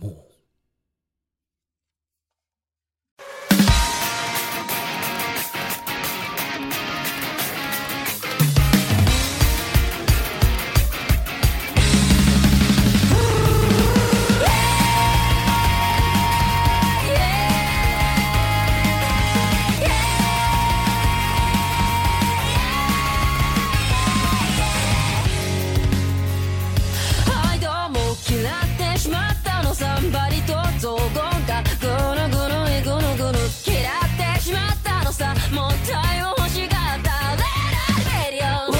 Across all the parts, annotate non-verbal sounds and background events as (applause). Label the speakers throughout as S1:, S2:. S1: 幕。
S2: はいどうも嫌ってしまったのさんばりと雑言がぐぬぐぬいぐぬぐぬ嫌ってしまったのさもったいを欲しがったレラレリオ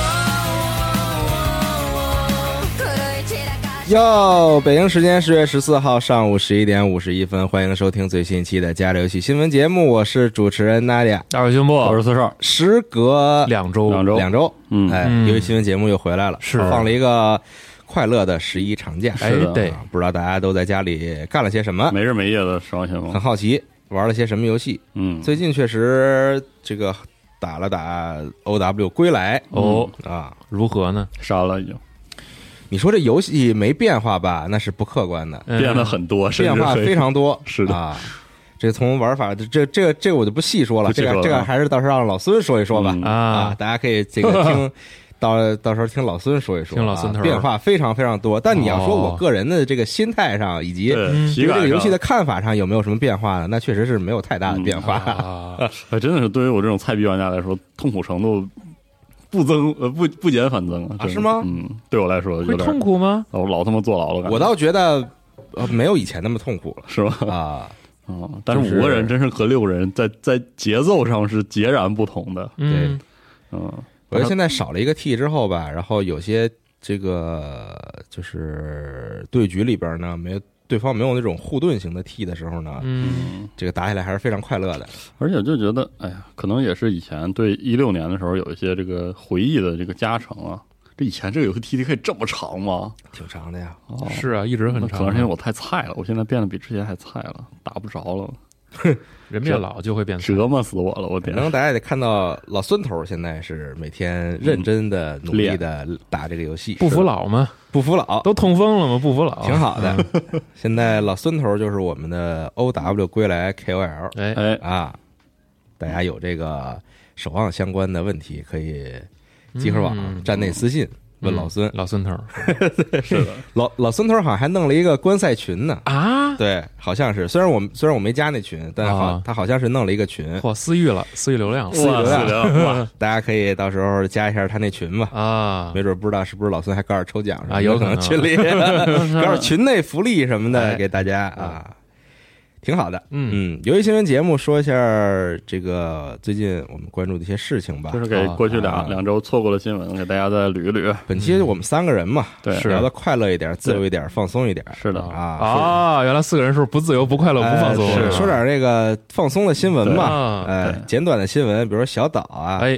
S2: 狂い散らかし
S3: 哟，北京时间十月十四号上午十一点五十一分，欢迎收听最新一期的《加流游戏新闻节目》，我是主持人 Nadia。
S4: 大手胸部，
S5: 我是四少，
S3: 时隔
S4: 两周，
S5: 两周
S3: 两周，
S5: 嗯
S3: 哎，
S4: 嗯
S3: 游戏新闻节目又回来了，
S4: 是
S3: 放了一个快乐的十一长假，
S4: 哎
S5: 是的
S4: 对，
S3: 啊不知道大家都在家里干了些什么，
S5: (laughs) 没日没夜的烧新
S3: 很
S5: (laughs) 闻，
S3: 好奇玩了些什么游戏。
S5: 嗯，
S3: 最近确实这个打了打 OW 归来
S4: 哦，
S3: 啊，
S4: 如何呢？
S5: 杀了已经
S3: 你说这游戏没变化吧？那是不客观的，
S4: 嗯
S5: (laughs) 变得很多，甚
S3: 变
S5: 至
S3: 化
S5: 可以
S3: 非常多，
S5: (laughs) 是的
S3: 啊。这从玩法，这这这个这个我就不细说了，
S5: 不细
S3: 这
S5: 说
S3: 个
S5: 了
S3: 这个
S5: 啊
S3: 还是到时候让老孙说一说吧
S5: 嗯
S3: 啊
S4: 啊，，
S3: 大家可以这个
S5: (laughs)
S3: 听。到到时候听老孙说一说啊，
S4: 听老孙头儿
S3: 变化非常非常多。但你要说
S4: 哦
S3: 我个人的这个心态上，以及
S5: 对
S4: 嗯
S3: 对
S5: 体
S3: 这
S5: 感
S3: 个
S5: 上嗯
S3: 游戏的看法上有没有什么变化呢？那确实是没有太大的变化。
S4: 啊，
S5: 哎真的是对于我这种菜逼玩家来说，痛苦程度不增呃不不减反增真的
S3: 是吗
S5: 嗯，对我来说有
S4: 会
S5: 点哦
S4: 痛，苦吗？
S5: 我老他妈坐牢了，感觉
S3: 我倒觉得呃没有以前那么痛苦
S5: 是吧？ (laughs)
S3: 了啊。
S5: 啊，但
S3: 就是是
S5: 五个人真是和六个人在在节奏上是截然不同的，
S4: 嗯，
S5: 嗯，
S3: 我觉得现在少了一个 T 之后吧，然后有些这个就是对局里边呢，没有对方没有那种护盾型的 T 的时候呢，
S4: 嗯，
S3: 这个打起来还是非常快乐的。
S5: 而且就觉得，哎呀，可能也是以前对一六年的时候有一些这个回忆的这个加成啊。这以前这个游戏 T D K 这么长吗？
S3: 挺长的呀，
S5: 哦，
S4: 是啊，一直很
S5: 那可
S4: 长
S5: 能是因为，我太菜了，我现在变得比之前还菜了，打不着了，
S4: 人变老就会变
S5: 折磨死我了，我
S3: 反
S5: 天！
S3: 正大家也得看到老孙头现在是每天认真的、努力
S5: 练
S3: 的打这个游戏，
S4: 嗯不服
S3: 是吧
S4: 老嘛，
S3: 不服老，
S4: 都嗯痛风了嘛，不服老，
S3: 挺。好的。现在老孙头就是我们的 OW 归来 KOL
S4: 哎，
S5: 哎，
S3: 啊，大家有这个守望相关的问题，可以集合网
S4: 嗯
S3: 站内私信问老孙
S4: 嗯。老孙头儿
S5: 是的，
S3: 老老孙头好像还弄了一个观赛群呢。
S4: 啊，
S3: 对，好像是。虽然我虽然我没加那群，但好、
S4: 啊
S3: 他好像是弄了一个群，
S4: 嚯，私域了，私域流量了
S5: 哇，四零，哇，
S3: 大家可以到时候加一下他那群吧。
S4: 啊，
S3: 没准不知道是不是老孙还搞点抽奖什么的
S4: 啊有
S3: 可
S4: 可能
S3: 能群里
S4: (laughs)
S3: (laughs) 搞点群内福利什么的
S4: 哎
S3: 给大家啊，挺好的。
S4: 嗯，
S3: 嗯，由于新闻节目说一下这个最近我们关注的一些事情吧
S5: 就。是给过去
S3: 啊
S5: 两两周错过的新闻，给大家再捋一捋。
S3: 本期我们三个人嘛，
S5: 对是
S3: 聊的快乐一点，自由一点，放松一点。
S5: 是的，
S3: 啊，
S4: 啊，原来四个人是不自由、不快乐、不放松
S3: 哎，是说点这个放松的新闻吧，
S4: 对
S3: 哎，
S5: 对
S3: 简短的新闻，比如小岛啊，
S4: 哎，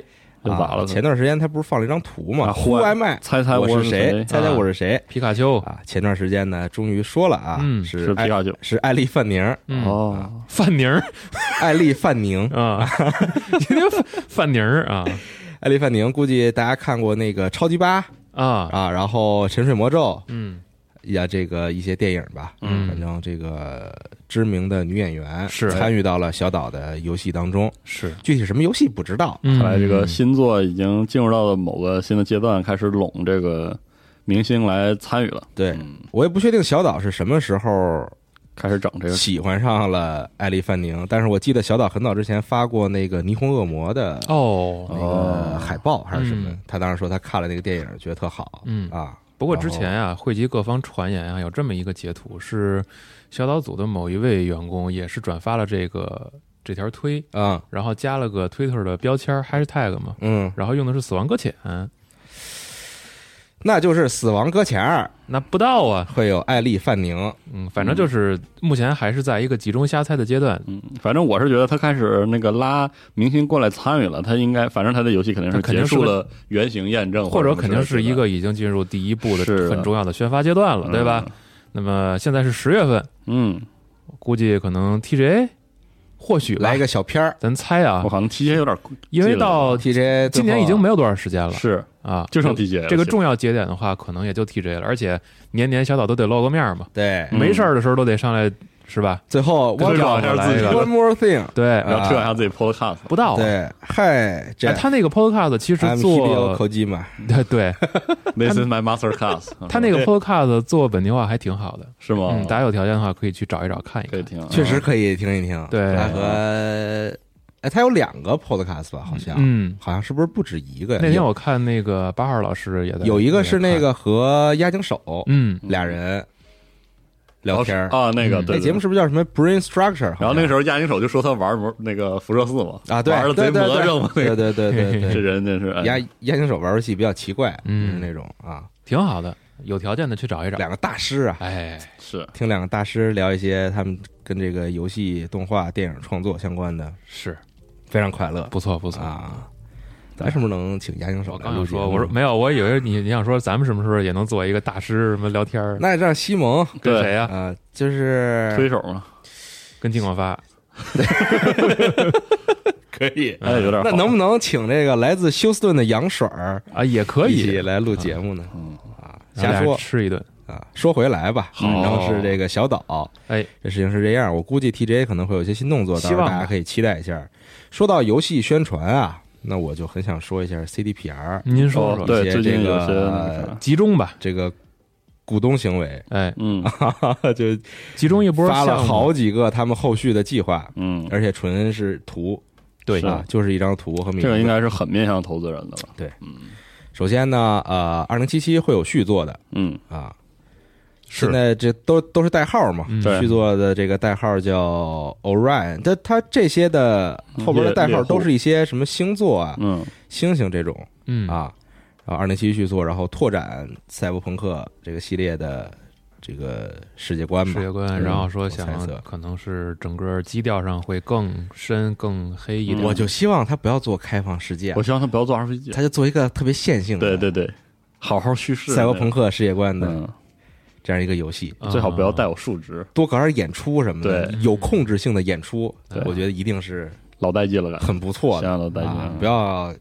S5: 又咋
S3: 啊
S5: 了？
S3: 前段时间他不是放了一张图嘛，
S5: 啊
S3: 呼
S5: 呼
S3: 外卖，
S5: 猜猜
S3: 我
S5: 我
S3: 是
S5: 是
S3: 谁
S5: 谁？
S3: 猜猜我是谁？
S4: 皮卡丘，
S3: 啊，前段时间呢，终于说了啊，
S4: 嗯
S3: 是
S5: 是皮
S3: 艾
S5: 卡丘。
S3: 是艾丽范宁，
S4: 嗯，
S5: 哦，
S4: 范宁儿
S3: 艾丽范宁，
S4: 啊，你那范范宁儿啊
S3: 艾丽范宁，估计大家看过那个超级八
S4: 啊，
S3: 啊，然后沉睡魔咒，
S4: 嗯，
S3: 呀这个一些电影吧，
S4: 嗯
S3: 反正这个知名的女演员
S5: 是
S3: 参与到了小岛的游戏当中，
S5: 是，
S3: 具体什么游戏不知道，
S4: 看
S5: 看来这个
S4: 嗯
S5: 新作已经进入到了某个新的阶段，开始拢这个明星来参与了。
S3: 对
S5: 嗯，
S3: 我也不确定小岛是什么时候
S5: 开始整这个
S3: 喜欢上了艾莉范宁，但是我记得小岛很早之前发过那个《霓虹恶魔》的
S4: 哦，
S3: 那个海报还是什么
S4: 嗯，
S3: 他当时说他看了那个电影，觉得特好，
S4: 嗯
S3: 啊，
S4: 不过之前啊，汇集各方传言啊，有这么一个截图，是小岛组的某一位员工也是转发了这个这条推，
S3: 啊，
S4: 然后加了个 Twitter 的标签儿 hashtag 嘛，
S3: 嗯，
S4: 然后用的是死亡搁浅，
S3: 那就是《死亡搁浅二
S4: 那不到啊，》
S3: 会有艾莉范宁，
S4: 嗯，反正就是目前还是在一个集中瞎猜的阶段，
S5: 嗯，反正我是觉得他开始那个拉明星过来参与了，他应该，反正他的游戏肯定
S4: 他
S5: 是
S4: 肯定
S5: 结
S4: 是
S5: 束
S4: 个
S5: 了原型验证，
S4: 或
S5: 者
S4: 者肯定是一个已经进入第一步的
S5: 是的
S4: 很重要的宣发阶段了，对吧？？那么现在是十月份，
S5: 嗯，
S4: 估计可能 TGA 或许吧
S3: 来一个小片儿
S4: 咱猜啊
S5: 我，好像 TJ 有点
S4: 因为到
S3: ，TJ
S4: 今年已
S3: 啊
S4: 经没有多长时间了
S5: 是
S4: 啊，
S5: 就剩
S4: 这
S5: TJ 了
S4: 这个重要节点的话，可能也就 TJ 了，而且年年小岛都得露个面儿嘛，
S3: 对，
S5: 嗯
S4: 没事儿的时候都得上来是吧？
S3: 最后
S5: 推
S3: One
S5: 广一下自己
S3: One
S5: 的，
S3: More Thing，
S4: 对，
S5: 然后推广一下自己 Podcast，
S4: 不到啊。
S3: 嗯对，嗨，这
S4: 哎，他那个 podcast 其实
S3: M P D O
S4: 做
S3: 口机嘛，(laughs)
S4: 对对，
S5: This is my master class，
S4: 他那个 podcast 做本地化还挺好的，
S5: 是吗？
S4: 嗯，大家有条件的话可以去找一找看一
S5: 可以
S4: 看。
S5: 听，啊哦
S3: 确实哦可以听一听，
S4: 嗯对
S3: 他和哎，他有两个 Podcast 吧，好像，
S4: 嗯，
S3: 好像是不是不止一个呀？
S4: 那天
S3: 有
S4: 我看那个八号老师也在，
S3: 有一个是那
S4: 也在看，
S3: 个和押井守
S4: 嗯，
S3: 俩人聊天儿，
S5: 啊，那个
S4: 嗯
S5: 对
S3: 那
S5: 对
S3: 节目是不是叫什么 Brain Structure？
S5: 然后那个时
S3: 候
S5: 候亚金手就说他玩魔那个辐射四嘛，
S3: 啊，对
S5: 玩的，
S3: 对
S5: 贼
S3: 对
S5: 魔怔嘛，那
S3: 对
S5: 个
S3: 对对对对
S5: 这
S3: 对，
S5: 人 (laughs) 真是哎
S3: 押押井守玩游戏比较奇怪，
S4: 嗯
S3: 就是那种啊，
S4: 挺好的，有条件的去找一找。
S3: 两个大师啊，
S4: 哎，
S5: 是
S3: 听两个大师聊一些他们跟这个游戏、动画、电影创作相关的，
S4: 是
S3: 非常快乐
S4: 不错不错。
S3: 啊。咱什么时候能请押井守
S4: 嗯我
S3: 来
S4: 刚
S3: 录
S4: 想
S3: 节目？
S4: 说，我说没有，我以为你你想说咱们什么时候也能做一个大师什么聊天儿，
S3: 那让西蒙
S4: 跟谁呀、
S3: 啊，就
S5: 推
S3: 是
S5: 手
S3: (laughs)
S5: 嘛，
S4: 跟金广发，
S5: 可以，哎，有点
S3: 那
S5: 好
S3: 能不能请这个来自休斯顿的杨水儿
S4: 啊，也可
S3: 一起
S4: 以，
S3: 来录节目呢？
S5: 嗯
S3: 啊，
S4: 咱
S3: 瞎
S4: 俩
S3: 说
S4: 吃一顿。
S3: 啊，说回来吧，
S4: 好
S3: 然后是这个小岛，
S4: 哎，
S3: 这事情是这样，我估计 TJ 可能会有一些新动作，到时
S4: 希
S3: 候
S4: 望吧
S3: 大家可以期待一下。说到游戏宣传啊，那我就很想说一下 CDPR
S4: 您说说，
S5: 哦对
S3: 一些
S5: 最
S3: 这
S5: 近有
S3: 个哎
S5: 些那啥
S4: 集中吧，
S3: 这个股东行 (laughs) 为，
S4: 哎，
S5: 嗯
S3: 哈哈哈，啊就
S4: 集中一波
S3: 发了
S4: 项目
S3: 好几个他们后续的计划，
S5: 嗯，
S3: 而且纯是图
S4: 对
S5: 是
S3: 啊，就是一张图和名
S5: 这个应
S3: 字。
S5: 该是很面向投资人的了，
S3: 首先呢，呃，二零七七会有续作的
S5: 嗯，
S3: 啊，
S4: 是
S3: 现在这都都是代号嘛，
S4: 嗯
S5: 对
S3: 续作的这个代号叫 Orion，它它这些的后边的代
S5: 猎
S3: 号
S5: 猎户
S3: 都是一些什么星座啊、
S5: 嗯，
S3: 星星这种
S4: 嗯，
S3: 啊，然后二零七续作，然后拓展赛博朋克这个系列的这个世界观
S4: 世
S3: 吧
S4: 界。观，
S3: 嗯
S4: 然后说想
S3: 我猜测
S4: 可能是整个基调上会更深、更黑一点。
S3: 我就希望他不要做开放世界啊
S5: 我，希望他不要做 RPG，
S3: 他就做一个特别线性
S5: 对
S3: 的
S5: 对对，好好叙事，
S3: 赛博朋克世界观的
S5: 嗯，
S3: 这样一个游戏，
S4: 啊
S5: 最好不要带有数值，
S3: 多搞点演出什么的，
S5: 对
S3: 有控制性的演出
S5: 对，
S3: 我觉得一定是
S5: 老带劲了感觉，
S3: 很不错
S5: 想
S3: 的
S5: 想老带
S3: 啊
S5: 劲，！
S3: 不要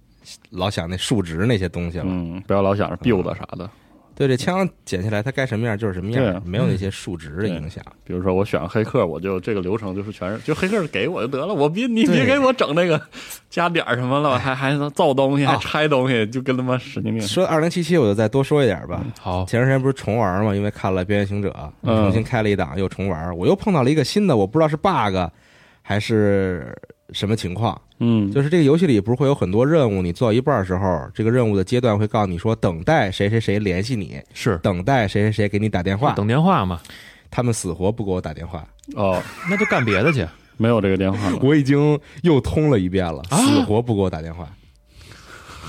S3: 老想那数值那些东西了。
S5: 嗯，不要老想着 build 啥的，
S3: 对，这枪捡起来它该什么样就是什么
S5: 对啊
S3: 样，没有那些数值的影响。
S5: 比如说我选黑客，我就这个流程就是全是就黑客给我就得了，我别你别
S3: 对
S5: 给我整那个加点儿什么了，还还能造东西，
S3: 啊
S5: 还拆东西，就跟他妈神经病。
S3: 说二零七七，我就再多说一点吧。
S4: 好，
S3: 前段时间不是重玩嘛，因为看了《边缘行者》，
S5: 嗯
S3: 重新开了一档又重玩，我又碰到了一个新的，我不知道是 bug 还是什么情况。
S5: 嗯，
S3: 就是这个游戏里不是会有很多任务，你做到一半的时候，这个任务的阶段会告诉你说，等待谁谁谁联系你，
S4: 是
S3: 等待谁谁谁给你打电话，
S4: 等电话嘛，
S3: 他们死活不给我打电话，
S5: 哦，
S4: 那就干别的去。
S3: 嗯
S5: 没有这个电话了。
S3: 我已经又通了一遍了，
S4: 啊
S3: 死活不给我打电话。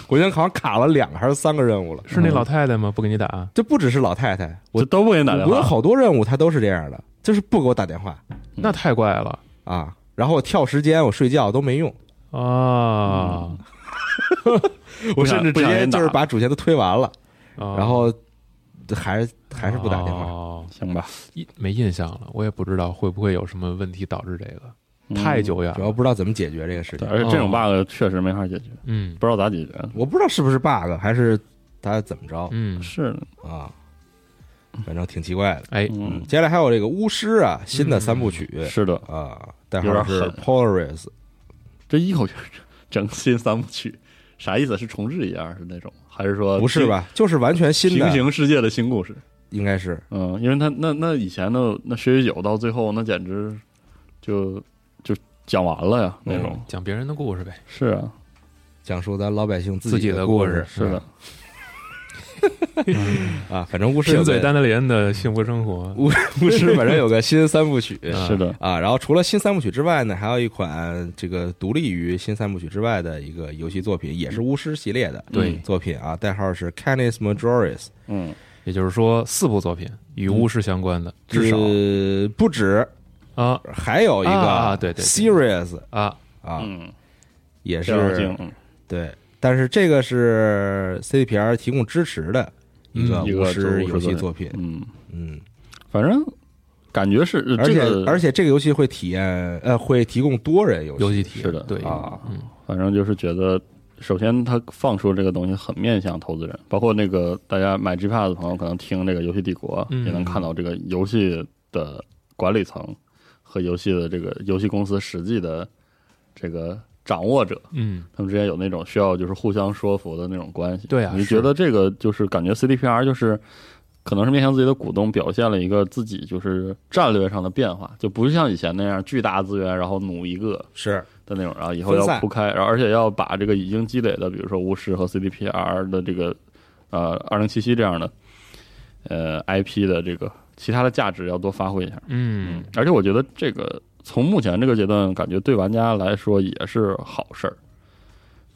S3: 我已经好像卡了两个还是三个任务了，
S4: 是那老太太吗？不给你打，
S3: 这不只是老太太，我
S5: 这都不给你打电
S3: 我有
S5: 话，
S3: 好多任务她都是这样的，就是不给我打电话
S4: 那太怪了
S3: 啊。然后我跳时间，我睡觉都没用，嗯
S4: 啊！
S3: 我
S5: 不想
S3: 甚至直
S5: 不想
S3: 接
S5: 连打
S3: 就是把主线都推完了，
S4: 然
S3: 然后还是还是不打电话。
S4: 啊哦，
S5: 行吧？
S4: 一没印象了，我也不知道会不会有什么问题导致这个，嗯太久远
S3: 嗯主
S4: 了。
S3: 要不知道怎么解决这个事情，
S5: 对，而且这种 bug 确实没法解决，
S4: 嗯
S5: 不知道咋解决。
S3: 我不知道是不是 bug 还是他怎么着
S4: 嗯，
S5: 是，
S3: 啊。反正挺奇怪的。
S4: 哎，
S5: 嗯，
S3: 接下来还有这个巫师啊，新的三部曲、
S5: 是的，
S3: 啊，代
S5: 嗯有
S3: 号
S5: 点
S3: 是
S5: 狠
S3: Polaris，
S5: 这一口气儿整新三部曲，啥意思？是重置一样是那种，还是说
S3: 不是吧？就是完全
S5: 呃平？
S3: 新
S5: 平
S3: 的，
S5: 行世界的新故事，
S3: 应该是
S5: 嗯，因为他那那以前的那学习九到最后那简直就就讲完了呀那
S3: 嗯
S5: 种，
S4: 嗯讲别人的故事呗，
S5: 是啊，
S3: 讲述咱老百姓
S4: 自己
S3: 己
S4: 的
S3: 故
S4: 故事嗯
S5: 是的，
S3: 啊，反正巫师有
S4: 贫嘴
S3: 个
S4: 丹德莲的幸福生活，
S3: 巫 (laughs) 巫师反正有个新三部曲。
S5: (laughs)
S4: 啊
S5: 是的，
S3: 啊，然后除了新三部曲之外呢，还有一款这个独立于新三部曲之外的一个游戏作品，也是巫师系列的
S5: 对
S3: 作品啊，代号是 Canis Majoris，
S5: 嗯，
S4: 也就是说四部作品与巫师相关的
S5: 至少
S3: 呃不止，
S4: 啊
S3: 还有一个
S4: 啊对对对
S3: Serious
S4: 啊，
S3: 啊，
S5: 嗯，
S3: 也
S5: 非常
S3: 是
S5: 精嗯
S3: 对，但是这个是 CDPR 提供支持的一个
S5: 嗯一个
S3: 巫师游戏
S5: 巫师
S3: 作
S5: 作
S3: 品，
S5: 嗯，
S3: 嗯，
S5: 反正感觉是呃
S3: 而
S5: 这
S3: 且
S5: 个，
S3: 而且这个游戏会体验呃会提供多人游
S4: 游
S3: 戏，
S4: 戏体
S5: 是的
S4: 对
S5: 啊
S4: 嗯
S5: 反正就是觉得，首先他放出这个东西很面向投资人，包括那个大家买 G Pass 的朋友，可能听这个游戏帝国、
S4: 嗯
S5: 也能看到这个游戏的管理层和游戏的这个游戏公司实际的这个掌握者，
S4: 嗯，
S5: 他们之间有那种需要就是互相说服的那种关系。
S4: 对啊
S5: 你
S4: 是
S5: 觉得这个就是感觉 CDPR 就是可能是面向自己的股东表现了一个自己就是战略上的变化，就不是像以前那样巨大资源然后努一个，
S3: 是
S5: 的那种，然后以后
S3: 分
S5: 要
S3: 散
S5: 铺
S4: 啊
S5: 开，然后而且要把这个已经积累的，比如说巫师和 CDPR 的这个呃二零七七这样的呃 IP 的这个其他的价值要多发挥一下。
S4: 嗯，
S5: 而且我觉得这个从目前这个阶段，感觉对玩家来说也是好事儿。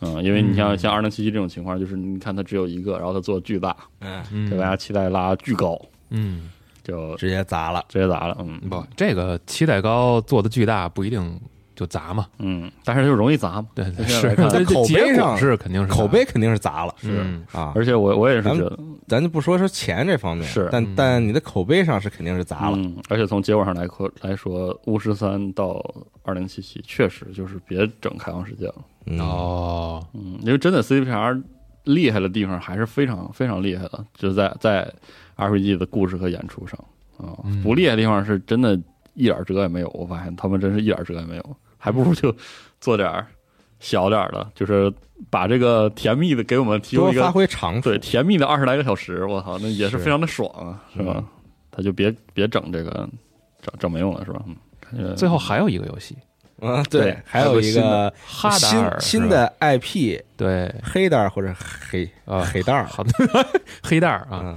S5: 嗯，因为你像
S4: 嗯
S5: 像二零七七这种情况，就是你看它只有一个，然后它做巨大，
S3: 嗯，
S4: 嗯
S5: 给大家期待拉巨高，
S4: 嗯，
S5: 就
S3: 直接砸了，
S5: 直接砸了。嗯
S4: 不，这个期待高做的巨大不一定就砸嘛，
S5: 嗯，但是就容易砸嘛。
S4: 对，对
S5: 现
S4: 是
S5: 在来看
S4: 对对
S3: 口碑
S4: 结果
S3: 上
S4: 是肯定是
S3: 口碑肯定是砸了
S4: 砸的嗯
S3: 啊，
S5: 而且我我也是
S3: 咱
S5: 觉
S3: 们
S5: 得，
S3: 咱就不说说钱这方面，
S5: 是
S3: 但
S4: 嗯
S3: 但你的口碑上是肯定是砸了，
S5: 嗯，而且从结果上来说来说，巫师三到二零七七确实就是别整开放世界了。
S3: 嗯，
S4: 哦，
S5: 嗯，因为真的 CDPR 厉害的地方还是非常非常厉害的，就是在在 RPG 的故事和演出上啊、
S4: 嗯
S5: 不厉害的地方是真的一点辙也没有。我发现他们真是一点辙也没有，还不如就做点儿小点儿的，就是把这个甜蜜的给我们提供
S3: 多
S5: 一个
S3: 发挥长处
S5: 对，甜蜜的二十来个小时，我操，那也
S3: 是
S5: 是非常的爽啊，是吧
S3: 嗯？
S5: 他就别别整这个，整整没用了，是吧？嗯，感觉
S4: 最后还有一个游戏，
S3: 嗯，
S5: 对
S3: 还有一个
S4: 哈达
S3: 新
S4: 尔
S3: 新
S4: 是吧
S3: 的 IP
S4: 对
S3: 黑蛋儿或者黑
S4: 啊，
S3: 黑蛋儿，
S4: 好的， (laughs) 黑蛋儿啊，
S3: 嗯，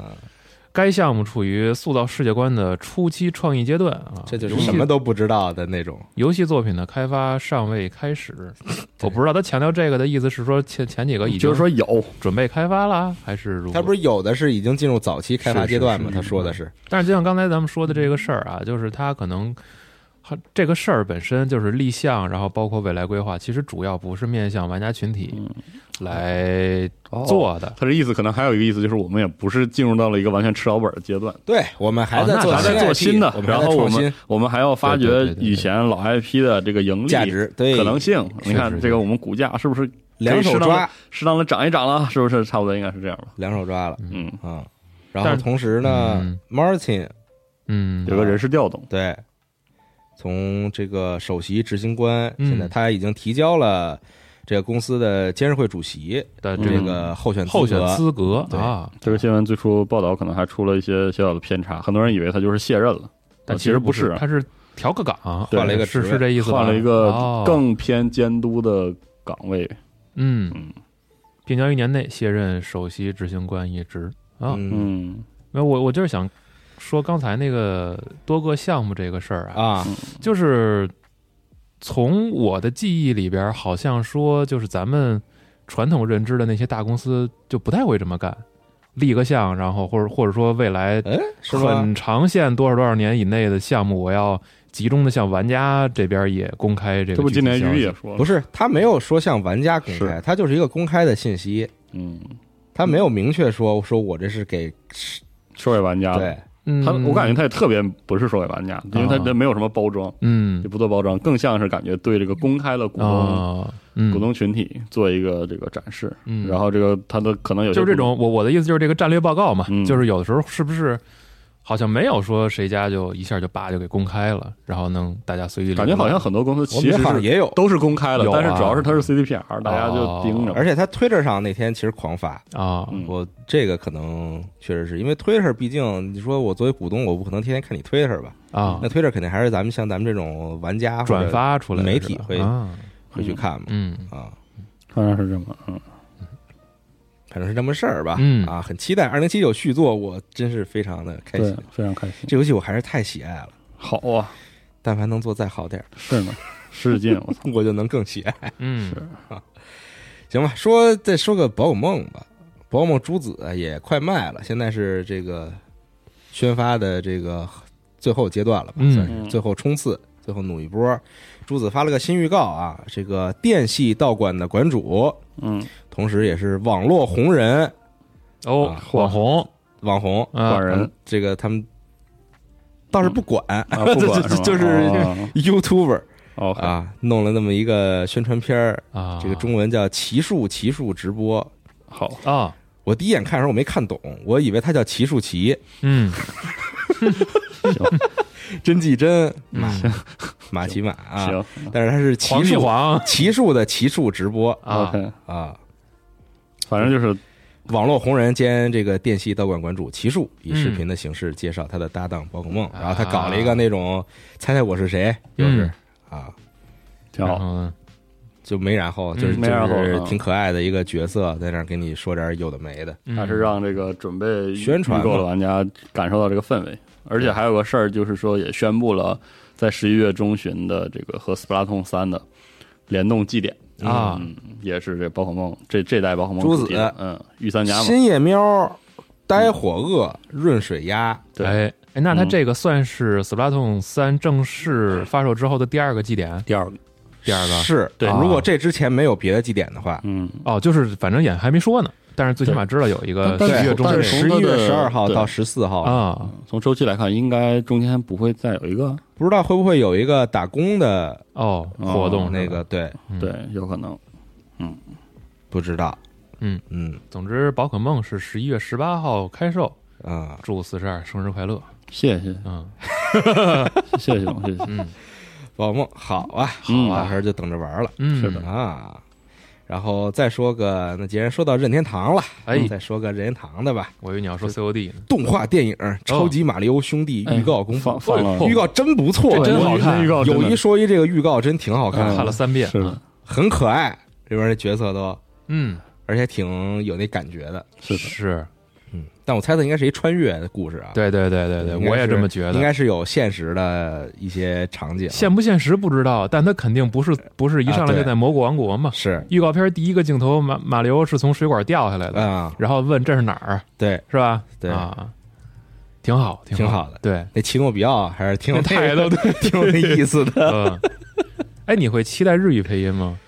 S4: 该项目处于塑造世界观的初期创意阶段啊，
S3: 这就是
S4: 游戏
S3: 什么都不知道的那种，
S4: 游戏作品的开发尚未开
S5: (laughs)
S4: 始，我不知道他强调这个的意思是说前前几个已经
S5: 呃就是说有，
S4: 准备开发啦，还是如何？
S3: 他不是有的是已经进入早期开发
S4: 是是
S3: 阶段吗？
S4: 是
S3: 他说的是，
S4: 但是就像刚才咱们说的这个事儿啊，就是它可能它这个事儿本身就是立项，然后包括未来规划，其实主要不是面向玩家群体
S5: 嗯哦
S4: 来做的。
S5: 他这意思可能还有一个意思就是我们也不是进入到了一个完全吃老本的阶段，
S3: 对我们还
S4: 哦
S3: 在
S4: 那
S3: 做
S5: 还
S4: 咱
S5: 在做
S3: IP，
S5: 新的
S3: 我，们
S5: 然
S3: 还在
S5: 后我
S3: 创
S5: 们
S3: 新
S5: 我们还要发
S4: 对对
S5: 掘
S4: 对对对
S5: 以前老 IP 的这个盈利
S3: 价值，哎对
S5: 可能性。
S4: 是
S5: 你看
S4: 是
S5: 这个我们股价是不是
S3: 两手抓，
S5: 适当的涨一涨了？是不是差不多应该是这样吧？
S3: 两手抓了
S5: 嗯，
S3: 啊。然后
S4: 但
S3: 同时呢
S4: 嗯
S3: ，Martin
S4: 嗯，
S5: 有个人事调动，
S3: 对，从这个首席执行官，
S4: 嗯
S3: 现在他已经提交了这个公司的监事会主席
S4: 的这
S3: 这
S4: 个
S3: 个候选资格
S4: 嗯候选资格
S3: 对
S4: 啊，
S5: 这个新闻最初报道可能还出了一些小小的偏差，很多人以为他就是卸任了，
S4: 但
S5: 呃
S4: 其
S5: 其
S4: 实
S5: 实不
S4: 是
S5: 是，
S4: 它是调个岗，
S5: 对
S3: 换了一个职
S4: 是
S3: 位
S4: 是这意思吧？
S5: 换了一个
S4: 哦
S5: 更偏监督的岗位。
S4: 嗯
S5: 嗯，
S4: 并将一年内卸任首席执行官一职啊。
S3: 嗯
S5: 嗯
S4: 那我我就是想说刚才那个多个项目这个事儿啊，
S3: 啊，
S4: 就是从我的记忆里边儿，好像说就是咱们传统认知的那些大公司就不太会这么干，立个项，然后或者或者说未来
S3: 嗯，是吗？
S4: 很长线多少多少年以内的项目，我要集中的向玩家这边也公开这个。
S5: 这不今年鱼也，说了，
S3: 不
S5: 是，
S3: 是，他没有说向玩家公开，
S5: 是
S3: 他就是一个公开的信息，
S5: 嗯，
S3: 他没有明确说说我这是给
S5: 说给玩家的。
S3: 对
S4: 嗯，
S5: 他，我感觉他也特别不是说给玩家，因为他
S4: 啊
S5: 这没有什么包装，
S4: 嗯
S5: 也不做包装，更像是感觉对这个公开的股东
S4: 啊，嗯，
S5: 哦股东群体做一个这个展示。
S4: 嗯
S5: 然后这个他的可能有些
S4: 就是这种，我我的意思就是这个战略报告嘛，
S5: 嗯
S4: 就是有的时候是不是好像没有说谁家就一下就叭就给公开了，然后能大家随意。
S5: 感觉好像很多公司
S3: 我
S5: 其
S3: 们这
S5: 实
S3: 好像
S5: 是
S3: 也有，
S5: 都是公开了
S4: 有，啊
S5: 但是主要是它是 CDPR，大家就
S4: 哦
S5: 盯着。
S3: 而且他推特上那天其实狂发，
S4: 啊，
S5: 嗯
S3: 我这个可能确实是因为推特，毕竟你说我作为股东，我不可能天天看你推特吧？
S4: 啊
S3: 那推特肯定还是咱们像咱们这种玩家或者
S4: 转发出来的
S3: 媒
S4: 是
S3: 体
S4: 吧
S3: 会
S4: 啊
S3: 会去看嘛？
S4: 嗯
S3: 啊，
S5: 好像是这么，嗯，
S3: 反正是这么事儿吧？
S4: 嗯
S3: 啊，很期待二零七九续作，我真是非常的开
S5: 对
S3: 心。，
S5: 非常开心。
S3: 这游戏我还是太喜爱了，
S5: 好啊，
S3: 但凡能做再好点儿，
S5: 是呢，使劲，我操，
S3: 我就能更喜爱。
S4: 嗯
S5: 是
S3: 行吧，说再说个宝可梦吧，宝可梦朱子也快卖了，现在是这个宣发的这个最后阶段了吧，
S4: 嗯
S3: 算是最后冲刺，最后努一波。朱子发了个新预告啊，这个电系道馆的馆主，
S5: 嗯，
S3: 同时也是网络红人
S4: 哦
S3: 啊，
S4: 网红
S3: 网红，
S4: 啊
S5: (laughs) 管人
S3: 这个他们倒是不管、
S5: 嗯
S3: (laughs)
S5: 啊， (laughs) 不管
S3: 这
S5: 是
S3: 这
S5: 吧
S3: 就是
S5: 哦
S3: YouTuber
S5: 哦，好
S3: 啊，弄了那么一个宣传片儿，
S4: 啊，
S3: 这个中文叫奇数奇数直播，
S5: 好，
S4: 啊，
S3: 我第一眼看的时候我没看懂，我以为它叫奇数奇，
S4: 嗯
S3: 真纪真马
S4: 嗯，
S3: 马奇马啊，
S5: 行
S3: 但是它是奇
S4: 黄帝
S3: 数
S4: 黄
S3: 奇数的奇数直播
S4: 啊，
S5: ，OK，
S3: 啊，
S5: 反正就是
S3: 网络红人兼这个电系道馆馆主奇数，以视频的形式介绍他的搭档宝可梦，
S4: 啊
S3: 然后他搞了一个那种猜猜我是谁，就是
S4: 嗯
S3: 啊。
S5: 挺
S4: 然
S5: 好，嗯
S4: 后呢
S3: 就没然后，就是
S4: 嗯
S5: 没然后
S3: 就是
S5: 啊
S3: 挺可爱的一个角色，在那儿给你说点有的没的。
S4: 嗯
S5: 还是让这个准备
S3: 宣传
S5: 预购的
S3: 嘛
S5: 玩家感受到这个氛围。而且还有个事儿，就是说也宣布了，在十一月中旬的这个和《斯普拉通三》的联动祭典
S4: 啊
S5: 嗯，也是这宝可梦这这代宝可梦
S3: 朱子
S5: 主题的嗯，御三家嘛，
S3: 新野喵、呆火鳄、润水鸭，
S5: 对
S4: 哎哎，那它
S5: 嗯
S4: 这个算是《Splatoon 三》正式发售之后的第二个祭典，
S5: 第二个，
S4: 第二个
S3: 是
S5: 对
S3: 如果这之前没有别的祭点的话，
S5: 嗯，
S4: 哦，就是反正也还没说呢，但是最起码知道有一个
S5: 但
S4: 十
S5: 是
S4: 一月
S5: 对
S4: 中
S5: 但
S3: 是嗯
S5: 是
S3: 十一
S5: 从它
S3: 月
S5: 的
S3: 十二号
S5: 对
S3: 到十四号，
S4: 啊
S5: 从周期来看，应该中间不会再有一个，
S3: 不知道会不会有一个打工的
S4: 哦
S5: 哦
S4: 活动
S3: 嗯那
S4: 是吧
S3: 个，对，
S4: 嗯
S5: 对，有可能，
S3: 不知道，
S4: 嗯
S3: 嗯
S4: 总之，宝可梦是十一月十八号开售，
S3: 啊，
S4: 祝四十二生日快乐！
S5: 谢谢，
S4: 嗯
S5: 谢谢总，谢谢，
S4: 嗯
S3: 宝梦好啊，
S5: 嗯
S3: 到时候就等着玩了
S4: 嗯，
S5: 是的
S3: 啊。然后再说个，那既然说到任天堂了，
S4: 哎
S3: 再说个任天堂的吧。
S4: 我以为你要说 COD 呢，
S3: 动画电影《超级马里奥兄弟》预告公
S5: 放
S3: 布，
S5: 放了
S3: 预告真不错，
S4: 哦哎这真好看
S5: 这预告真
S3: 有
S5: 的
S3: 一说一，这个预告真挺好看
S5: 嗯
S4: 看
S3: 的，
S4: 了三遍，
S5: 是的，
S3: 很可爱，里边的角色都，
S4: 嗯
S3: 而且挺有那感觉的。
S5: 是的，
S4: 是，
S3: 嗯，但我猜测应该是一穿越的故事啊。
S4: 对对对对
S3: 应该
S4: 对，
S3: 是，
S4: 我也这么觉
S3: 应
S4: 得。
S3: 该是有现实的一些场景。
S4: 现不现实不知道，但它肯定不是不是一上
S3: 啊
S4: 来
S3: 对
S4: 就在蘑菇王国嘛。
S3: 是
S4: 预告片第一个镜头，马马里奥是从水管掉下来的，
S3: 啊，
S4: 然后问这是哪儿，啊
S3: 对，
S4: 是吧？
S3: 对
S4: 啊，挺好，挺
S3: 挺
S4: 好
S3: 好的
S4: 对，
S3: 那奇诺比奥还是挺
S4: (laughs)
S3: 有
S4: 太逗，
S3: 对， (laughs) 挺有那意思的。
S4: 嗯，哎，你会期待日语配音吗？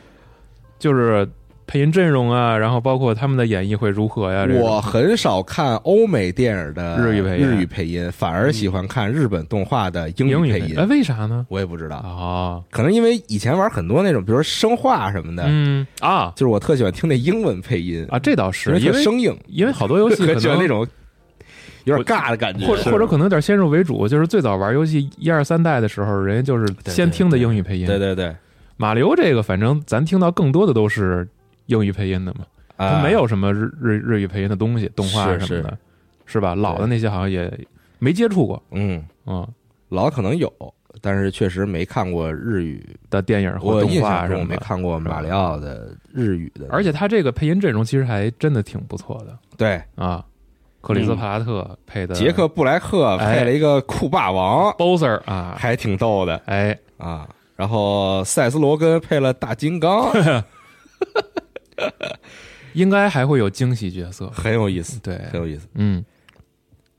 S4: 就是配音阵容啊，然后包括他们的演绎会如何呀？这种
S3: 我很少看欧美电影的
S4: 日语配音
S3: 日语配音，反而喜欢看日本动画的英
S4: 英语
S3: 配
S4: 配音，
S3: 音
S4: 哎，。为啥呢？
S3: 我也不知道，
S4: 啊，
S3: 可能因为以前玩很多那种，比如说生化什么的，
S4: 嗯啊
S3: 就是我特喜欢听那英文配音，
S4: 啊，这倒
S3: 因
S4: 是
S3: 为
S4: 因
S3: 特
S4: 为
S3: 生硬，
S4: 因为好
S3: (laughs)
S4: 多游戏可
S3: 特喜欢
S4: 能
S3: 那种有点尬的感觉，
S4: 或者或者可能有点先入为主，就是最早玩游戏一二三代的时候，人家就是先听的英语配音。
S3: 对对对，
S4: 马里奥这个，反正咱听到更多的都是英语配音的嘛，
S3: 啊
S4: 它没有什么日日日语配音的东西，动画
S3: 是
S4: 什么的，是吧？老的那些好像也没接触过，
S3: 嗯，
S4: 嗯。
S3: 老可能有，但是确实没看过日语，
S4: 的电影或
S3: 我
S4: 动
S3: 印
S4: 画
S3: 象
S4: 什
S3: 中我
S4: 么
S3: 没
S4: 的。
S3: 看过马里奥的日语的，
S4: 而且他这个配音阵容其实还真的挺不错的
S3: 对
S4: 啊，克里斯帕拉特配
S3: 嗯
S4: 的
S3: 杰克布莱克
S4: 哎
S3: 配了一个酷霸王，
S4: Bowser 啊，
S3: 还挺逗的
S4: 哎，
S3: 啊。然后塞斯罗根配了大金刚， (laughs)
S4: 应该还会有惊喜角色。
S3: 很有意
S4: (laughs)
S3: 思，
S4: 对，
S3: 很有意思。
S4: 嗯，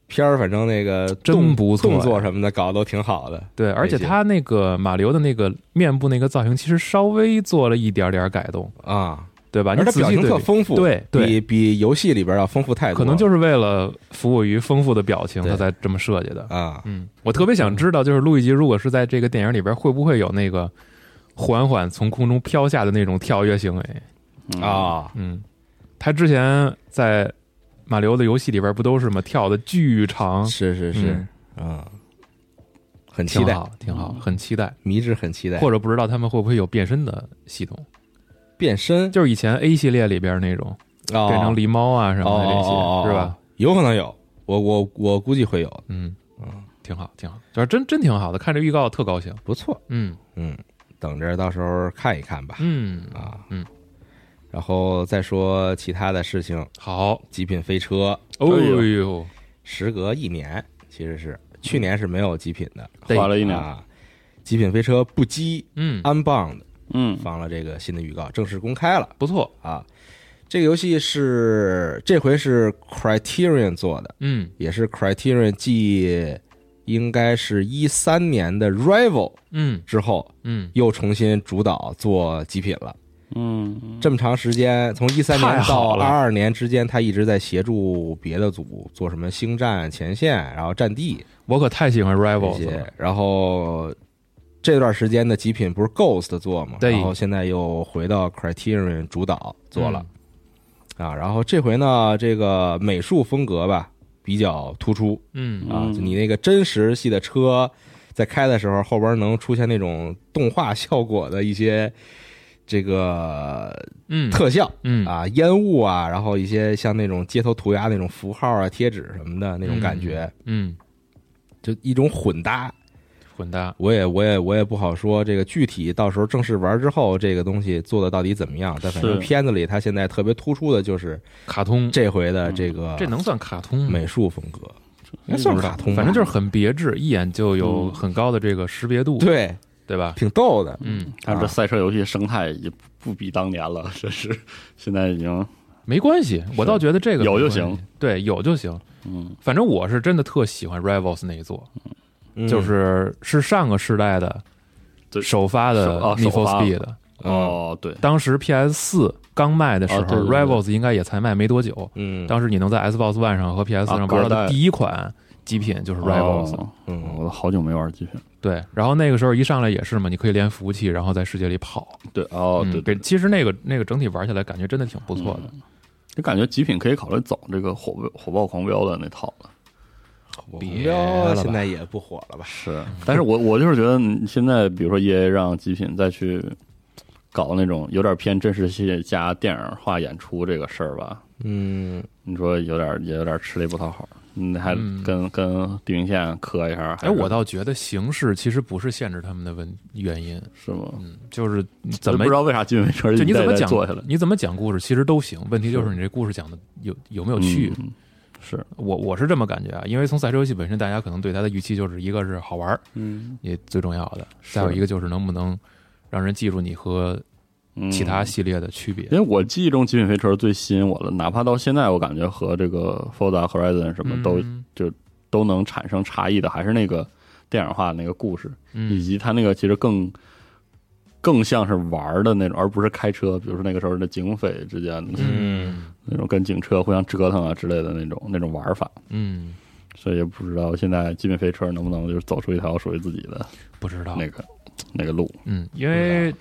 S3: 片儿反正那个
S4: 真
S3: 动
S4: 不错呀
S3: 动作什么的搞得都挺好的。
S4: 对，而且他那个马里奥的那个面部那个造型，其实稍微做了一点点改动，
S3: 啊，
S4: 对吧？
S3: 而
S4: 你
S3: 且
S4: 仔
S3: 表
S4: 细
S3: 情
S4: 对
S3: 特
S4: 比，
S3: 丰富，
S4: 对
S3: 比
S4: 对
S3: 比游戏里边要丰富太多了。
S4: 可能就是为了服务于丰富的表情，
S3: 对
S4: 他才这么设计的。
S3: 啊，
S4: 嗯，我特别想知道，就是路易吉如果是在这个电影里边，会不会有那个缓缓从空中飘下的那种跳跃行为？
S5: 嗯，
S3: 啊，
S4: 嗯，他之前在马里奥的游戏里边不都是吗？跳的巨长，
S3: 是是
S4: 嗯
S3: 是，啊，很期
S4: 挺
S3: 待，
S4: 好，挺好，很期待。
S3: 迷之很期待，
S4: 或者不知道他们会不会有变身的系统，
S3: 变身
S4: 就是以前 A 系列里边那种
S3: 哦
S4: 变成狸猫啊什
S3: 哦
S4: 么的这
S3: 哦哦
S4: 些，是吧？？
S3: 有可能有，我我我估计会有，
S4: 嗯，挺好，挺好，就是真真挺好的，看这预告特高兴。
S3: 不错，
S4: 嗯
S3: 嗯，等着到时候看一看吧，
S4: 嗯，
S3: 啊，
S4: 嗯，
S3: 然后再说其他的事情，
S4: 好，
S3: 极品飞车
S4: 哦呦，
S3: 时隔一年，其实是去年是没有极品的，
S4: 对
S5: 花了一年，
S3: 啊，极品飞车不羁
S4: 嗯，
S3: Unbound
S5: 嗯，
S3: 放了这个新的预告，正式公开了
S4: 不错，
S3: 啊。这个游戏是这回是 Criterion 做的，
S4: 嗯
S3: 也是 Criterion 继应该是一三年的 Rival
S4: 嗯
S3: 之后
S4: 嗯，
S3: 又重新主导做极品了。
S5: 嗯，
S3: 这么长时间，从一三年
S4: 太
S3: 到
S4: 好了
S3: 二二年之间，他一直在协助别的组做什么星战、前线，然后战地
S4: 我可太喜欢
S3: 这
S4: Rivals 了，
S3: 些。然后这段时间的极品不是 Ghost 做嘛，
S4: 对
S3: 然后现在又回到 Criterion 主导做了、
S4: 嗯
S3: 啊。然后这回呢，这个美术风格吧比较突出
S4: 嗯，嗯，
S3: 啊，
S5: 嗯
S3: 就你那个真实系的车在开的时候，后边能出现那种动画效果的一些这个
S4: 嗯，
S3: 特效。
S4: 嗯
S3: 啊，烟雾啊，然后一些像那种街头涂鸦那种符号啊、贴纸什么的那种感觉，
S4: 嗯，
S3: 就一种混搭。
S4: 混搭，
S3: 我也我也我也不好说这个具体到时候正式玩之后，这个东西做的到底怎么样。但反正
S5: 是
S3: 片子里它现在特别突出的就是
S4: 卡通，
S3: 这回的嗯这嗯个
S4: 这能算卡通吗？
S3: 美术风格，应该算卡通吧，啊
S5: 啊
S4: 反正就是很别致，一眼就
S5: 嗯
S4: 有很高的这个识别度，
S3: 对，
S4: 对吧？
S3: 挺逗的。
S4: 嗯，
S5: 但是这赛车游戏生态也不不比当年了，这是现在已经，
S4: 没关系，我倒觉得这个
S5: 有
S4: 没
S5: 就
S4: 关系
S5: 行，
S4: 对，有就行。
S5: 嗯，
S4: 反正我是真的特喜欢 Rivals 那一座，
S3: 嗯
S4: 就是是上个世代的
S5: 对
S4: 首发的
S5: 首啊
S4: Need
S5: 首
S4: for
S5: 发
S4: Speed，、
S5: 哦，对，
S4: 当时 PS 四刚卖的时候、
S5: 啊对对对
S4: r i v a l s 应该也才卖没多久。
S3: 嗯，
S4: 当时你能在 Xbox One 上和 PS
S5: 啊
S4: 上玩到
S5: 隔
S4: 的
S5: 代
S4: 第一款极品就是 Rivals，、
S5: 哦
S3: 嗯
S5: 我都好久没玩极品，
S4: 对。然后那个时候一上来也是嘛，你可以连服务器，然后在世界里跑。
S5: 对，哦，对
S4: 嗯，给
S5: 对，
S4: 其实那个那个整体玩起来感觉真的挺不错的。
S5: 就感觉极品可以考虑走这个火火爆狂飙的那套了，
S3: 目
S5: 嗯
S4: 别
S3: 标
S4: 了吧
S3: 啊现在也不火了吧？
S5: 是，但是我我就是觉得你现在比如说 E A 让极品再去搞那种有点偏真实系加电影化演出这个事儿吧，
S3: 嗯，
S5: 你说有点也有点吃力不讨好，你还
S4: 嗯
S5: 跟、跟地平线磕一下，还
S4: 哎，
S5: 是
S4: 我倒觉得形式其实不是限制他们的问原因，
S5: 是吗？
S4: 嗯，就是你怎
S5: 我
S4: 么
S5: 不知道为啥金文圈
S4: 就你怎么讲
S5: 做下来，
S4: 你怎么讲故事其实都行，问题就是你这故事讲的有有没有趣。
S5: 嗯是，
S4: 我我是这么感觉啊，因为从赛车游戏本身，大家可能对它的预期就是一个是好玩儿，
S5: 嗯，
S4: 也最重要的，再有一个就是能不能让人记住你和其
S5: 嗯
S4: 他系列的区别。
S5: 因为我记忆中《极品飞车》最吸引我的，哪怕到现在，我感觉和这个《Forza Horizon》什么都、
S4: 嗯
S5: 都能产生差异的，还是那个电影化那个故事，以
S4: 嗯
S5: 及它那个其实更更像是玩儿的那种，而不是开车。比如说那个时候的警匪之间的、
S4: 嗯
S5: 那种跟警车互相折腾啊之类的那种那种玩法，
S4: 嗯，
S5: 所以也不知道现在《极品飞车》能不能就是走出一条属于自己的
S4: 不知道
S5: 那个、那个路。
S4: 嗯，因为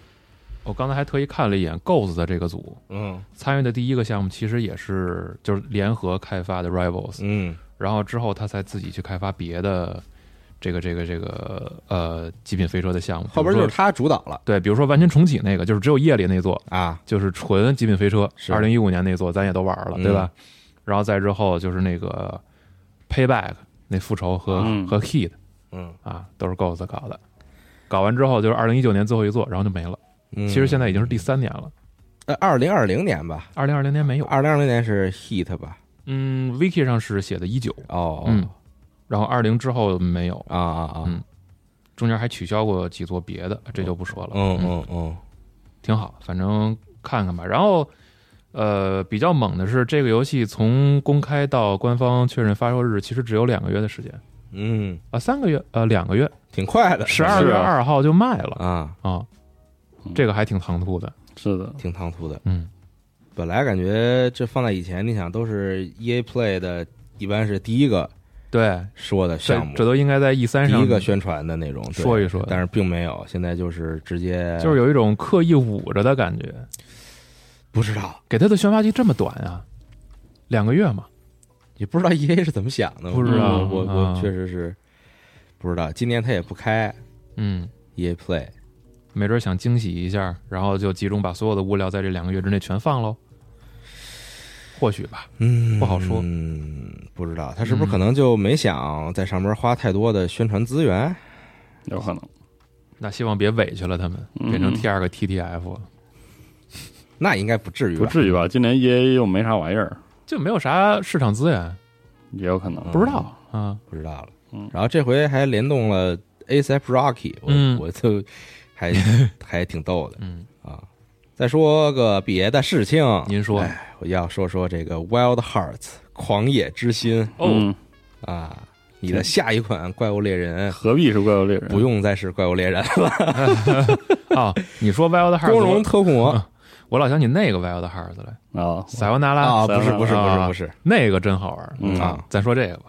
S4: 我刚才还特意看了一眼 Ghost 的这个组
S3: 嗯
S4: 参与的第一个项目，其实也是就是联合开发的 Rivals，
S3: 嗯
S4: 然后之后他才自己去开发别的这个这个这个呃极品飞车的项目，
S3: 后边
S4: 比
S3: 就
S4: 如
S3: 是
S4: 说
S3: 他主导了
S4: 对，比如说完全重启那个，就是只有夜里那座，
S3: 啊，
S4: 就是纯极品飞车，
S3: 是
S4: 二零一五年那座咱也都玩了，
S3: 嗯
S4: 对吧？然后再之后就是那个 Payback 那复仇和、
S5: 嗯
S4: 和 Heat
S3: 嗯
S4: 啊，都是 Ghost 搞的。搞完之后就是二零一九年最后一座，然后就没了。
S3: 嗯，
S4: 其实现
S3: 在
S4: 在已经是第三年了，
S3: 呃二零二零年吧，
S4: 二零二零年没有。
S3: 二零二零年是 Heat 吧？
S4: 嗯，Wiki 上是写的一九，
S3: 哦，
S4: 嗯，然后二零之后没有，
S3: 啊啊啊，
S4: 嗯中间还取消过几座别的，这就不说了。
S3: 嗯嗯嗯
S4: 哦挺好，反正看看吧。然后，呃，比较猛的是这个游戏从公开到官方确认发售日，其实只有两个月的时间
S3: 嗯，
S4: 啊，三个月呃两个月，
S3: 挺快的，
S4: 十二月二号就卖了
S3: 呃啊，嗯
S4: 啊，这个还挺唐突的，
S5: 是的，
S3: 挺唐突的。
S4: 嗯，
S3: 本来感觉这放在以前，你想都是 E A Play 的，一般是第一个
S4: 对，
S3: 说的
S4: 这
S3: 项目，
S4: 这都应该在 E 三
S3: 第
S4: 上
S3: 一个宣传的那种，对
S4: 说一说
S3: 但是并没有，现在就是直接
S4: 就是有一种刻意捂着的感觉，
S3: 不知道，
S4: 给他的宣发期这么短啊，两个月嘛，
S3: 也不知道 EA 是怎么想的，
S4: 不知道
S3: 我我
S4: 啊
S3: 我确实是不知道。今年他也不开
S4: 嗯，
S3: EA Play，
S4: 没准想惊喜一下，然后就集中把所有的物料在这两个月之内全放喽，或许吧。
S3: 嗯
S4: 不好说
S3: 嗯，不知道他是不是可能就没想在上面花太多的宣传资源，
S5: 有可能。
S4: 那希望别委屈了他们，
S5: 嗯
S4: 变成第二个 TTF，了
S3: 那应该不至于吧？
S5: 不至于吧？今年 EA 又没啥玩意儿，
S4: 就没有啥市场资源，啊
S5: 也有可能。
S4: 不知道啊。
S3: 不知道了。
S5: 嗯
S3: 然后这回还联动了 ASAP Rocky，我、
S4: 嗯
S3: 我就
S4: (laughs)
S3: 还还挺逗的
S4: 嗯，
S3: 啊。再说个别的事情，
S4: 您说
S3: 哎，我要说说这个 Wild Hearts 狂野之心
S5: 嗯，
S3: 啊，你的下一款怪物猎人
S5: 何必是怪物猎人？
S3: 不用再是怪物猎人了，
S4: 啊，你说 Wild
S3: (laughs) 光荣
S4: Hearts，
S3: 特控魔
S4: 我老想起那个 Wild Hearts 来，
S5: 啊，
S4: 塞万达
S3: 啊，
S4: 拉，
S3: 不是不是不是
S4: 啊
S3: 不是，
S4: 那个真好玩
S5: 嗯
S3: 啊，
S4: 咱说这个吧，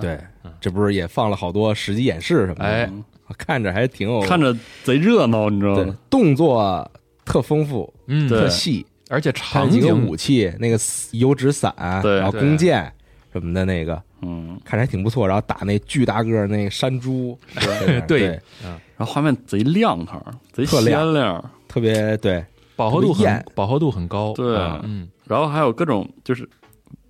S3: 对，这不是也放了好多实际演示什么的，
S4: 哎，
S3: 看着还挺有，
S5: 看着贼热闹，你知道
S3: 哦对
S5: 吗？
S3: 动作特丰富、
S4: 嗯，
S5: 对
S3: 特细，
S4: 而且
S3: 还有
S4: 场
S3: 几个
S4: 景
S3: 武器，那个油纸伞，
S5: 对
S3: 然后
S4: 对
S3: 弓箭什么的那个，
S5: 嗯，
S3: 看着还挺不错。然后打那巨大个儿那个山猪，
S5: (laughs)
S3: 对
S4: 对，
S5: 然后画面贼亮堂，贼
S3: 特
S5: 鲜
S3: 亮
S5: 亮，
S3: 特别对，
S4: 饱和度
S3: 特别艳
S4: 很饱和度很高，
S5: 对。
S4: 嗯，
S5: 然后还有各种就是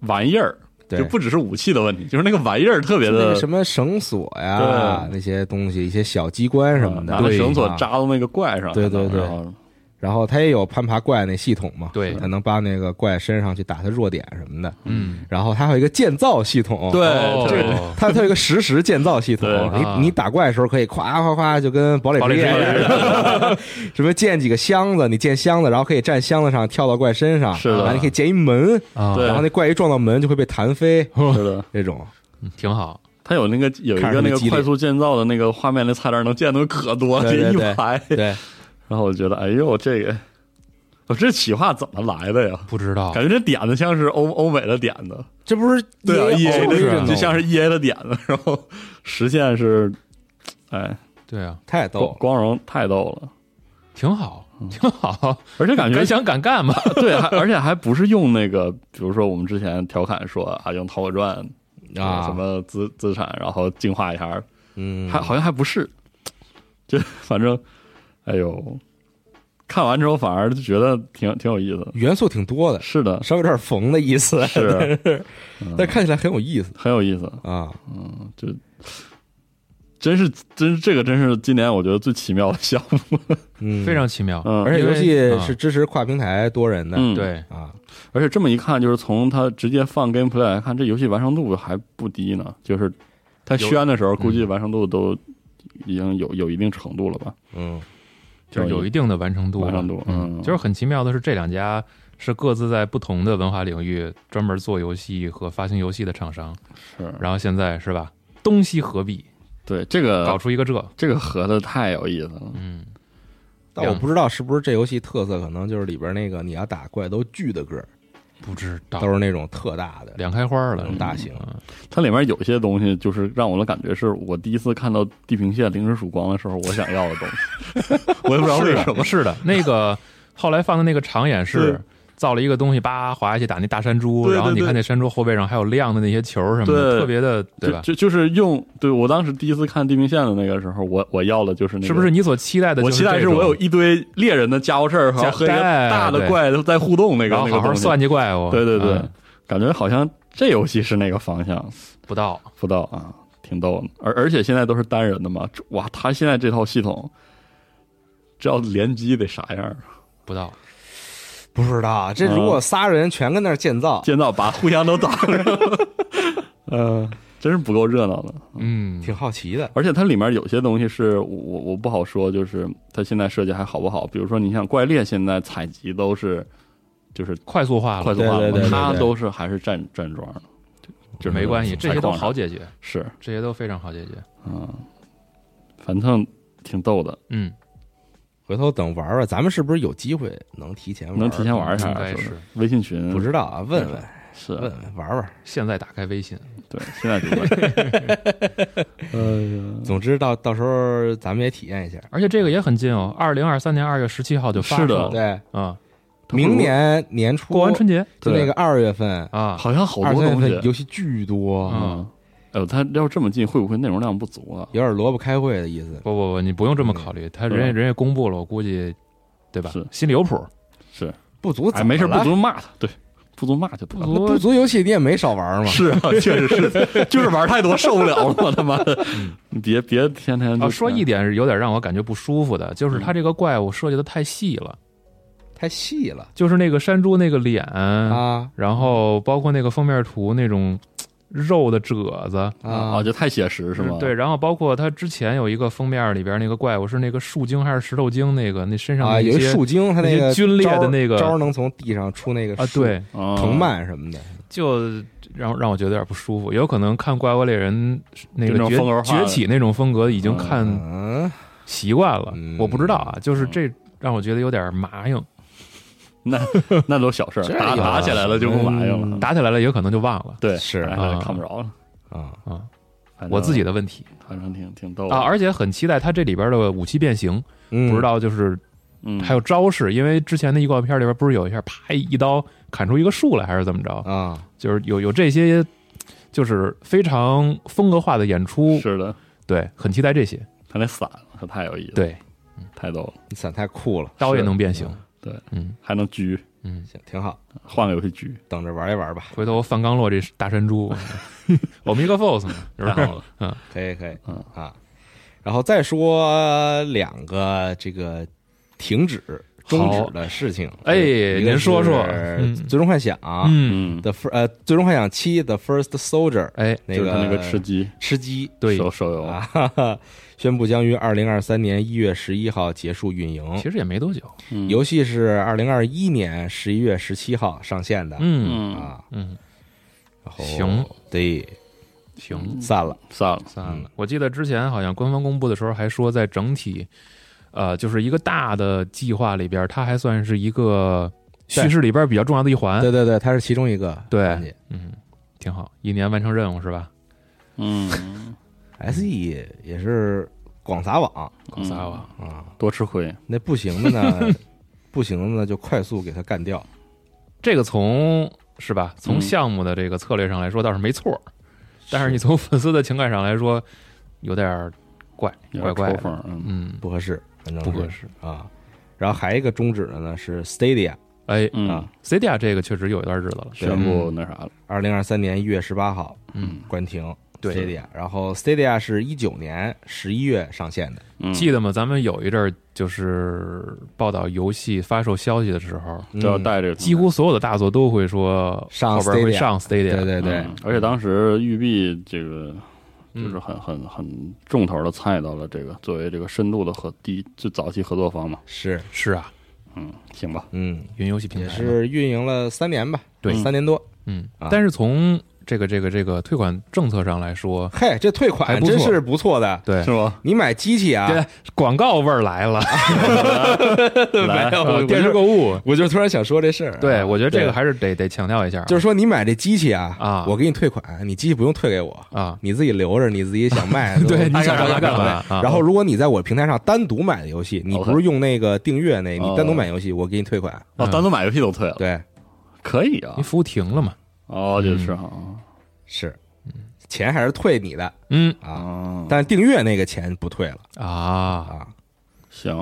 S5: 玩意儿，
S3: 对
S5: 就不只是武器的问题，就是那个玩意儿特别
S3: 就那个
S5: 的
S3: 什么绳索呀，
S5: 对
S3: 那些东西，一些小机关什么
S5: 拿
S3: 的，
S5: 着
S4: 对
S5: 绳索
S3: 啊
S5: 扎到那个怪上，
S3: 对对对
S5: 然后
S3: 然后它也有攀爬怪那系统嘛，
S4: 对
S3: 它能扒那个怪身上去打它弱点什么的。
S4: 嗯，
S3: 然后它还有一个建造系统，
S5: 对
S4: 哦
S5: 这个
S3: 它它有一个实时建造系统
S5: 对，
S4: 啊
S3: 你你打怪的时候可以夸夸夸就跟堡垒
S4: 堡
S3: 之
S4: 垒之
S5: (laughs)
S3: 夜
S4: 夜
S3: 似的，什么建几个箱子，你建箱子，然后可以站箱子上跳到怪身上，
S5: 是的
S3: 然后你可以建一门，
S4: 啊，
S5: 对
S3: 然后那怪一撞到门就会被弹飞，
S5: 是的，
S3: 这种
S4: 挺好，
S5: 它有那个有一
S3: 看着
S5: 个那
S3: 特
S5: 个
S3: 激烈
S5: 快速建造的那个画面，那菜单能建的可多了，
S3: 对对
S5: 这一
S3: 对
S5: 排。
S3: 对，
S5: 然后我觉得，哎呦，这个我这企划怎么来的呀？
S4: 不知道
S5: 感觉这点子像是欧欧美的点子，
S3: 这不是
S5: 对啊
S3: EA 的
S5: ，EA 的
S3: original
S5: 就像是 EA 的点子， (laughs) 然后实现是，哎，
S4: 对啊，
S3: 太逗
S5: 光
S3: 了，
S5: 光荣太逗了，
S4: 挺好，挺好，
S5: 而且嗯感觉
S4: 敢
S5: (laughs)
S4: 想敢干嘛？
S5: 对，还而且还不是用那个，比如说我们之前调侃说啊，用《淘宝传》
S3: 啊
S5: 什么资资产，然后净化一下，
S3: 嗯，
S5: 还好像还不是，就反正，哎呦，看完之后反而就觉得挺挺有意思的。
S3: 元素挺多的，
S5: 是的，
S3: 稍微有点缝的意思，
S5: 是
S3: (laughs) 但看起来很有意思
S5: (laughs) 很有意思，
S3: 啊。
S5: 就真是真是这个真是今年我觉得最奇妙的项目。
S3: 嗯，
S4: 非常奇妙，
S5: 嗯，
S3: 而且
S4: 因
S3: 游
S4: 为
S3: 戏
S4: 啊
S3: 是支持跨平台多人的，
S5: 嗯，，
S4: 对，
S3: 啊，
S5: 而且这么一看，就是从它直接放 gameplay 来看，这游戏完成度还不低呢。就是它宣的时
S4: 嗯
S5: 候，估计完成度都已经有有一定程度了吧？
S3: 嗯，
S4: 就是有一定的完成度吧，啊
S5: 完成度嗯
S4: 就是很奇妙的是，这两家是各自在不同的文化领域专门做游戏和发行游戏的厂商，
S5: 是，
S4: 然后现在是吧，东西合璧，
S5: 对这
S4: 搞
S5: 个
S4: 出一个这，
S5: 这个合的太有意思了。
S4: 嗯，
S3: 但我不知道是不是这游戏特色，可能就是里边那个你要打怪都巨的个儿，
S4: 不知道
S3: 都是那种特大的
S4: 两开花
S3: 那
S4: 了
S5: 嗯
S3: 种，大型，
S4: 嗯
S5: 它里面有些东西，就是让我的感觉是我第一次看到地平线零时曙光的时候，我想要的东西，
S4: (laughs)
S5: 我也不知道为什么。
S4: 是的，啊 (laughs) 那个后来放的那个长演示
S5: 对。
S4: 造了一个东西，叭滑下去打那大山猪，
S5: 对对
S4: 然后你
S5: 对
S4: 看那山猪后背上还有亮的那些球什么的，
S5: 对
S4: 特别的，对吧？
S5: 就就就是用对我当时第一次看地平线的那个时候，我我要的就是那个
S4: 是不是你所期待的就
S5: 我
S4: 是
S5: 期
S4: 这种？
S5: 待是我有一堆猎人的家伙事儿和
S4: 加
S5: 和一个大
S4: 对
S5: 的怪都在互动那个
S4: 然后
S5: 那个
S4: 好好
S5: 东西
S4: 算计怪物。
S5: 对对对，
S4: 嗯
S5: 感觉好像这游戏是那个方向，
S4: 不到，
S5: 不到啊，挺逗的。而而且现在都是单人的嘛，这哇，他现在这套系统，这要联机得啥样儿？啊
S4: 不到，
S3: 不知道这如
S4: 嗯
S3: 果仨人全跟那儿建造，
S5: 建造把互相都挡
S4: (laughs)
S5: 上，呃，真是不够热闹的。
S4: 嗯，
S3: 挺好奇的。
S5: 而且它里面有些东西是我我我不好说，就是它现在设计还好不好？比如说，你像怪猎现在采集都是就是
S4: 啊快速化了，
S5: 快速化
S3: 对对
S5: 了嘛
S3: 对对，
S5: 它
S3: 对
S5: 都是还是站站桩的，就是
S4: 没关系，这些都好解决，
S5: 是
S4: 这些都非常好解决。
S5: 嗯，反正挺逗的，
S4: 嗯，
S3: 回头等玩玩，咱们是不是有机会能提前玩？
S5: 能提前玩一
S4: 应
S5: 下
S4: 该
S5: 不嗯
S4: 是
S5: 微信群
S3: 不知道啊，
S4: 嗯
S3: 问问
S5: 是
S3: 问问玩玩。
S4: 现在打开微信，
S5: 对，现在就问。 (laughs) 哎
S3: 总之到到时候咱们也体验一下。
S4: 而且这个也很近哦，二零二三年二月十七号就发售
S5: 是的
S4: 了
S3: 对，
S4: 啊，
S5: 它不如
S3: 明年年初
S4: 过完春节
S3: 就那个二月份、
S4: 啊，
S5: 好像好
S3: 二
S5: 多
S3: 三
S5: 东
S3: 月份
S5: 西，
S3: 游戏巨多，
S4: 嗯
S5: 嗯，哎呦，他要这么进，会不会内容量不足啊？
S3: 有点萝卜开会的意思。
S4: 不不不，你不用这么考虑，他人家
S5: 对
S4: 人家公布了，我估计对吧
S5: 是？
S4: 心里有谱，
S3: 不足
S5: 哎，
S3: 怎么
S5: 没事，
S3: 了
S5: 不足骂他，对，不足骂就得
S4: 啊不
S5: 了。
S4: 足
S3: 不足游戏你也没少玩嘛。
S5: 是啊， (laughs) 确实是，就是玩太多受不了了，我他妈 (laughs) 的！你嗯别别天天
S4: 啊，
S5: 就
S4: 说一点是有点让我感觉不舒服的，就是他这个怪物设计的太细了，
S3: 太细了
S4: 就是那个山猪那个脸，
S3: 啊
S4: 然后包括那个封面图那种嘖肉的褶子，
S5: 啊，
S3: 啊！
S5: 就太写实是吗？
S4: 对，，然后包括他之前有一个封面里边那个怪物是那个树精还是石头精，那个那身上
S3: 啊，
S4: 的
S3: 有
S4: 一
S3: 一
S4: 些
S3: 树精，它那
S4: 那
S3: 个
S4: 些皲裂的那个
S3: 招儿能从地上出那个
S4: 啊，
S3: 树
S4: 对，
S5: 藤
S3: 藤，蔓什么的，
S4: 就让让我觉得有点不舒服。有可能看《怪物猎人》那
S5: 就
S4: 个
S5: 那种
S4: 崛
S5: 风格化
S4: 崛
S5: 的
S4: 起那种风格已经看
S3: 嗯，
S4: 习惯了，
S3: 嗯
S4: 我不知道啊，就是这让我觉得有点麻硬，
S5: 那那都小事儿，
S3: 这
S5: 打
S3: 有
S5: 打起来了就不麻烦了。
S4: 打起来了也可能就忘了
S5: 对，
S3: 是
S5: 哎
S4: 啊
S5: 看不着了。
S3: 啊，
S4: 啊，
S5: 反正
S4: 我自己的问题
S5: 反正挺挺逗的
S4: 啊，而且很期待它这里边的武器变形，
S3: 嗯
S4: 不知道就是
S5: 嗯，
S4: 还有招式，因为之前的预告片里边不是有一下啪一刀砍出一个树来，还是怎么着？
S3: 啊，
S4: 就是有有这些，就是非常风格化的演出，
S5: 是的，
S4: 对，很期待这些。
S5: 他那伞可太有意思，，
S4: 对，
S5: 太逗了，
S3: 你伞太酷了，
S4: 刀也能变形，
S5: 对，
S4: 嗯
S5: 还能狙，
S4: 嗯。
S3: 行，挺好，
S5: 换个游戏狙，
S3: 等着玩一玩吧，
S4: 回头范刚洛这大山猪 (laughs) ，Omega Force 嘛，是
S5: 太好
S4: 吧？
S5: 了，
S3: 可以可以，
S5: 嗯
S3: 啊，然后再说两个这个停止终止的事情，
S4: 哎
S3: 一个
S4: 您说说
S3: 是
S4: 嗯
S3: 最终幻想》
S4: 嗯，
S5: 嗯，
S3: 的 f 呃，《最终幻想七》的 First Soldier
S4: 哎，
S3: 那
S5: 就是
S3: 个
S5: 他那个吃鸡
S3: 吃鸡 (laughs)
S4: 对，
S5: 手手游，
S3: 啊，哈哈宣布将于二零二三年一月十一号结束运营。
S4: 其实也没多久，
S5: 嗯
S3: 游戏是二零二一年十一月十七号上线的
S4: 嗯
S5: 嗯
S3: 啊，
S4: 嗯，
S3: 然后
S4: 行，
S3: 对，
S4: 行，
S3: 散了，
S5: 算了，
S4: 散了。嗯我记得之前好像官方公布的时候还说，在整体，呃，就是一个大的计划里边，它还算是一个
S3: 对
S4: 叙事里边比较重要的一环
S3: 对。对对，它是其中一个
S4: 对
S3: 环节。
S4: 嗯，挺好，一年完成任务是吧？
S5: 嗯，
S3: S E 也是广撒网
S4: 搞
S5: 嗯
S4: 撒网，
S3: 啊，
S5: 多吃亏，
S3: 那不行的呢，不行的呢就快速给它干掉。
S4: 这个从是吧？从
S5: 嗯
S4: 项目的这个策略上来说倒是没错儿，但是你从粉丝的情感上来说，有点儿怪
S5: 有
S4: 怪
S5: 点
S4: 怪
S5: 抽
S4: 的。
S5: 风，嗯，
S4: 嗯，
S3: 不合适，反正
S4: 不合
S3: 适
S4: 适。
S3: 啊。然后还一个终止的呢是 Stadia
S4: 哎
S5: 嗯
S3: 啊，
S4: ，Stadia 这个确实有一段日子了。
S5: 宣布那啥了，
S3: 二零二三年一月十八号
S4: 嗯，
S3: 关停。
S4: 对
S3: Stadia，然后 Stadia 是一九年十一月上线的，
S5: 嗯
S4: 记得吗？咱们有一阵儿就是报道游戏发售消息的时候，
S5: 都要
S3: 嗯
S5: 带这个
S4: 几乎所有的大作都会说
S3: 上
S4: 后边会
S3: Stadia
S4: 上
S3: 对
S4: Stadia，
S3: 对对
S5: 嗯，而且当时育碧这个
S4: 嗯
S5: 就是很很很重头的参与到了这个作为这个深度的合第一最早期合作方嘛，
S3: 是，
S4: 是啊，
S5: 嗯，行吧，
S3: 嗯，
S4: 云游戏平
S3: 也
S4: 台嘛
S3: 是运营了三年吧，
S4: 对
S3: 三年多。
S4: 嗯
S3: 啊，
S4: 但是从这个这个这个退款政策上来说，
S3: 嘿，这退
S4: 还
S3: 款
S4: 不错
S3: 真是不错的。
S4: 对
S5: 是。吗？
S3: 你买机器啊，
S4: 对，广告味儿来了，
S5: 来
S3: (laughs)
S5: 哦嗯
S3: 没有，啊我
S4: 呃电
S3: 就
S4: 视购物。
S3: 我就突然想说这事儿啊。
S4: 对，我觉得这
S3: 对
S4: 个还是得得强调一下啊，
S3: 就是说你买这机器啊，
S4: 啊
S3: 我给你退款，你机器不用退给我，
S4: 啊，
S3: 你自己留着，你自己想
S4: (laughs)
S3: 卖，
S4: 对，你
S3: 爱
S4: 想让它
S3: 嘛
S4: 干
S3: 嘛。
S4: 嘛？啊
S3: 然后，如果你在我平台上单独买的游戏，你不是用那个订阅那，
S5: 哦
S3: 你单独买游戏，我给你退款。
S5: 哦，
S4: 嗯
S5: 单独买游戏都退了，
S3: 对，
S5: 可以啊
S4: 你，服务停了嘛？
S5: 哦，就是啊，
S3: 是，钱还是退你的
S4: 嗯
S3: 啊，
S5: 啊，
S3: 但订阅那个钱不退了
S4: 啊，
S3: 啊。
S5: 行，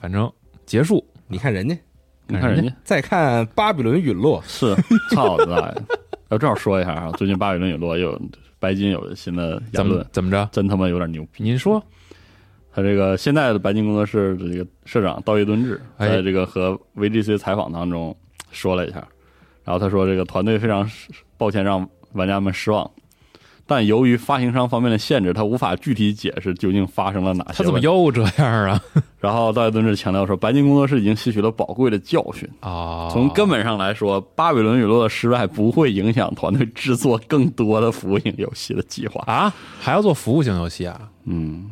S4: 反正结束，
S3: 你看人家，
S5: 你看人家
S3: 再看《巴比伦陨落
S5: 是，操你大爷！要正好说一下啊，最近巴比伦陨落又有白金有新的言
S4: 怎么
S5: 论，
S4: 怎么着？
S5: 真他妈有点牛逼。
S4: 您说
S5: 他这个现在的白金工作室的这个社长道叶敦志，
S4: 哎
S5: 在这个和 VGC 采访当中说了一下，然后他说这个团队非常失抱歉让玩家们失望，但由于发行商方面的限制，他无法具体解释究竟发生了哪
S4: 他
S5: 些
S4: 怎么
S5: 问题。
S4: 又这样啊？
S5: 然后道叶敦志强调说，白金工作室已经吸取了宝贵的教训，
S4: 啊，
S5: 从根本上来说，《巴比伦陨落》的失败不会影响团队制作更多的服务型游戏的计划。
S4: 啊，还要做服务型游戏啊？
S5: 嗯，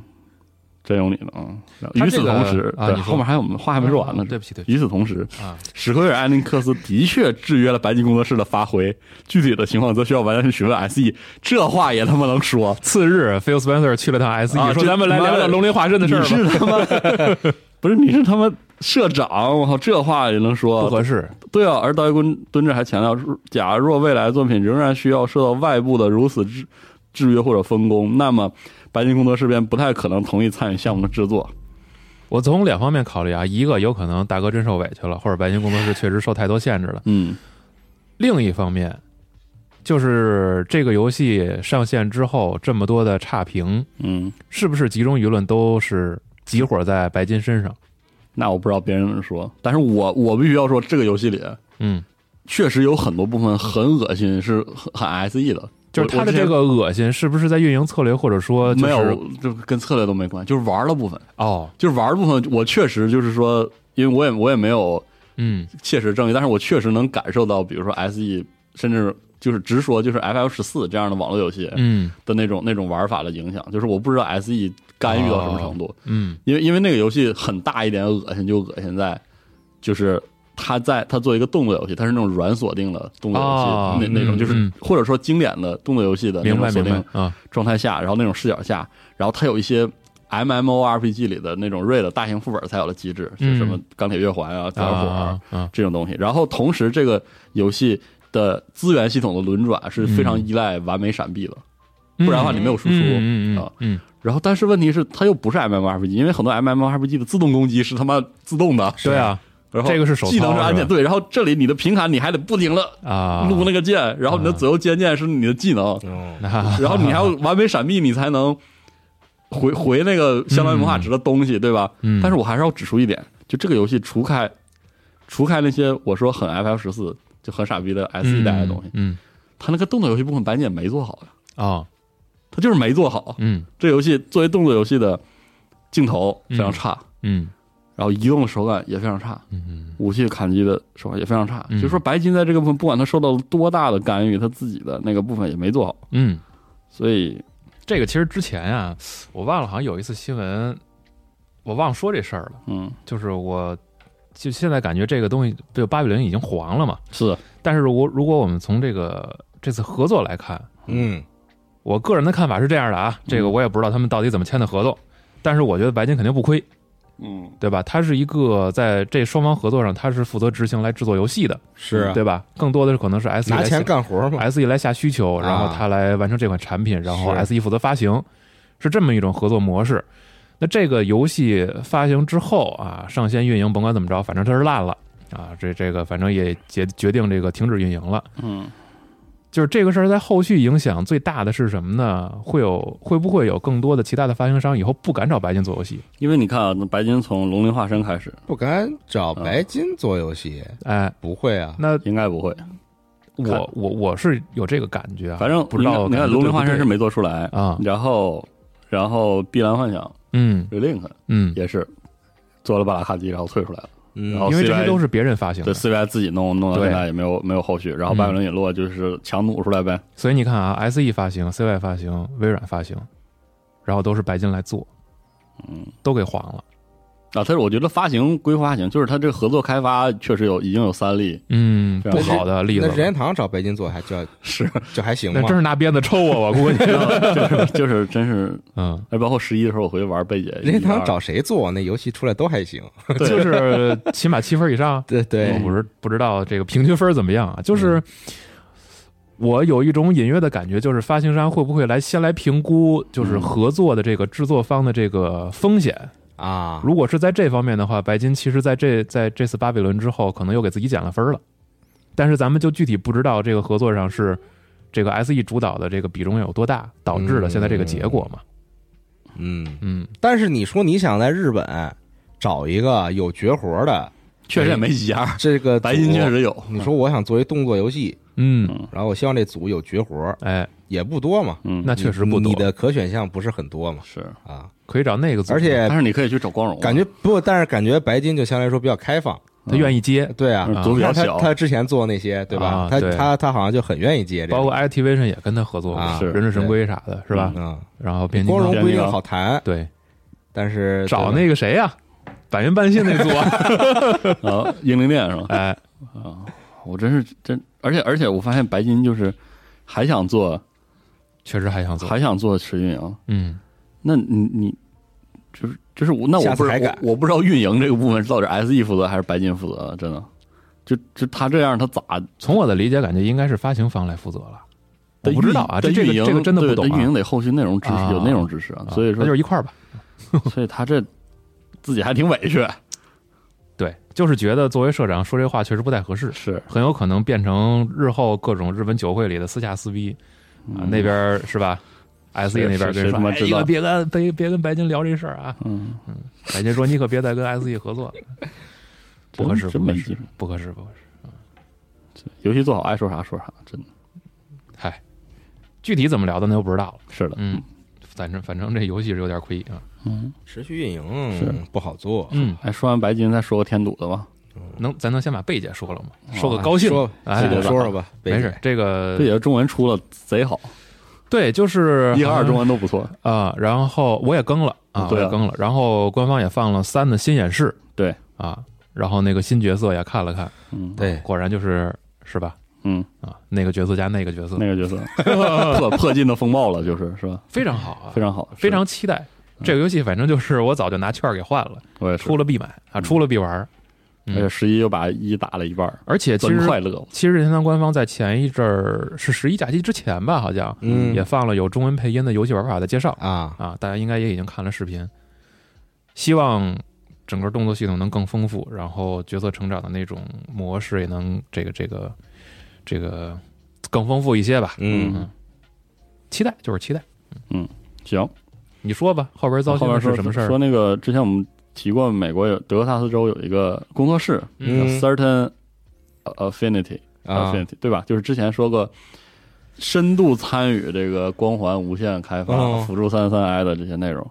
S5: 真有理呢。嗯
S4: 他
S5: 与
S4: 这
S5: 此
S4: 个
S5: 同时，
S4: 啊
S5: 对
S4: 你说
S5: 后面还有我们话还没说完呢。
S4: 啊对不起对不起
S5: 与此同时，
S4: 啊，
S5: 史克威尔艾林克斯的确制约了白金工作室的发挥，具体的情况则需要玩家去询问 SE。这话也他妈能说？
S4: 次日，Phil Spencer 去了趟 SE，、
S5: 啊
S4: 说
S5: 这
S4: 咱们来聊
S5: 妈
S4: 聊
S5: 的
S4: 龙鳞化身的事
S5: 你
S4: 儿吧。
S5: 是他妈 (laughs) 不是？你是他妈社长，我靠，这话也能说？
S4: 不合适。
S5: 对啊，而道爷敦敦志还强调，如假若未来作品仍然需要受到外部的如此制制约或者分工，那么白金工作室便不太可能同意参与项目的制作。
S4: 我从两方面考虑啊，一个有可能大哥真受委屈了，或者白金工作室确实受太多限制了；
S5: 嗯
S4: 另一方面，就是这个游戏上线之后，这么多的差评，
S5: 嗯，
S4: 是不是集中舆论都是集火在白金身上？
S5: 那我不知道别人怎么说，但是我我必须要说，这个游戏里
S4: 嗯，
S5: 确实有很多部分很恶心，是很很 SE 的，
S4: 就是
S5: 我
S4: 他
S5: 我
S4: 的
S5: 之前
S4: 这个恶心，是不是在运营策略，或者说就是
S5: 没有，就跟策略都没关，就是玩的部分，
S4: 哦，
S5: 就是玩的部分，我确实就是说，因为我也我也没有
S4: 嗯
S5: 切实证据，但是我确实能感受到，比如说 SE，甚至就是直说就是 FF 十四这样的网络游戏
S4: 嗯
S5: 的那种、那种玩法的影响，就是我不知道 SE 干预到什么程度，
S4: 嗯
S5: 因为因为那个游戏很大一点恶心就恶心在，就是它在它做一个动作游戏，它是那种软锁定的动作游戏，
S4: 哦
S5: 那那种就是、
S4: 嗯嗯
S5: 或者说经典的动作游戏的那
S4: 明
S5: 种
S4: 白
S5: 锁
S4: 明
S5: 定
S4: 白啊，
S5: 状态下，然后那种视角下，然后它有一些 MMORPG 里的那种 r a 的大型副本才有的机制，就
S4: 嗯
S5: 什么钢铁月环啊、
S4: 啊
S5: 钻火
S4: 啊啊，
S5: 这种东西。然后同时，这个游戏的资源系统的轮转是非常依赖完美闪避的，不然的话你没有输出。
S4: 嗯嗯嗯
S5: 啊
S4: 嗯
S5: 然后，但是问题是，它又不是 MMORPG，因为很多 MMORPG 的自动攻击是他妈自动的，
S4: 对啊
S5: 然后
S4: 这个是手操
S5: 技能是按
S4: 是
S5: 键
S4: 吧
S5: 对，然后这里你的平砍你还得不停的
S4: 啊，
S5: 撸那个键，然后你的左右肩键是你的技能，
S4: 嗯
S3: 哦，
S4: (laughs) 那
S5: 然后你还要完美闪避，你才能回回那个相当于文化值的东西，对吧？
S4: 嗯
S5: 但是我还是要指出一点，就这个游戏除开除开那些我说很 FF 十四就很傻逼的 SE 带来的东西，
S4: 嗯
S5: 它那个动作游戏部分白金也没做好呀，
S4: 啊
S5: 它就是没做好。
S4: 嗯
S5: 这游戏作为动作游戏的镜头非常差，
S4: 嗯
S5: 然后移动的手感也非常差，
S4: 嗯
S5: 武器砍击的手感也非常差。
S4: 嗯
S5: 就是说白金在这个部分，不管他受到了多大的干预，他自己的那个部分也没做好，
S4: 嗯，
S5: 所以
S4: 这个其实之前啊，我忘了，好像有一次新闻，我忘说这事儿了，
S5: 嗯
S4: 就是我。就现在感觉这个东西，就八比零已经黄了嘛。
S5: 是的
S4: 但是如果如果我们从这个这次合作来看，
S3: 嗯，
S4: 我个人的看法是这样的啊，这个
S5: 嗯
S4: 我也不知道他们到底怎么签的合同，但是我觉得白金肯定不亏，
S5: 嗯
S4: 对吧？他是一个在这双方合作上，他是负责执行来制作游戏的，
S3: 是啊，
S4: 嗯对吧？更多的是可能是 S
S3: 拿钱干活嘛，
S4: S E 来下需求，
S3: 啊
S4: 然后他来完成这款产品，然后
S3: 是
S4: S E 负责发行，是这么一种合作模式。那这个游戏发行之后啊，上线运营甭管怎么着，反正它是烂了啊，这这个反正也决决定这个停止运营了。
S5: 嗯。
S4: 就是这个事儿在后续影响最大的是什么呢？会有会不会有更多的其他的发行商以后不敢找白金做游戏？
S5: 因为你看啊，那白金从龙鳞化身开始，
S3: 不敢找白金做游戏，
S4: 哎，
S3: 不会啊，
S4: 嗯那
S5: 应该不会。看
S4: 我我我是有这个感觉啊，
S5: 反正
S4: 不知道
S5: 你
S4: 感
S5: 看
S4: 觉对
S5: 龙鳞
S4: 不
S5: 化身
S4: 对
S5: 是没做出来
S4: 啊
S5: 然后然后碧蓝幻想
S4: 嗯
S5: Relink
S4: 嗯，
S5: 也是做了巴拉卡基，然后退出来了。
S3: 嗯
S5: 然，后
S4: 因为这些
S5: CY
S4: 都是别人发行
S5: 哦对
S4: 的，
S5: ，CY 自己弄弄到
S4: 对
S5: 现在也没有没有后续，然后
S4: 嗯
S5: 拜伦陨落就是强弩出来呗。
S4: 所以你看啊，S E 发行、C Y 发行、微软发行，然后都是白金来做，
S5: 嗯，
S4: 都给黄了。
S5: 啊，但是我觉得发行归发行，就是他这个合作开发确实有已经有三例
S4: 嗯，
S5: 对啊
S4: 不好的例
S3: 那任
S4: 子了。
S3: 天堂找白金做还就
S5: 是，
S3: 就还行
S4: 那
S3: 嘛
S4: 真，是拿鞭子抽啊我，我估计。
S5: (laughs) 就是就是真是，
S4: 嗯，
S5: 哎，包括十一的时候我回去玩贝姐，
S3: 任天堂找
S5: 12
S3: 谁做那游戏出来都还
S4: (laughs)
S3: 行，嗯
S5: 对
S4: 就是起码七分以上。
S3: 对
S4: 我
S3: 对，
S4: 不是不知道这个平均分怎么样啊？
S5: 嗯
S4: 就是我有一种隐约的感觉，就是发行商会不会来先来评估，就是
S5: 嗯
S4: 合作的这个制作方的这个风险。
S3: 啊，
S4: 如果是在这方面的话，白金其实在这在这次巴比伦之后，可能又给自己减了分儿了。但是咱们就具体不知道这个合作上是这个 S E 主导的这个比重有多大，导致了现在这个结果嘛。
S3: 嗯，
S4: 嗯，
S3: 但是你说你想在日本找一个有绝活的
S5: 确实也没几家，
S4: 哎
S3: 这个
S5: 白金
S3: 组
S5: 确实有。
S3: 你说我想做一动作游戏，
S4: 嗯，
S3: 然后我希望这组有绝活，
S4: 哎，
S3: 也不多嘛，
S5: 嗯，
S4: 那确实不
S3: 你
S4: 多
S3: 你，的可选项不是很多嘛，
S5: 是，
S3: 啊，
S4: 可以找那个组，
S3: 而且
S5: 但是你可以去找光荣啊，
S3: 感觉不，但是感觉白金就相对来说比较开放，
S4: 他愿意接，
S3: 对啊，
S5: 嗯组比
S3: 然
S5: 较
S3: 后他
S5: 小，
S3: 他之前做那些对吧
S4: 啊？
S3: 他
S4: 对
S3: 他他好像就很愿意接这
S4: 包括
S3: 个，
S4: Activision 也跟他合作过，
S3: 啊
S5: 是
S4: 忍者神龟啥的，是吧？
S3: 嗯，
S4: 然后变形
S3: 光荣
S4: 金刚
S5: 变
S3: 不一
S5: 形金
S3: 定
S5: 刚
S3: 好谈，
S4: 对，
S3: 但是
S4: 啊找
S3: 对吧
S4: 那个谁呀、百元半信那组，
S5: 啊，英灵殿是吧？
S4: (laughs) 哎，
S5: 啊，我真是真，而且而且我发现白金就是还想做，
S4: 确实还想做，
S5: 还想做持运营。
S4: 嗯，
S5: 那你你就是就是我那我
S3: 下次
S5: 不知道
S3: 还改
S5: 我我不知道运营这个部分是到底 S E 负责还是白金负责了，真的，就就他这样他咋？
S4: 从我的理解，感觉应该是发行方来负责了。我
S5: 但
S4: 不知
S5: 运
S4: 道啊，
S5: 但
S4: 这这
S5: 运营
S4: 个这个真的
S5: 对
S4: 不懂
S5: 但运营
S4: 啊。
S5: 得后续内容支持，
S4: 啊
S5: 有内容支持啊
S4: 啊，
S5: 所以
S4: 那
S5: 说
S4: 就是一块儿吧。
S5: 所以他这自己还挺委屈，
S4: 对，就是觉得作为社长说这话确实不太合适，
S5: 是
S4: 很有可能变成日后各种日本酒会里的私下撕逼啊，那边儿是吧？S E
S5: 嗯是
S4: 那边儿
S5: 是
S4: 跟
S5: 是
S4: 人说，
S5: 他妈
S4: 哎
S5: 知
S4: 你可
S5: 道
S4: 别跟别别跟白金聊这事儿啊！
S5: 嗯，
S4: 白金说你可别再跟 S E 合作了，不合适，
S5: 真
S4: 不合
S5: 没劲
S4: 适，，不合适，不合适。
S5: 游戏做好爱说啥说啥，真的
S4: 嗨，具体怎么聊的呢？又不知道了。
S5: 是的，
S4: 嗯，反正反正这游戏是有点亏啊。
S5: 嗯，
S3: 持续运
S5: 是
S3: 营不好做，
S4: 嗯，
S5: 哎，说完白金再说个添堵的吧，
S4: 能咱能先把贝姐说了吗？
S5: 哦
S4: 说个高兴，
S3: 说
S4: 哎
S3: 这就说说吧，
S4: 没
S3: 北
S4: 事
S3: 姐。。
S4: 这个
S5: 这也是中文出了贼
S4: (laughs)
S5: 好，
S4: 对，就是
S5: 一和二中文都不
S4: (laughs)
S5: 错，
S4: 啊，然后我也更了啊，我
S5: 对啊
S4: 也更了，然后官方也放了三的新演示，
S5: 对
S4: 啊，然后那个新角色也看了看，
S5: 嗯，
S3: 对，
S4: 果然就是是吧？
S5: 嗯，
S4: 啊，那个角色加那个角色
S5: 那个角色
S4: (laughs)
S5: (laughs) 破破镜的风暴了，就是是吧？
S4: 非常好啊，
S5: 非常好，
S4: 非常期待这个游戏，反正就是我早就拿券儿给换了，
S5: 是我也是
S4: 出了必买啊，出了必玩儿，
S5: 而
S4: 嗯
S5: 且十一又把一打了一半儿，
S4: 而且其
S5: 真
S4: 实
S5: 快乐。
S4: 其实任天堂官方在前一阵儿是十一假期之前吧，好像
S3: 嗯
S4: 也放了有中文配音的游戏玩法的介绍
S3: 啊，
S4: 啊，大家应该也已经看了视频。希望整个动作系统能更丰富，然后角色成长的那种模式也能这个这个这个更丰富一些吧。
S3: 嗯
S4: 期待就是期待，
S5: 行，
S4: 你说吧，后边糟
S5: 后
S4: 心
S5: 面
S4: 的
S5: 说
S4: 是什么事
S5: 说
S4: 儿？
S5: 那个之前我们提过，美国有德克萨斯州有一个工作室叫
S3: 嗯
S5: Certain Affinity，
S3: 啊
S5: Affinity，对吧？就是之前说过，深度参与这个光环无限开发、
S3: 哦
S5: 辅助三三 I 的这些内容。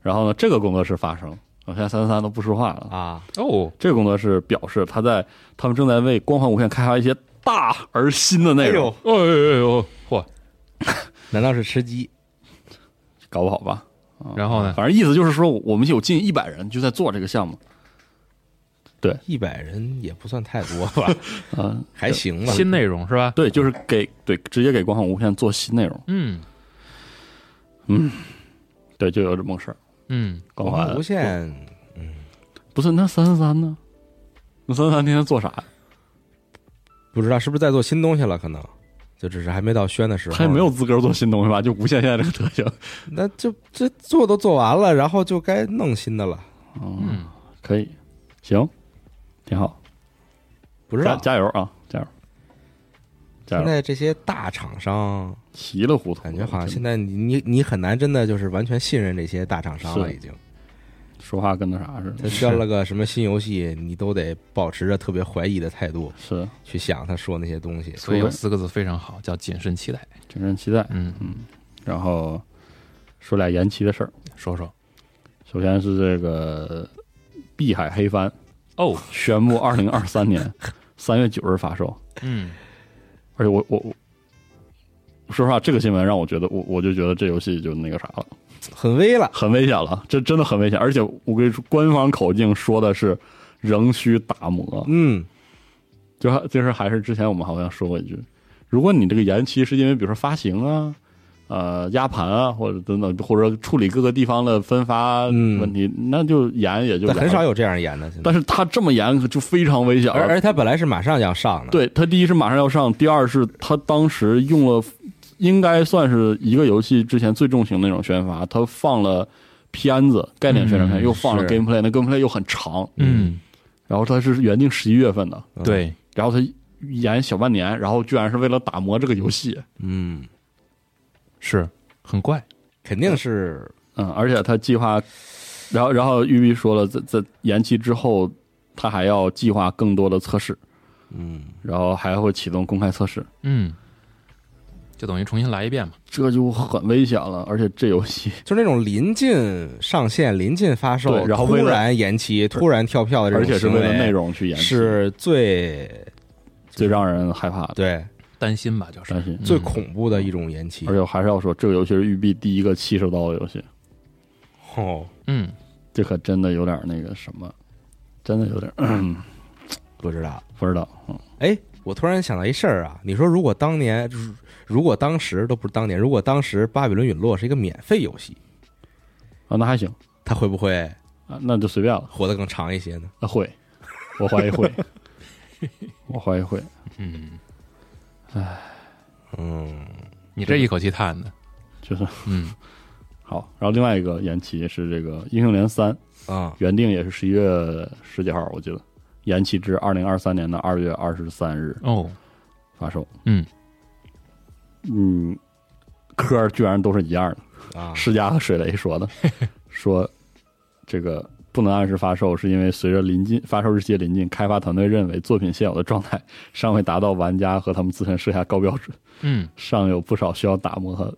S5: 然后呢，这个工作室发声，我现在三三都不说话了。
S3: 啊，
S4: 哦，
S5: 这个工作室表示，他在他们正在为光环无限开发一些大而新的内容，，
S4: 哎呦哎呦，嚯！
S3: 难道是吃鸡？
S5: 搞不好吧？啊
S4: 然后呢
S5: 反正意思就是说，我们有近一百人就在做这个项目，
S3: 一百人也不算太多
S4: (laughs)
S3: 吧，
S5: 啊，
S3: 还行吧。
S4: 新内容是吧？
S5: 对，就是给对直接给光环无限做新内容，
S4: 嗯
S5: 对，就有这么个事儿。
S4: 嗯，
S5: 光
S3: 我
S5: 环
S3: 们无限
S5: 不是那三三三呢？那三三三天天做啥呀？
S3: 不知道是不是在做新东西了，可能就只是还没到宣的时候。
S5: 他也没有，资格做新东西吧？就无限现在这个德行，
S3: 那就这做都做完了，然后就该弄新的了。
S5: 嗯，可以，行，挺好，
S3: 不知
S5: 加
S3: 道
S5: 加油啊，加油，
S3: 现
S5: 加油！
S3: 在这些大厂商，
S5: 稀里糊涂，
S3: 感觉好像现
S5: 真
S3: 在你你你很难真的就是完全信任这些大厂商了，
S5: 是
S3: 已经。
S5: 的说话跟那啥似
S3: 他
S5: 的，
S3: 宣了个什么新游戏，你都得保持着特别怀疑的态度
S5: 是
S3: 去想他说那些东西。
S4: 所以有四个字非常好，叫谨慎期待。
S5: 谨慎期待。
S4: 嗯，
S5: 然后说俩延期的事儿，
S4: 说说
S5: 首先是这个碧海黑帆
S4: 哦，
S5: 宣布二零二三年三月九日发售，
S4: 嗯
S5: 而且我我我说实话，这个新闻让我觉得我我就觉得这游戏就那个啥了。
S3: 很危了，
S5: 很危险了，这真的很危险。而且我跟你说，官方口径说的是仍需打磨，
S3: 嗯，
S5: 就还就是还是之前我们好像说过一句，如果你这个延期是因为比如说发行啊。呃，压盘啊，或者等等，或者处理各个地方的分发
S3: 嗯
S5: 问题，那就延也就
S3: 但
S5: 延
S3: 很少。有这样演的。现在
S5: 但是他这么延可就非常危险了。
S3: 而而他本来是马上要上的，，
S5: 对他第一是马上要上，第二是他当时用了，应该算是一个游戏之前最重型的那种宣发，他放了片子概念宣传
S4: 嗯
S5: 片，又放了
S3: 是
S5: gameplay，那 gameplay 又很长，
S4: 嗯，
S5: 然后他是原定十一月份的，
S4: 对，
S5: 然后他延小半年，然后居然是为了打磨这个游戏，
S3: 嗯，
S4: 是很怪。
S3: 肯定是
S5: 嗯，而且他计划，然后然后育碧说了，在在延期之后，他还要计划更多的测试，
S3: 嗯，
S5: 然后还会启动公开测试，
S4: 嗯，就等于重新来一遍嘛。
S5: 这就很危险了，而且这游戏。
S3: 就是那种临近上线、临近发售，
S5: 对然后
S3: 突
S5: 为了
S3: 然延期、突然跳票的这
S5: 而
S3: 种
S5: 且是为了
S3: 行为
S5: 内容去延期，
S3: 是最
S5: 最让人害怕的
S3: 对
S4: 担心吧，就是
S5: 担心。
S3: 最恐怖的一种延期
S5: 嗯而。且我还是要说，这个游戏是育碧第一个七十刀的游戏，
S3: 哦，
S4: 嗯，
S5: 这可真的有点那个什么，真的有点嗯
S3: 不知道。
S5: 不知道。嗯，
S3: 哎，我突然想到一事儿啊，你说如果当年，如如果当时都不是当年，如果当时《巴比伦陨落》是一个免费游戏，
S5: 啊，那还行，
S3: 他会不会
S5: 啊那就随便了。
S3: 活得更长一些呢？
S5: 啊，会，我怀
S4: (laughs)
S5: 疑会，我怀疑会。
S4: 嗯，
S3: 嗯，
S4: 你这一口气叹的，
S5: 就是
S4: 嗯
S5: 好。然后另外一个延期是这个《英雄联三》，
S3: 啊，
S5: 原定也是十一月十几号，我记得延期至二零二三年的二月二十三日
S4: 哦，
S5: 发售。
S4: 嗯
S5: 嗯，科儿居然都是一样的，
S3: 啊，
S5: 世嘉和水雷
S4: (laughs)
S5: 说的，说这个不能按时发售，是因为随着临近发售日期的临近，开发团队认为作品现有的状态尚未达到玩家和他们自身设下高标准，
S4: 嗯
S5: 尚有不少需要打磨和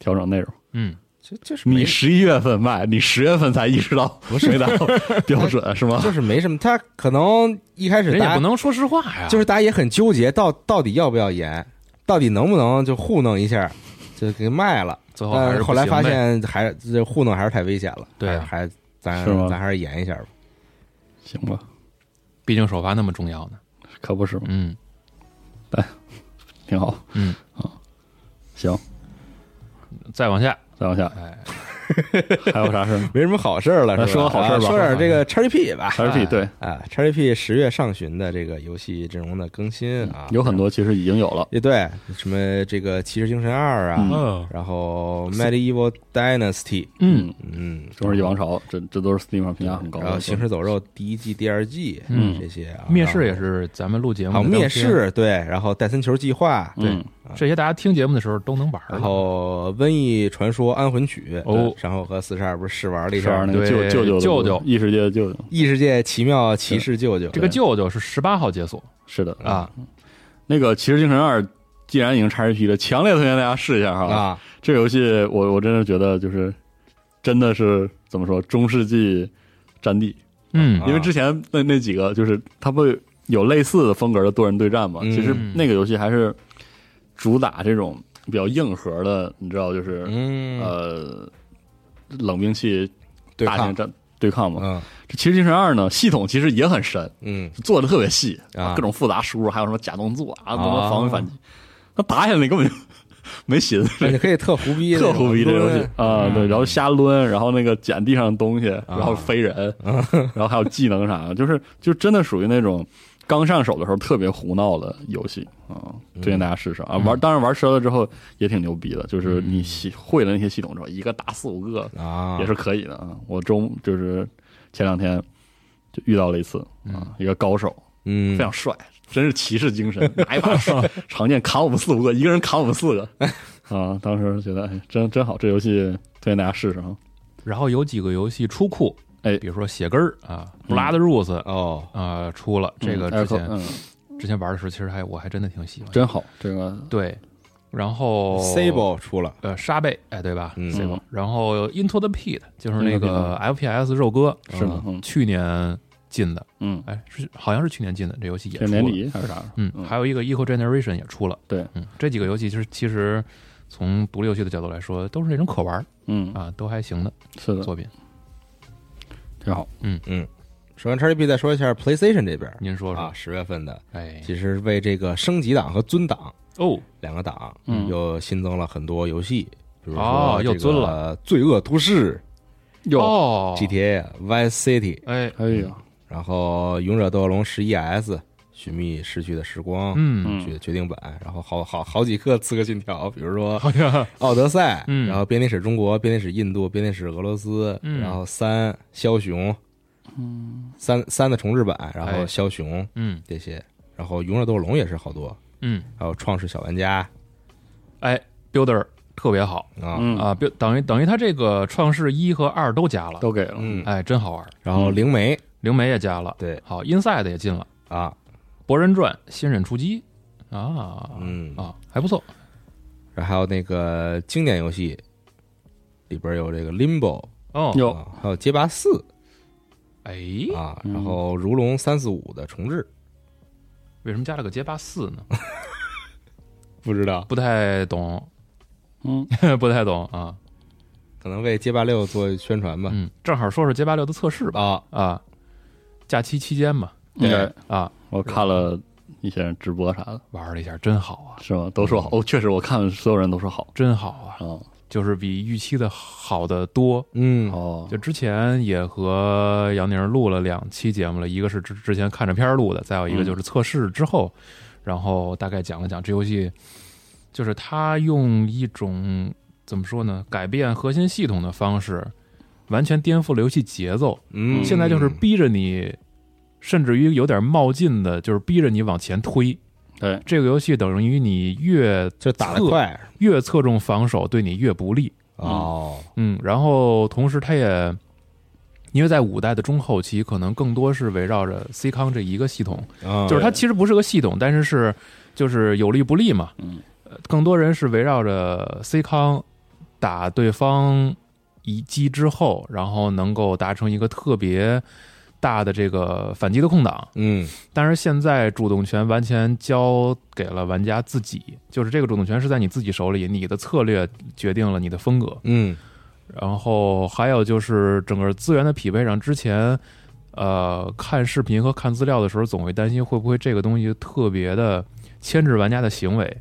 S5: 调整内容。
S4: 嗯，
S3: 这这是没
S5: 你十一月份卖，你十月份才意识到不是没达到标准是吗？
S3: 就是没什么，他可能一开始
S4: 人
S3: 大
S4: 也
S3: 家
S4: 不能说实话呀，
S3: 就是大家也很纠结，到到底要不要延，到底能不能就糊弄一
S4: (laughs)
S3: 下，就给卖了。
S4: 最后还
S3: 但是
S4: 是不
S3: 呃后来
S4: 行
S3: 发
S4: 呗，
S3: 现还这糊弄还是太危险了，
S4: 对啊
S3: 还是还咱
S5: 是吗
S3: 咱还是延一下吧。
S5: 行吧，
S4: 毕竟首发那么重要呢，
S5: 可不是嘛，
S4: 嗯
S5: 挺好。啊
S4: 嗯，
S5: 行，
S4: 再往下，
S5: 再往下
S4: 哎，
S5: (laughs) 还有啥事
S3: (laughs)
S5: 儿吗
S3: 没什么好事儿了，是吧
S5: 那说个好事儿吧
S3: 啊说点这个 XGP 吧。
S5: ？RP 对，
S3: 啊，XGP 十月上旬的这个游戏阵容的更新啊，
S5: 有很多其实已经有了，
S3: 也对，什么这个《骑士精神二》啊，
S1: 嗯，
S3: 然后《Medieval Dynasty》，
S4: 嗯
S3: 嗯，啊
S5: 《中世纪王朝》，这这都是 Steam 上评价很高
S3: 然后
S5: 的。
S3: 《行尸走肉》第一季、第二季，
S5: 嗯
S3: 这些啊，
S4: 灭世也
S3: 是。
S4: 是咱们录节目
S3: 好，
S4: 的当
S3: 灭
S4: 天，
S3: 世对，然后戴森球计划，
S5: 嗯，
S4: 这些大家听节目的时候都能玩儿
S3: 然后瘟疫传说安魂曲，
S4: 哦
S3: 然后和四十二不是试玩了一
S5: 十二
S3: 下
S5: 那个
S4: 对
S5: 舅
S4: 舅
S5: 舅
S4: 舅
S5: 舅异世界的舅舅，
S3: 异世界奇妙骑士舅舅，
S4: 这个舅舅是十八号解锁
S5: 是的，
S4: 啊，
S5: 那个《骑士精神二》既然已经 XGP 了，强烈推荐大家试一下哈。
S3: 啊，
S5: 这个游戏我我真的觉得就是真的是怎么说中世纪战地，
S4: 嗯
S3: 啊
S5: 因为之前那那几个就是它不有类似的风格的多人对战嘛，
S3: 嗯
S5: 其实那个游戏还是主打这种比较硬核的，你知道就是、
S3: 嗯，
S5: 呃冷兵器
S3: 对
S5: 大型
S3: 抗，
S5: 战对抗嘛。
S3: 嗯
S5: 这《骑士精神二》呢，系统其实也很深，
S3: 嗯
S5: 做的特别细
S3: 啊
S5: 各种复杂输入，还有什么假动作啊，
S3: 啊
S5: 怎么防御反击，那打起来你根本就 (laughs) 没寻
S3: 而
S5: 思，
S3: 且可以特胡逼那种，
S5: (laughs) 特胡逼这游戏啊，
S3: 嗯
S5: 对，然后瞎抡，然后那个捡地上的东
S3: 啊
S5: 西，然后飞人， (laughs) 然后还有技能啥的，就是就真的属于那种刚上手的时候特别胡闹的游戏啊，
S3: 嗯
S5: 推荐大家试试啊，玩当然玩深了之后也挺牛逼的，就是你系会了那些系统之后，一个打四五个
S3: 对嗯啊，
S5: 也是可以的啊，我中就是前两天就遇到了一次啊，一个高手。
S3: 嗯
S5: 非，常帅，真是骑士精神，拿一把长剑砍我们四五个，一个人砍我们四个啊！当时觉得哎，真真好，这游戏推荐大家试试啊。
S4: 然后有几个游戏出库，
S5: 哎
S4: 比如说血根儿啊，Blood Roots 啊、
S3: 哦，
S4: 呃出了，这个
S5: 嗯艾
S4: 之
S5: 克
S4: 前、
S5: 嗯，
S4: 之前玩的时候，其实还我还真的挺喜欢的。
S5: 真好，这个
S4: 对，然
S5: 哦
S4: 后
S3: Sable 出了，
S4: 呃沙贝哎对吧？
S3: 嗯
S5: Sable
S4: 然后 Into the Pit 就是那
S5: Into the
S4: 个 FPS 肉哥，
S5: 是吗？嗯
S4: 去年进的，
S5: 嗯，
S4: 哎是好像是去年进的，这游戏也
S5: 这
S4: 出
S5: 年
S4: 了。
S5: 底还是啥？
S4: 嗯，还有一个 Eco Generation 也出了。
S5: 对，
S4: 嗯，这几个游戏其实其实从独立游戏的角度来说，都是那种可玩儿
S5: 嗯，
S4: 啊，都还行的
S5: 是的，
S4: 作品。
S5: 挺好。
S3: 说完 XGP 再说一下 PlayStation 这边
S4: 您说
S3: 啊，
S4: 说，
S3: 十月份的
S4: 哎
S3: 其实为这个升级档和尊档
S4: 哦，
S3: 两个档，
S5: 嗯
S3: 又新增了很多游戏，比如
S4: 哦
S3: 说
S4: 又
S3: 这
S4: 尊
S3: 个《罪恶都市
S5: 哟，
S4: 哦》、
S3: GTA、Vice City，
S4: 哎，
S5: 哎呀，
S3: 然后《勇者斗龙十一 S》、《寻觅逝去的时光》
S4: 嗯，
S3: 决决定版，然后好好好几个《刺客信条》，比如说
S4: 好
S3: 《
S4: 像
S3: 奥德赛》
S4: 嗯
S3: 然后《编历史中国》、《编历史印度》、《编历史俄罗斯》
S4: 嗯
S3: 然后三《枭雄》，嗯，三三的重置版，然后
S4: 哎
S3: 《枭雄》
S4: 嗯
S3: 这些，然后《勇者斗龙》也是好多，
S4: 嗯，
S3: 还有《创世小玩家
S4: 哎，Builder 特别好》
S3: 啊，
S5: 嗯
S4: 啊，build 等于等于它这个创世一和二都加了，
S5: 都给了，
S3: 嗯，
S4: 哎，真好玩儿。
S3: 然后《灵媒》
S4: 灵媒也加了，
S3: 对
S4: 好，Inside 也进了，
S3: 啊，
S4: 《博人传》新忍出击啊，
S3: 嗯
S4: 啊，还不错，
S3: 然后还有那个经典游戏里边有这个《Limbo》
S4: 哦，
S5: 哟
S3: 啊，还有《街霸四》。
S4: 哎，
S3: 啊，
S5: 嗯
S3: 然后《如龙三四五》的重置，
S4: 为什么加了个街霸四呢？
S3: 不知道，
S4: 不太懂，
S5: 嗯，
S4: (laughs) 不太懂啊，
S3: 可能为街霸六做宣传吧。
S4: 嗯，正好说说街霸六的测试吧，
S3: 啊，
S4: 啊，假期期间嘛，
S5: 应该
S4: 啊，
S5: 我看了一些人直播啥的，
S4: 玩了一下，真好啊，
S5: 是吗？都说好，哦，确实我看所有人都说好
S4: 真好啊，
S5: 啊，
S4: 就是比预期的好的多。
S3: 嗯，
S5: 哦
S4: 就之前也和杨宁录了两期节目了，一个是之之前看着片儿录的，再有一个
S5: 嗯
S4: 就是测试之后，然后大概讲了讲这游戏，就是它用一种怎么说呢，改变核心系统的方式，完全颠覆了游戏节奏。
S3: 嗯，
S4: 现在就是逼着你，甚至于有点冒进的，就是逼着你往前推。
S5: 对，
S4: 这个游戏等于你越
S3: 这打得快
S4: 越侧重防守，对你越不利。
S3: 哦，
S4: 嗯，然后同时它也，因为在五代的中后期，可能更多是围绕着 C 康这一个系统，
S3: 嗯
S4: 就是它
S5: 啊对
S4: 其实不是个系统，但是是就是有利不利嘛。
S5: 嗯
S4: 呃，更多人是围绕着 C 康打对方一击之后，然后能够达成一个特别大的这个反击的空档。
S3: 嗯
S4: 但是现在主动权完全交给了玩家自己，就是这个主动权是在你自己手里，你的策略决定了你的风格。
S3: 嗯
S4: 然后还有就是整个资源的匹配上，之前呃看视频和看资料的时候，总会担心会不会这个东西特别的牵制玩家的行为。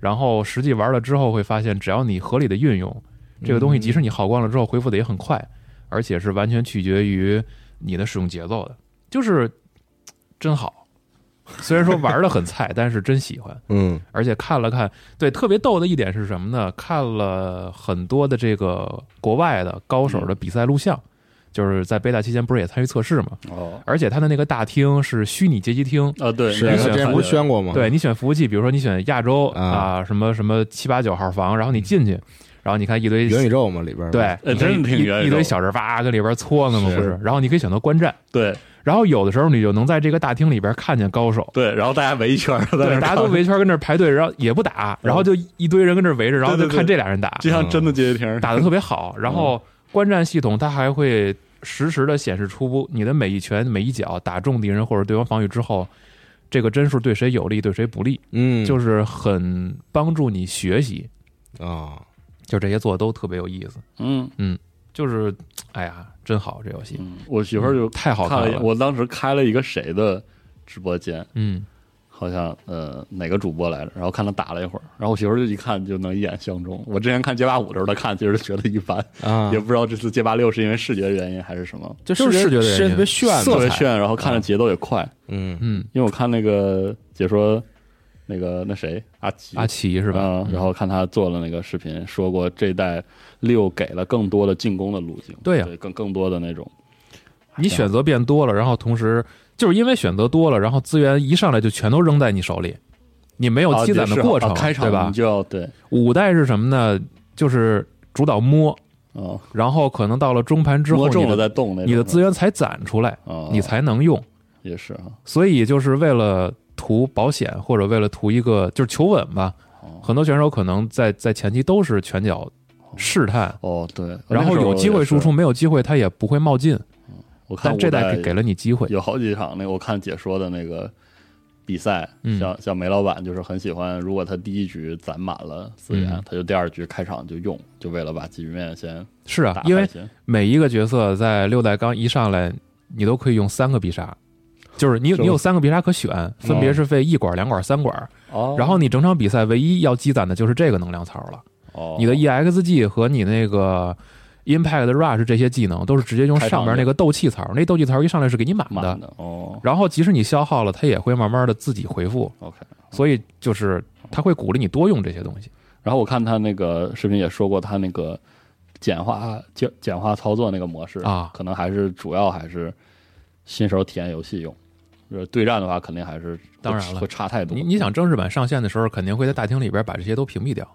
S4: 然后实际玩了之后，会发现只要你合理的运用这个东西，即使你耗光了之后，恢复的也很快，而且是完全取决于你的使用节奏的，就是嘖真好。虽然说玩的很菜，但是真喜欢。
S3: 嗯
S4: 而且看了看，对，特别逗的一点是什么呢？看了很多的这个国外的高手的比赛录像，就是在贝塔期间不是也参与测试嘛？
S5: 哦
S4: 而且他的那个大厅是虚拟街机厅，
S5: 啊，对，
S3: 是
S5: 那
S3: 他
S5: 个
S3: 之前不是宣过吗？
S4: 对你选服务器，比如说你选亚洲
S3: 啊嗯
S4: 啊、什么什么七八九号房，然后你进去，然后你看一堆
S3: 元宇宙嘛里边儿
S4: 对，
S5: 呃
S4: 一
S5: 真是挺
S4: 一
S5: 元宇宙
S4: 一堆小人哇跟里边搓呢嘛，
S3: 是
S4: 不是？然后你可以选择观战，
S5: 对
S4: 然后有的时候你就能在这个大厅里边看见高手。
S5: 对，然后大家围一圈儿，在那
S4: 对，
S5: 儿
S4: 大家都
S5: 看嗯
S4: 围圈跟那儿排队，然后也不打，然后就一堆人跟这儿围着，然后
S5: 对
S4: 就
S5: 对对嗯
S4: 看这俩人打，
S5: 就像真的街机厅，
S4: 嗯打的特别好。然后观战系统它还会实时的显示出你的每一拳、每一脚打中敌人或者对方防御之后，这个帧数对谁有利、对谁不利，
S3: 嗯
S4: 就是很帮助你学习。
S3: 啊
S4: 就这些做的都特别有意思，
S5: 嗯
S4: 就是哎呀，真好这游戏，
S5: 嗯，我媳妇儿就
S4: 太好
S5: 看
S4: 了
S5: 了一，。我当时开了一个谁的直播间，
S4: 嗯，
S5: 好像呃哪个主播来着，然后看他打了一会儿，然后我媳妇儿就一看就能一眼相中。我之前看街霸五的时候，她看其实觉得一般，
S3: 啊
S5: 也，不知道这次街霸六是因为视觉原因还是什么，
S3: 就
S4: 就是视觉的啊原因
S3: 特别炫嘛，
S5: 特别炫，然后看着节奏也快。
S3: 嗯
S4: 嗯，
S5: 因为我看那个解说，那个那谁阿奇
S4: 阿奇是吧？
S5: 嗯然后看他做了那个视频，说过这代六给了更多的进攻的路径，
S4: 对呀
S5: 更更多的那种，
S4: 你选择变多了，然后同时就是因为选择多了，然后资源一上来就全都扔在你手里，你没有
S5: 啊
S4: 哦积攒
S5: 也
S4: 的
S5: 是
S4: 过程，
S5: 啊开场
S4: 对吧
S5: 你？就要对，
S4: 五代是什么呢？就是主导摸，
S5: 哦，
S4: 然后可能到了中盘之后，
S5: 摸中
S4: 你
S5: 了
S4: 的
S5: 再动那种，
S4: 你的资源才攒出来，
S5: 哦
S4: 你才能用。
S5: 也是啊，
S4: 所以就是为了图保险，或者为了图一个就是求稳吧。
S5: 哦
S4: 很多选手可能在在前期都是拳脚试探，
S5: 哦对，
S4: 然后
S5: 那时候
S4: 有机会输出，没有机会他也不会冒进。
S5: 我看
S4: 但这代
S5: 代
S4: 给给了你机会，
S5: 有好几场那个我看解说的那个。比赛
S4: 嗯
S5: 像像梅老板就是很喜欢，如果他第一局攒满了资源
S4: 嗯，
S5: 他就第二局开场就用，就为了把局面先
S4: 是啊
S5: 打，
S4: 因为
S5: 开先
S4: 每一个角色在六代刚一上来，你都可以用三个必杀，就是你有
S5: 是
S4: 你有三个必杀可选，分别是费一管、两管、三管。
S5: 哦
S4: 然后你整场比赛唯一要积攒的就是这个能量槽了。
S5: 哦
S4: 你的 EXG 和你那个 Impact Rush 这些技能都是直接用
S5: 开场
S4: 上面
S5: 的
S4: 那个斗气槽，那斗气槽一上来是给你满
S5: 满
S4: 的，
S5: 的哦
S4: 然后即使你消耗了，它也会慢慢的自己回复，
S5: ，OK。
S4: 所以就是它会鼓励你多用这些东西。
S5: 然后我看他那个视频也说过，他那个简化简简化操作那个模式
S4: 啊
S5: 可能还是主要还是新手体验游戏用。就是对战的话，肯定还是会
S4: 当然了
S5: 会差太多。
S4: 你你想正式版上线的时候，肯定会在大厅里边把这些都屏蔽掉。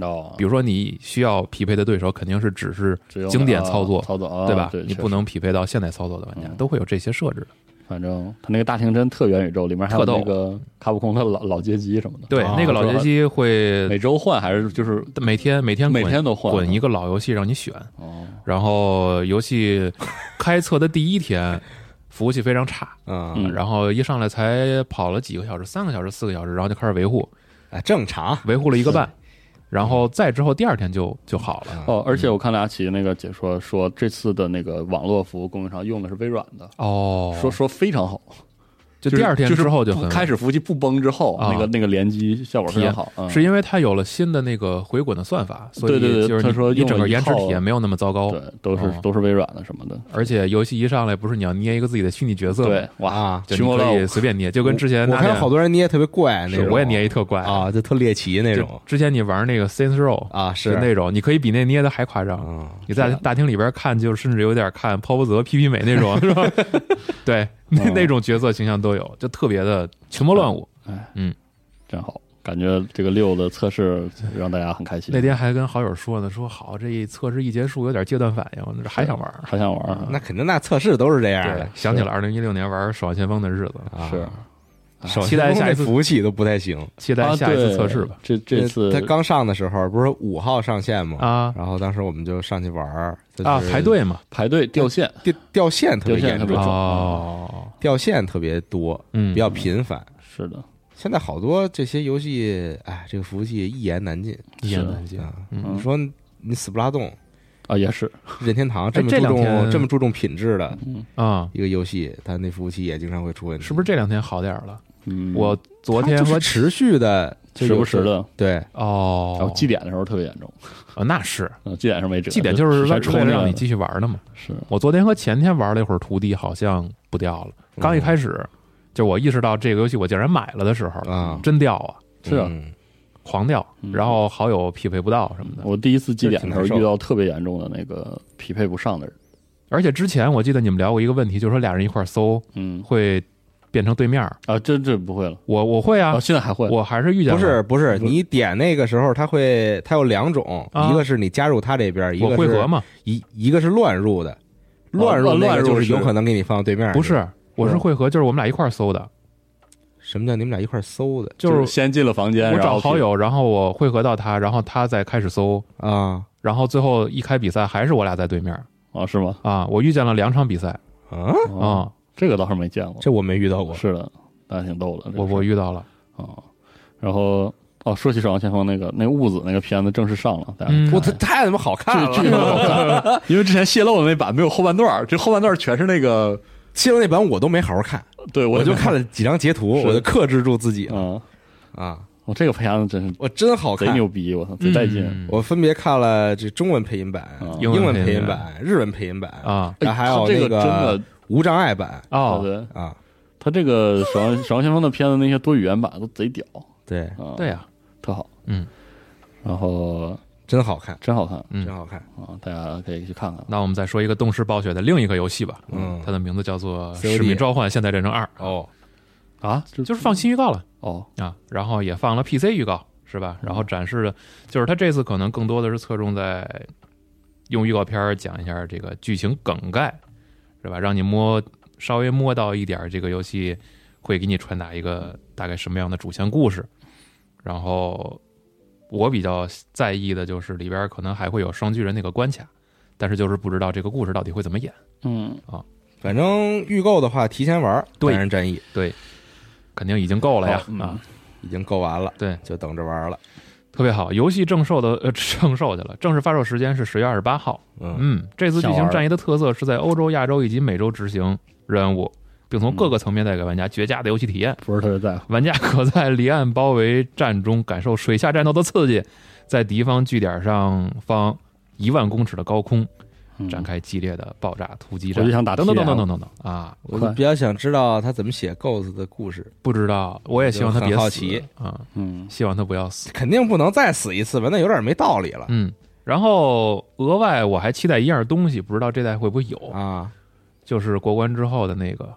S5: 哦，
S4: 比如说你需要匹配的对手，肯定是只是
S5: 只有
S4: 经典操作
S5: 啊操作啊
S4: 对吧？
S5: 对，
S4: 你
S5: 确
S4: 不
S5: 实。
S4: 能匹配到现代操作的玩家，
S5: 嗯
S4: 都会有这些设置的。
S5: 反正他那个大厅真特元宇宙，里面还有
S4: 特逗
S5: 那个卡普空的老老街机什么的。
S4: 对，
S3: 啊
S4: 那个老街机会
S5: 每周换还是就是
S4: 每天每天
S5: 每
S4: 滚
S5: 天都换
S4: 滚一个老游戏让你选，
S5: 哦，
S4: 然后游戏开测的第一天，服务器非常差，
S3: 啊，
S5: 嗯
S4: 然后一上来才跑了几个小时，三个小时、四个小时，然后就开始维护，
S3: 哎正常
S4: 维护了一个半，然后再之后第二天就就好了。
S5: 哦，而且我看了阿奇那个解说说，这次的那个网络服务供应商用的是微软的，
S4: 哦，
S5: 说说非常好，
S4: 就是第二天
S5: 就是
S4: 之后就
S5: 不
S4: 很
S5: 开始服务器不崩之后，
S4: 啊
S5: 那个那个联机效果非常
S4: 体
S5: 好，嗯
S4: 是因为它有了新的那个回滚的算法，所
S5: 对
S4: 以
S5: 对对
S4: 就是
S5: 他说
S4: 你
S5: 用
S4: 你整
S5: 了
S4: 个
S5: 一
S4: 延迟
S5: 套
S4: 体验没有那么糟糕。
S5: 对，都是
S4: 哦
S5: 都是微软的什么的，
S4: 而且游戏一上来不是你要捏一个自己的虚拟角色吗，
S5: 对，哇，
S3: 啊，
S4: 就
S5: 群
S4: 你
S5: 魔
S4: 可
S5: 乱
S4: 以
S5: 舞
S4: 随便捏，就跟之前
S3: 我
S4: 那
S3: 看好多人捏特别怪那
S4: 是
S3: 种，
S4: 我也捏一特怪，
S3: 啊，就特猎奇那
S4: 就
S3: 种
S4: 之前你玩那个 Saints Row
S3: 啊，
S4: 是那种，你可以比那捏的还夸张。
S3: 啊，
S4: 你在
S5: 是的
S4: 大厅里边看，就是甚至有点看泡泡泽、皮皮美那
S5: (laughs)
S4: 种，是吧？对，那
S5: 嗯
S4: 那种角色形象都有，就特别的群魔乱舞。
S5: 哦真好，感觉这个六的测试让大家很开心。
S4: 那天还跟好友说呢，说好这一测试一结束，有点戒断反应，这还想玩儿。
S5: 还想玩儿，啊
S3: 那肯定那测试都是这样
S4: 哎对
S3: 的，，
S4: 想起了二零一六年玩《守望先锋》的日子，
S3: 啊
S5: 是。
S3: 首先
S4: 期待下一次
S3: 服务器都不太行。
S4: 期待下一次测试吧
S5: 啊啊。。对这这次
S3: 它刚上的时候不是五号上线吗？
S4: 啊
S3: 然后当时我们就上去玩儿
S4: 啊，排队嘛。
S5: 排队掉线，
S3: 掉掉线特别
S5: 掉线
S3: 严
S5: 特别
S3: 重
S5: 对，
S4: 哦，
S3: 掉线特别多，
S4: 嗯
S3: 比，较频繁。
S5: 是的，
S3: 现在好多这些游戏，哎，这个服务器一言难尽
S4: 一言难尽。
S3: 啊！
S4: 嗯
S3: 你说你死不拉动，
S5: 啊，也是，
S3: 任天堂这么
S4: 这
S3: 注
S4: 两
S3: 重、
S4: 天
S3: 这么注重品质的
S4: 啊，
S3: 一个游戏，它那服务器也经常会出问题，
S4: 是不是这两天好点儿了？
S5: 嗯，
S4: 我昨
S3: 它
S4: 天
S3: 就是
S4: 和
S3: 持续的，就
S5: 时
S3: 有
S5: 不时的，
S3: 对
S5: 然后
S4: 哦，
S5: 绩点的时候特别严重， (laughs)
S4: 啊那是
S5: 嗯，绩点是没辙，
S4: 绩点就是
S5: 在
S4: 为
S5: 冲
S4: 为了
S5: 那个
S4: 让你继续玩的嘛。
S5: 是
S4: 我昨天和前天玩了一会儿徒弟，好像不掉了。刚一开始，就我意识到这个游戏我竟然买了的时候，
S3: 啊，
S4: 真掉啊，
S5: 是啊，
S3: 嗯
S4: 狂掉。
S5: 嗯
S4: 然后好友匹配不到什么的。
S5: 我第一次绩点的
S3: 这挺难
S5: 时
S3: 受
S5: 候
S3: 的
S5: 遇到特别严重的那个匹配不上的人，
S4: 而且之前我记得你们聊过一个问题，就是说俩人一块儿搜
S5: 嗯
S4: 会变成对面儿。
S5: 啊，这这不会了，
S4: 我我会啊
S5: 啊，，现在还会，
S4: 我还是遇见
S3: 不是
S4: 了
S3: 不是，
S5: 不是
S3: 你点那个时候，它会它有两种，
S4: 啊
S3: 一个是你加入它这边，一
S4: 我
S3: 个
S4: 会合
S3: 是
S4: 嘛？
S3: 一一个是乱入的，乱入
S5: 乱
S3: 那
S5: 哦乱
S3: 个
S5: 入
S3: 就是有
S5: 是
S3: 可能给你放到对面，
S4: 不是，我是
S5: 嗯
S4: 会合，就是我们俩一块儿搜的，
S3: 什么叫你们俩一块儿搜的
S5: 就
S4: 就是
S5: 先进了房间，
S4: 我
S5: 然
S4: 找
S5: 后
S4: 好
S5: 匹
S4: 友，然后我汇合到他，然后他再开始搜，
S3: 啊
S4: 然后最后一开比赛还是我俩在对面
S5: 啊，是吗？
S4: 啊！我遇见了两场比赛
S3: 啊？
S5: 啊，
S4: 啊，
S5: 这个倒是没见过，
S3: 这我没遇到过
S5: 是的，那挺逗的，这
S4: 我
S5: 个
S4: 我遇到了，
S5: 啊，然后哦，说起《守望先锋》那个那个雾子那个片子正式上了，大家
S4: 嗯
S5: 看
S3: 我 (laughs) 这太他妈好看
S5: 巨巨
S3: 了！
S5: 好看， (laughs) 因为之前泄露的那版没有后半段儿，这后半段儿全是那个，
S3: 新闻那版我都没好好看，
S5: 对我
S3: 我就看了几张截图，
S5: 是
S3: 我就克制住自己了
S5: 啊，
S3: 啊！
S5: 我这个片子真是
S3: 我真好
S5: 贼
S3: 看，
S5: 牛逼，我操，贼带劲，
S4: 嗯
S3: 我分别看了这中文配音版
S5: 啊、
S4: 英文
S3: 文
S4: 配
S3: 配
S4: 音
S3: 音
S4: 版
S3: 版、日文配音版
S4: 啊，
S5: 哎
S3: 然后还有
S5: 他这
S3: 那
S5: 个真的，
S3: 无障碍版
S5: 对
S4: 哦，
S5: 对，
S3: 啊，
S5: 他这个《守望守望先锋》的片子那些多语言版都贼屌
S3: 对，
S5: 啊，
S4: 对，呀，
S5: 特好，
S4: 嗯，
S5: 然后
S3: 真好看，
S5: 真好看
S4: 嗯
S3: 真好看。
S5: 啊，大家可以去看看。
S4: 那我们再说一个动视暴雪的另一个游戏吧，
S3: 嗯
S4: 它的名字叫做《
S3: COD
S4: 使命召唤：现代战争二
S3: 哦，
S5: 啊，就
S4: 就是放新预告了
S5: 哦，
S4: 啊，然后也放了 PC 预告是吧？然后
S5: 嗯
S4: 展示的，就是它这次可能更多的是侧重在用预告片儿讲一下这个剧情梗概，是吧？让你摸稍微摸到一点儿这个游戏会给你传达一个大概什么样的主线故事。然后我比较在意的就是里边儿可能还会有双巨人那个关卡，但是就是不知道这个故事到底会怎么演。
S5: 嗯，
S3: 反正预购的话，提前玩《
S4: 对
S3: 单人战役
S4: 肯定已经够了呀
S5: 好嗯
S4: 啊！》
S3: 已经购完了，
S4: 对，
S3: 就等着玩了。
S4: 特别好，游戏正售的呃 (laughs) 正售去了，正式发售时间是十月二十八号。
S3: 嗯，
S4: 嗯，这次剧
S5: 想
S4: 情
S5: 玩
S4: 战役的特色是在欧洲、亚洲以及美洲执行任务，并从各个层面带给玩家绝佳的游戏体验。
S5: 不是特别在乎。
S4: 玩家可在离岸包围战中感受水下战斗的刺激，在敌方据点上方一万公尺的高空
S5: 嗯
S4: 展开激烈的爆炸突击
S5: 我
S4: 战
S5: 就。想打
S4: 等等
S5: TM
S4: 等等等等等啊！
S3: 我就比较想知道他怎么写 Ghost 的故事，
S4: 不知道，我也希望他别
S3: 就很好
S4: 死
S3: 奇
S4: 啊！
S5: 嗯，
S4: 希望他不要死。
S3: 肯定不能再死一次吧？那有点没道理了
S4: 嗯，然后额外我还期待一样东西，不知道这代会不会有，
S3: 啊！
S4: 就是过关之后的那个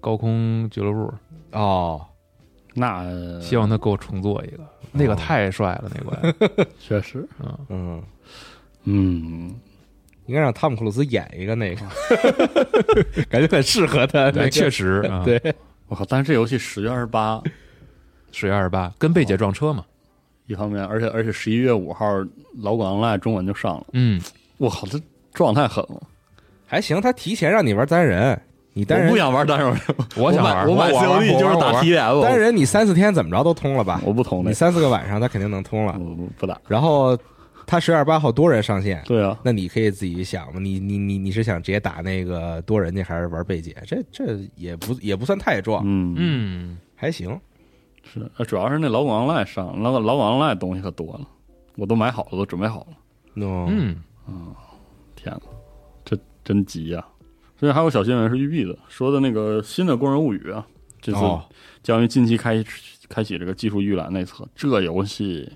S4: 高空俱乐部，
S3: 哦，
S5: 那
S4: 希望他给我重做一个，那个太帅了，那关
S5: 确实，
S4: 嗯，
S3: 嗯，
S5: 嗯，
S3: 应该让汤姆克鲁斯演一个那个， (laughs) 感觉很适合他。
S4: 对，确实，啊
S3: 对，
S5: 我靠！但是这游戏十月二十八，
S4: 十月二十八跟贝姐撞车嘛，
S5: 一方面，而且而且十一月五号老广 online 中文就上了，
S4: 嗯，
S5: 我靠，这撞太狠了！
S3: 还行，他提前让你玩单人，你单
S5: 我不
S3: 人
S5: 想玩单人，
S4: 我想玩，
S5: 我买
S4: 玩
S5: COD 就是打 TDM，
S3: 单人你三四天怎么着都通了吧？
S5: 我不同
S3: 你
S5: 那，
S3: 三四个晚上他肯定能通了。
S5: 我不不打，
S3: 然后他十月八号多人上线，
S5: 对啊，
S3: 那你可以自己想嘛，你你你你是想直接打那个多人家，还是玩贝姐？这这也不也不算太壮，
S5: 嗯，
S4: 嗯，
S3: 还行。
S5: 是，呃主要是那老广 online 上老老广 online 东西可多了，我都买好了，都准备好了。
S3: 嗯，
S4: 嗯，
S5: 天呐，这真急呀、最近还有小新闻是育碧的，说的那个新的《工人物语》啊，这次
S3: 哦，
S5: 将于近期开开启这个技术预览内测。这游戏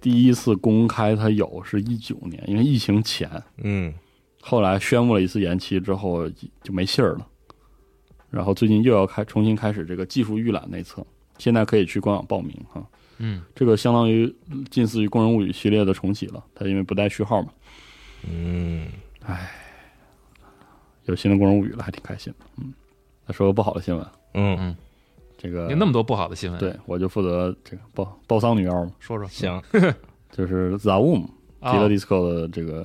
S5: 第一次公开它有是一九年，因为疫情前，
S3: 嗯，
S5: 后来宣布了一次延期之后就没信儿了，然后最近又要开重新开始这个技术预览内测，现在可以去官网报名哈。
S4: 嗯，
S5: 这个相当于近似于《工人物语》系列的重启了，它因为不带序号嘛。
S3: 嗯，
S5: 有新的《工人物语》了，还挺开心的。嗯，再说个不好的新闻，
S3: 嗯，
S5: 这个
S4: 嗯有那么多不好的新闻，，
S5: 对我就负责这个报报丧女妖嘛，
S4: 说说
S3: 行，
S5: 就是 Zaum
S4: 啊
S5: 迪乐 disco 的这个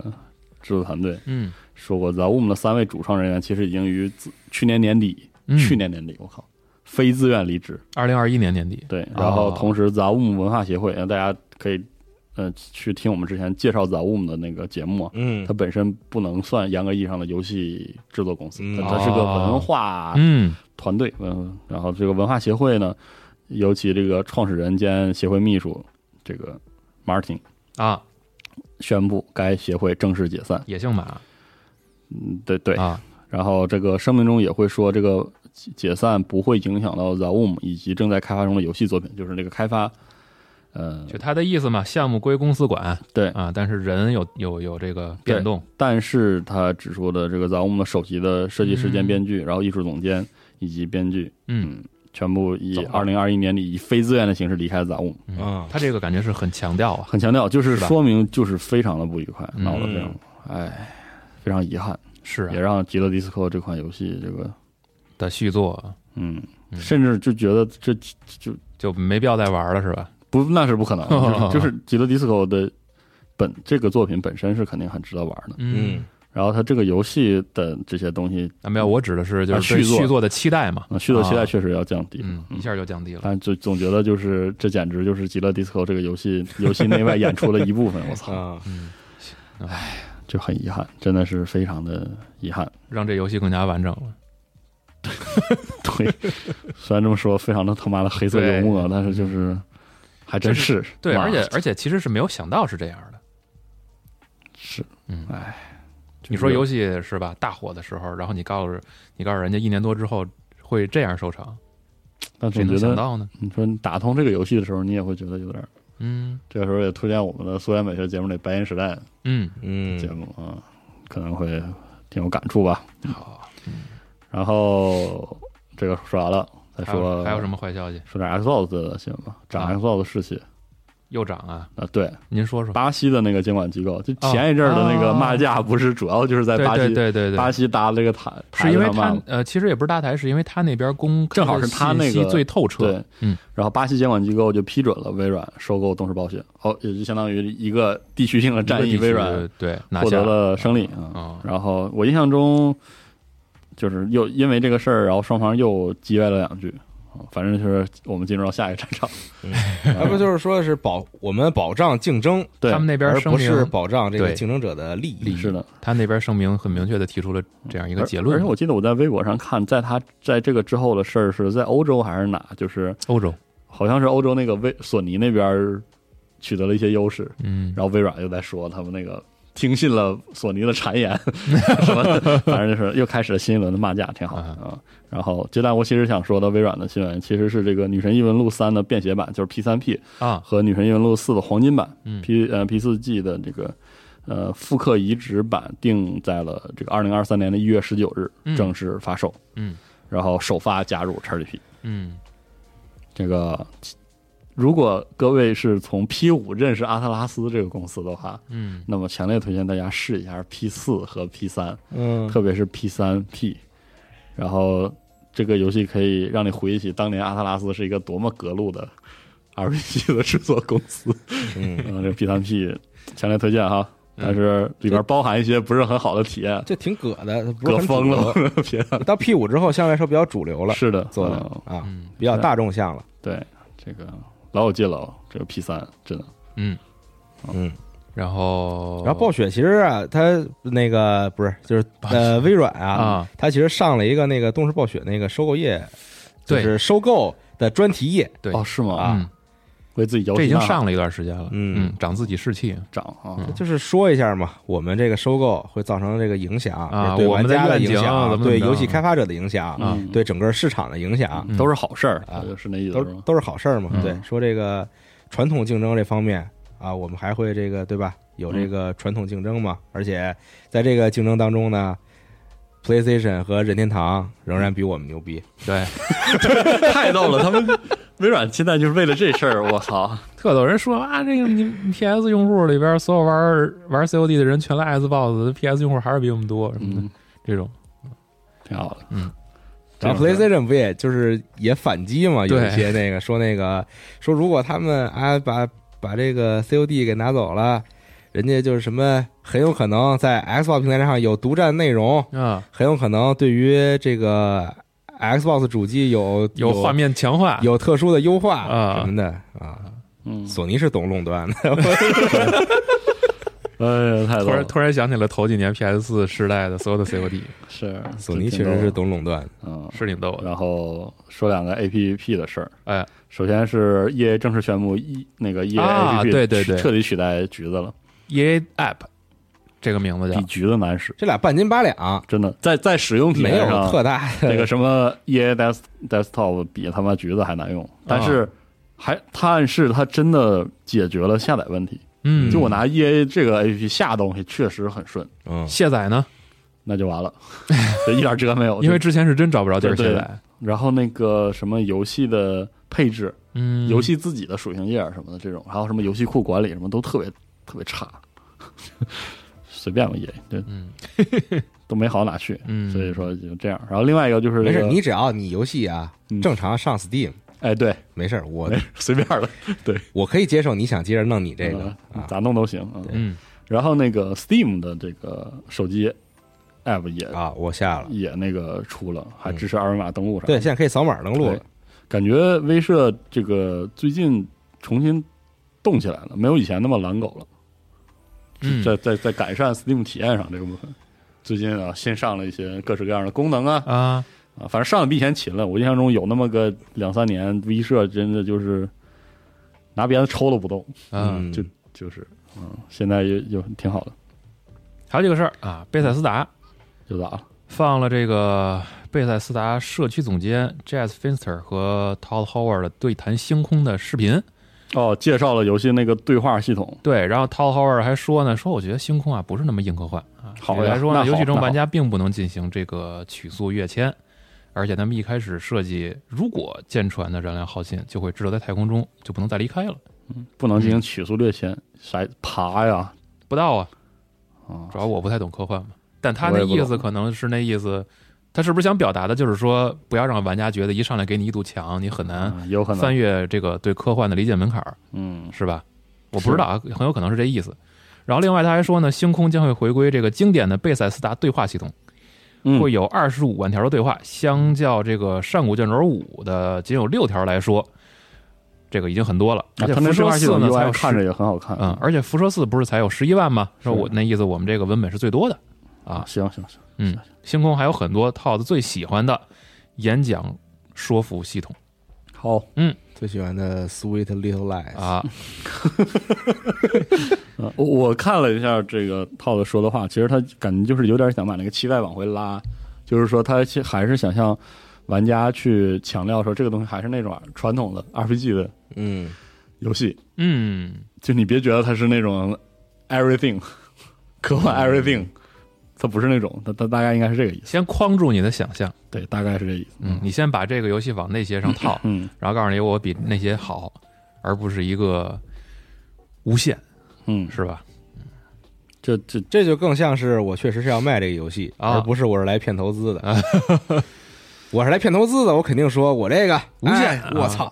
S5: 制作团队
S4: 嗯，
S5: 说过，Zaum 的三位主创人员其实已经于自去年年底，
S4: 嗯
S5: 去年年底我靠，非自愿离职。
S4: 二零二一年年底，
S5: 对，然后
S4: 哦
S5: 同时 Zaum 文化协会，呃大家可以呃去听我们之前介绍 Zaum 的那个节目啊。
S3: 嗯
S5: 它，本身不能算严格意义上的游戏制作公司，
S3: 嗯
S5: 它它是个
S4: 哦
S5: 文化
S4: 嗯
S5: 团队，嗯，然后这个文化协会呢，尤其这个创始人兼协会秘书这个 Martin
S4: 啊，
S5: 宣布该协会正式解散，
S4: 野性马
S5: 嗯，对对，
S4: 啊，
S5: 然后这个声明中也会说，这个解散不会影响到 Zaum 以及正在开发中的游戏作品，就是那个开发，呃，
S4: 就他的意思嘛，项目归公司管
S5: 对，
S4: 啊，但是人有有有这个变动，
S5: 但是他指出的这个 Zaum 的首席的设计师兼
S4: 嗯
S5: 编剧，然后艺术总监以及编剧，
S4: 嗯，
S5: 全部以
S4: 走了
S5: 二零二一年底以非自愿的形式离开 Zaum。
S3: 啊，
S4: 嗯他这个感觉是很强调啊，
S5: 很强调，就是
S4: 是吧
S5: 说明就是非常的不愉快，
S4: 嗯
S5: 闹得非常，哎，非常遗憾，
S4: 是啊
S5: 也让《极乐迪斯科》这款游戏这个，
S4: 的续作
S5: 嗯，
S4: 嗯
S5: 甚至就觉得这就
S4: 就没必要再玩了，是吧？
S5: 不那是不可能
S4: (laughs)
S5: 的，就是就是《极乐迪斯科》的本这个作品本身是肯定很值得玩的，
S3: 嗯，
S5: 然后它这个游戏的这些东西，
S4: 啊，没有，我指的是就
S5: 啊
S4: 是对
S5: 续作
S4: 续作的期待嘛
S5: 呃，续作期待
S4: 啊
S5: 确实要降低，
S4: 嗯，一下就降低了。
S5: 但就总觉得就是这简直就是《极乐迪斯科》这个游戏游戏内外演出的一部分，
S4: (laughs)
S5: 我操，
S3: 啊，
S4: 嗯
S5: 就很遗憾，真的是非常的遗憾。
S4: 让这游戏更加完整了。
S5: 对，虽然这么说非常的他妈的黑色幽默，但是就是还真是
S4: 对，
S5: 哇
S4: 而且而且其实是没有想到是这样的。
S5: 是
S4: 嗯
S5: 哎，
S4: 你说游戏是吧？大火的时候，然后你告诉你告诉人家一年多之后会这样收场，
S5: 但
S4: 谁
S5: 总
S4: 能
S5: 觉
S4: 想
S5: 得
S4: 到呢？
S5: 你说你打通这个游戏的时候，你也会觉得有点儿。
S4: 嗯
S5: 这个时候也推荐我们的苏联美学节目里《白银时代》
S4: 嗯，
S3: 嗯，
S5: 节目啊，可能会挺有感触吧。嗯
S4: 好，啊
S5: 然后这个说完了，再
S4: 还有
S5: 说
S4: 还有什？么坏消息？
S5: 说点 Xbox 的新闻吧，涨
S4: 啊
S5: Xbox 的士气
S4: 又涨啊！
S5: 啊！对，
S4: 您说说。
S5: 巴西的那个监管机构，就
S4: 哦
S5: 前一阵儿的那个骂架，不是主要就是在
S4: 对
S5: 巴西
S4: 对对对
S5: 巴
S4: 对，
S5: 西搭这个台，
S4: 是因为
S5: 台子上骂
S4: 他
S5: 嘛
S4: 呃，其实也不是搭台，是因为他那边公
S5: 正好是他那个
S4: 信息最透彻。
S5: 对，
S4: 嗯，
S5: 然后巴西监管机构就批准了微软收购动视暴雪，哦，也就相当于一个地区性的战
S4: 一
S5: 役，
S4: 个地区
S5: 微软
S4: 对拿
S5: 获
S4: 下
S5: 得了胜利
S4: 啊、
S5: 啊。
S4: 哦
S5: 然后我印象中，就是又因为这个事儿，然后双方又激烈了两句。啊反正就是我们进入到下一个战场，
S4: 嗯
S5: 啊
S3: 那不就是说是保我们保障竞争，
S5: 对
S4: 他们那边
S3: 而
S4: 声
S3: 不是
S4: 明
S3: 保障这个
S4: 对
S3: 竞争者的利益
S4: 利益
S5: 是的，
S4: 他那边声明很明确的提出了这样一个
S5: 而
S4: 结论，
S5: 而且我记得我在微博上看，在他在这个之后的事儿是在欧洲还是哪，就是
S4: 欧洲，
S5: 好像是欧洲那个微索尼那边儿取得了一些优势，
S4: 嗯，
S5: 然后微软又在说他们那个听信了索尼的
S4: (laughs)
S5: 谗言，什么的，反正就是又开始了新一轮的骂架，挺好的啊。然后接下来我其实想说的微软的新闻，其实是这个《女神异闻录三》的便携版，就是 P 三 P
S4: 啊，
S5: 和《女神异闻录四》的黄金版、
S4: 嗯
S5: p 呃 P 四 G 的这个呃复刻移植版定在了这个二零二三年的一月十九日
S4: 嗯
S5: 正式发售，
S4: 嗯
S5: 然后首发加入 XGP。
S4: 嗯，
S5: 这个，如果各位是从 P 五认识阿特拉斯这个公司的话，
S4: 嗯，
S5: 那么强烈推荐大家试一下 P 四和 P 三，
S3: 嗯
S5: 特别是 P 三 P，然后这个游戏可以让你回忆起当年阿特拉斯是一个多么格路的 RPG 的制作公司。 (laughs)
S3: 嗯，
S5: 嗯，这个 P 三 P 强烈推荐哈，但是里边包含一些不是很好的体验，
S3: 这挺葛的，不
S5: 葛
S3: 是很
S5: 疯
S3: 主
S5: 了 (laughs)
S3: 流。，
S5: 别的。
S3: 到 P 五之后，相对来说比较主流了，
S5: 是的，
S3: 做的
S5: 嗯
S3: 啊
S4: 嗯，
S3: 比较大众向了。
S5: 对这个老有劲了哦，这个 P 三真的，
S4: 嗯，
S3: 嗯，
S4: 然后
S3: 然后暴雪其实啊，它那个不是就是呃微软啊
S5: 嗯
S4: 啊，
S3: 它其实上了一个那个动视暴雪那个收购页，就
S4: 对
S3: 是收购的专题页，
S4: 对
S5: 哦，是吗？
S3: 啊
S4: 嗯，
S5: 为自己摇
S4: 这已经
S5: 旗呐喊
S4: 上了一段时间了，
S3: 嗯
S4: 嗯，长自己士气
S5: 涨啊，
S3: 就是说一下嘛，我们这个收购会造成这个影响
S4: 啊
S3: 对
S4: 我
S3: 玩
S4: 们的
S3: 家
S4: 愿景
S3: 影
S4: 啊怎
S3: 响，
S4: 么
S3: 对
S4: 怎么
S3: 游戏
S4: 着
S3: 开发者的影响，
S4: 啊
S5: 嗯
S3: 对整个市场的影响，
S4: 嗯
S5: 都是好事儿
S3: 啊
S5: 就是那意思
S3: 都
S5: 是吗？
S3: 都是好事儿嘛。
S4: 嗯
S3: 对，说这个传统竞争这方面啊，我们还会这个对吧？
S4: 嗯
S3: 有这个传统竞争嘛，而且在这个竞争当中呢，PlayStation 和任天堂仍然比我们牛逼。
S4: 对，
S5: 太逗了，他们 (laughs) 微软现在就是为了这事儿，我操！
S4: 特逗。人说啊，这个你你 PS 用户里边所有玩玩 COD 的人全来 Xbox，PS 用户还是比我们多什么的
S5: 嗯，
S4: 这种。
S5: 挺好的。
S4: 嗯
S5: 这
S3: 然后
S5: 种事儿，
S3: PlayStation 不也就是也反击嘛？有
S4: 对
S3: 一些那个说那个说，如果他们啊把把这个 COD 给拿走了，人家就是什么很有可能在 Xbox 平台上有独占内容，
S4: 啊，
S3: 很有可能对于这个 Xbox 主机有
S4: 有画面强化，
S3: 有特殊的优化
S4: 啊
S3: 什么的啊。
S5: 嗯，
S3: 索尼是懂垄断的，
S5: 哎呀，太
S4: 突
S5: 逗
S4: 然
S5: 了，
S4: 突然想起了头几年 PS 四时代的所有的 COD，
S5: 是
S3: 索尼
S5: 挺
S3: 确实是
S5: 挺
S3: 懂垄断的。
S5: 逗的嗯。
S4: 是挺逗的。
S5: 然后说两个 A P P 的事儿，
S4: 哎，
S5: 首先是 E A 正式宣布 E 那个 E A
S4: 啊
S5: A P P
S4: 对对对
S5: 彻底取代橘子了，
S4: EA E App 这个名字叫
S5: 比橘子难使，
S3: 这俩半斤八两，
S5: 真的在在使用体
S3: 没
S5: 验
S3: 有
S5: 上，
S3: 特大的
S5: 这个什么 E A Desk Desktop 比他妈橘子还
S4: 啊
S5: 难用，但是还但是它真的解决了下载问题，
S4: 嗯，
S5: 就我拿 E A 这个 A P P 下东西确实很顺，
S3: 嗯
S4: 卸载呢，
S5: 那就完了， (laughs) 就一点辙没有，
S4: 因为
S5: 就
S4: 之前是真找不着地儿
S5: 对对
S4: 卸载。
S5: 然后那个什么游戏的配置。
S4: 嗯，
S5: 游戏自己的属性页什么的这种，还有什么游戏库管理什么都特别特别差， (laughs) 随便吧也对，
S4: 嗯
S5: (laughs) 都没好哪去，
S4: 嗯
S5: 所以说就这样。然后另外一个就是
S3: 没事，
S5: 这个，
S3: 你只要你游戏啊
S5: 啊嗯
S3: 正常上 Steam，
S5: 哎对，
S3: 没事儿，我
S5: 没事随便了，对
S3: 我可以接受你想接着弄你这个
S5: 嗯
S3: 啊，
S5: 咋弄都行。嗯，
S4: 嗯
S5: 然后那个 Steam 的这个手机 app 也
S3: 啊，我下了，
S5: 也那个出了，还
S3: 嗯
S5: 支持二维码登录啥的。
S3: 对，现在可以扫码登录了
S5: 对，感觉威社这个最近重新动起来了，没有以前那么懒狗了。
S4: 嗯
S5: 在在在改善 Steam 体验上这个部分。最近啊，新上了一些各式各样的功能啊
S4: 啊，
S5: 啊，反正上的比以前勤了。我印象中有那么个两三年，V 社真的就是拿鞭子抽都不动，
S4: 嗯，
S5: 就就是嗯，现在也就挺好的，
S4: 还有这个事儿啊，贝塞斯达
S5: 就咋了？
S4: 放了这个贝塞斯达社区总监 Jazz Finster 和 Todd Howard 对谈星空的视频。
S5: 哦，介绍了游戏那个对话系统，
S4: 对，然后 Todd Howard 还说呢，说我觉得星空啊不是那么硬科幻啊，
S5: 好呀
S4: 来说
S5: 那
S4: 呢，
S5: 好
S4: 游戏中
S5: 那好
S4: 玩家并不能进行这个曲速跃迁，而且他们一开始设计，如果舰船的燃料耗尽，就会滞留在太空中，就不能再离开了。
S5: 不能进
S4: 嗯
S5: 行曲速掠迁，啥爬呀
S4: 不到啊，
S5: 啊
S4: 主要我不太懂科幻嘛，但他
S5: 我
S4: 那
S5: 也不
S4: 意
S5: 懂
S4: 思可能是那意思，他是不是想表达的就是说，不要让玩家觉得一上来给你一堵墙，你很难
S5: 啊，有可
S4: 翻
S5: 能，
S4: 越这个对科幻的理解门槛儿，
S5: 嗯
S4: 是吧？我不知道啊，很有可能是这意思。然后另外他还说呢，星空将会回归这个经典的贝塞斯达对话系统，
S5: 嗯
S4: 会有二十五万条的对话，相较这个上古卷轴五的仅有六条来说，这个已经很多了。而
S5: 啊
S4: 且
S5: 它
S4: 辐
S5: 那对
S4: 射
S5: 话系
S4: 四
S5: 统
S4: 呢才有10
S5: UI 看着也很好看，
S4: 嗯，而且辐射四不是才有十一万吗？说我那意思，我们这个文本是最多的。
S5: 啊，行行行，
S4: 嗯，星空还有很多套子最喜欢的演讲说服系统
S5: 好，
S3: 最喜欢的 Sweet Little Lies，
S4: 啊，
S5: 啊我我看了一下这个套子说的话，其实他感觉就是有点想把那个期待往回拉，就是说他其还是想向玩家去强调说这个东西还是那种传统的 RPG 的
S3: 嗯，
S5: 游戏，
S4: 嗯，
S5: 就你别觉得它是那种 everything (laughs) 科幻
S3: 嗯
S5: everything，它不是那种，它它大概应该是这个意思，
S4: 先框住你的想象，
S5: 对，大概是这意思，
S4: 嗯，你先把这个游戏往那些上套，
S5: 嗯
S4: 然后告诉你我比那些好，而不是一个无限，
S5: 嗯，
S4: 是吧？
S5: 这这
S3: 这就更像是我确实是要卖这个游戏，
S4: 啊
S3: 而不是我是来骗投资的。
S4: (laughs)
S3: 我是来骗投资的，我肯定说我这个
S4: 无限
S3: 哎
S4: 啊
S3: 我操，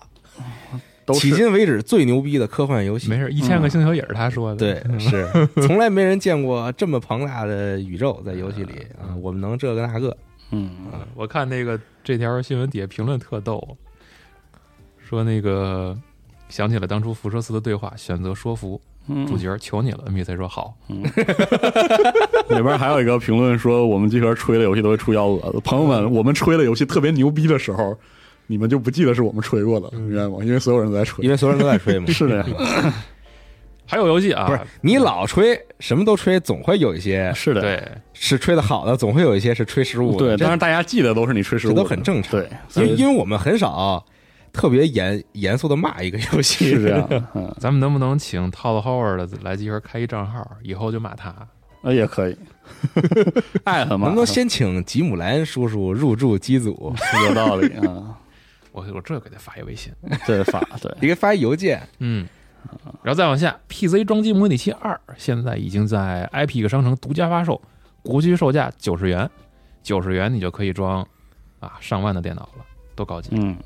S5: 都
S3: 迄
S5: 是
S3: 今为止最牛逼的科幻游戏
S4: 没。事，一千个星球也是他说的，
S3: 对，
S5: (laughs)
S3: 是从来没人见过这么庞大的宇宙在游戏
S5: 哎
S3: 里啊！我们能这个那个，
S5: 嗯
S4: 我看那个这条新闻底下评论特逗，说那个想起了当初辐射四的对话，选择说服
S5: 嗯
S4: 主角，求你了。NPC 说好，
S5: 里边还有一个评论说，我们集合吹的游戏都会出幺蛾子。朋友
S3: 嗯
S5: 们，我们吹的游戏特别牛逼的时候，你们就不记得是我们吹过的，明白吗？因为所有人都在吹。
S3: 嗯因。为所有人都在吹嘛
S5: (laughs) 是的，
S4: 还有游戏
S3: (laughs)
S4: 啊，
S3: 不是你老吹，什么都吹，总会有一些
S5: 是的，
S4: 对，
S3: 是吹的好的，总会有一些是吹失误
S5: 对呃
S3: 的。
S5: 但
S3: 这
S5: 是大家记得都是你吹失误
S3: 这
S5: 的，
S3: 都很正常。
S5: 对，所
S3: 因为
S5: 以
S3: 因为我们很少特别严严肃的骂一个游戏，
S5: 是这样，
S3: (laughs)
S5: 嗯，
S4: 咱们能不能请 Todd Howard 来集合开一账号，以后就骂他？
S5: 那呃
S3: (laughs)
S5: 也可以，艾特嘛，
S3: 能不能先请吉姆莱恩叔叔入驻机组？
S5: 有道理啊？
S4: 我我这就给他发一微信。
S5: 这法对，
S3: 你给发一邮件，
S4: 嗯，然后再往下，PC 装机模拟器二现在已经在 IP 商城独家发售，国区售价九十元，九十元你就可以装啊上万的电脑了，多高级！
S5: 嗯，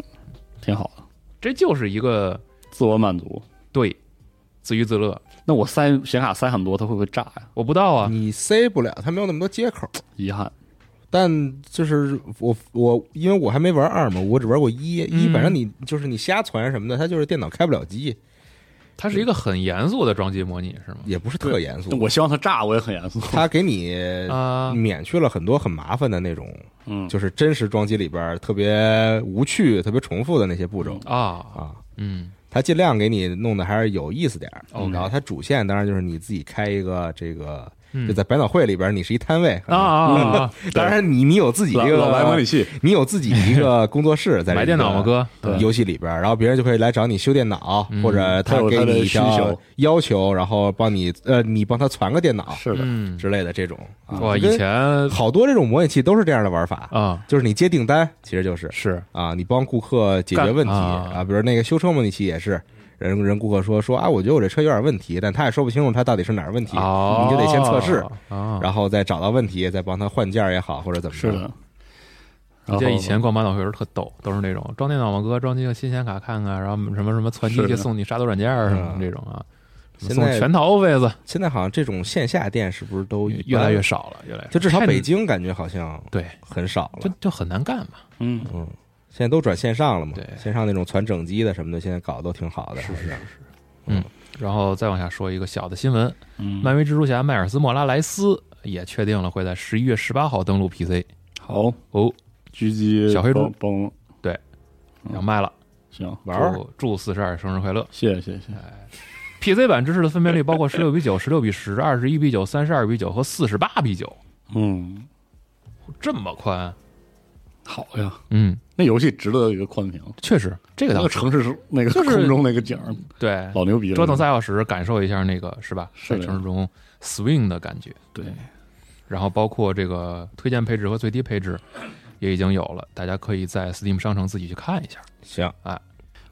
S5: 挺好的，
S4: 这就是一个
S5: 自我满足。
S4: 对自娱自乐。
S5: 那我塞显卡塞很多，它会不会炸呀？
S4: 我不到啊，
S3: 你塞不了，它没有那么多接口。
S5: 遗憾，
S3: 但就是我我因为我还没玩二嘛，我只玩过一，一
S4: 嗯
S3: 反正你就是你瞎传什么的，它就是电脑开不了机，
S4: 它是一个很严肃的装机模拟是吗？
S3: 也不是特严肃。
S5: 我希望它炸，我也很严肃。
S3: 它给你
S4: 啊、
S3: 免去了很多很麻烦的那种，
S5: 嗯，
S3: 就是真实装机里边儿特别无趣、特别重复的那些步骤
S5: 嗯
S4: 啊，
S3: 啊。
S4: 嗯，
S3: 它尽量给你弄的还是有意思点儿。
S4: OK
S3: 然后它主线当然就是你自己开一个这个，
S4: 嗯
S3: 就在百脑汇里边儿，你是一摊位
S4: 啊。啊啊啊！
S3: 可能当然你，你有自己
S5: 老
S3: 一
S5: 老白模拟
S3: 个，
S5: 器，
S3: 你有自己一个工作
S4: (laughs)
S3: 室在
S4: (laughs) 买电脑吗，？哥？
S5: 对
S3: 嗯游戏里边儿，然后别人就会来找你修电脑，
S4: 嗯
S3: 或者
S5: 他有
S3: 给
S5: 他的
S3: 你一
S5: 需
S3: 条
S5: 求
S3: 要求，然后帮你呃，你帮他传个电脑
S5: 是的，
S4: 嗯，
S3: 之类的这种。啊
S4: 哇，
S3: 就跟
S4: 以前
S3: 好多这种模拟器都是这样的玩法，
S4: 啊
S3: 就是你接订单，其实就是
S4: 是
S3: 啊，你帮顾客解决问题
S4: 干啊
S3: 啊，比如那个修车模拟器也是，人人顾客说说啊，我觉得我这车有点问题，但他也说不清楚他到底是哪儿问题，
S4: 哦，
S3: 你就得先测试，
S4: 啊。
S3: 然后再找到问题，再帮他换件儿也好，或者怎么
S5: 是
S3: 着。
S5: 的。
S4: 你
S5: 嗯然后
S4: 记得以前逛马脑会时候特逗，都是那种装电脑吗哥，装进个新显卡看看，然后什么什么传机
S5: 是
S4: 器
S5: 的
S4: 送你杀毒软件儿什么
S3: 嗯
S4: 这种啊，什么
S3: 现
S4: 送
S3: 在
S4: 全套 Office
S3: 现在好像这种线下店是不是都
S4: 越来越，少了，越来越少
S3: 就至少
S4: 太
S3: 北京感觉好像
S4: 对，
S3: 很少
S4: 就
S3: 了。
S4: 就很难干嘛。
S5: 嗯，
S3: 嗯，现在都转线上了嘛
S4: 对，
S3: 线上那种传整机的什么的，现在搞得都挺好的。是是，
S4: 然后再往下说一个小的新闻，
S5: 嗯
S4: 漫威蜘蛛侠迈尔斯莫拉莱斯也确定了会在十一月十八号登陆 PC，
S5: 好，
S4: 哦，
S5: 狙击
S4: 小黑猪
S5: 崩崩，
S4: 要卖了，
S5: 行，
S3: 嗯玩儿
S4: 祝祝四十二生日快乐。
S5: 谢谢谢谢，
S4: 哎 PC 版支持的分辨率包括十六比九、十六比十、二十一比九、三十二比九和四十八比九，
S5: 嗯，
S4: 这么宽，
S5: 好呀，
S4: 嗯，
S5: 那游戏值得一个宽屏，
S4: 确实这个
S5: 那
S4: 倒
S5: 个
S4: 是
S5: 城市是那个
S4: 就是哎
S5: 空中那个景儿
S4: 对，
S5: 老牛逼了，
S4: 折腾仨小时，感受一下那个是吧？
S5: 是
S4: 在
S5: 的
S4: 城市中 swing 的感觉，
S5: 对，
S4: 然后包括这个推荐配置和最低配置也已经有了，大家可以在 Steam 商城自己去看一下。
S3: 行，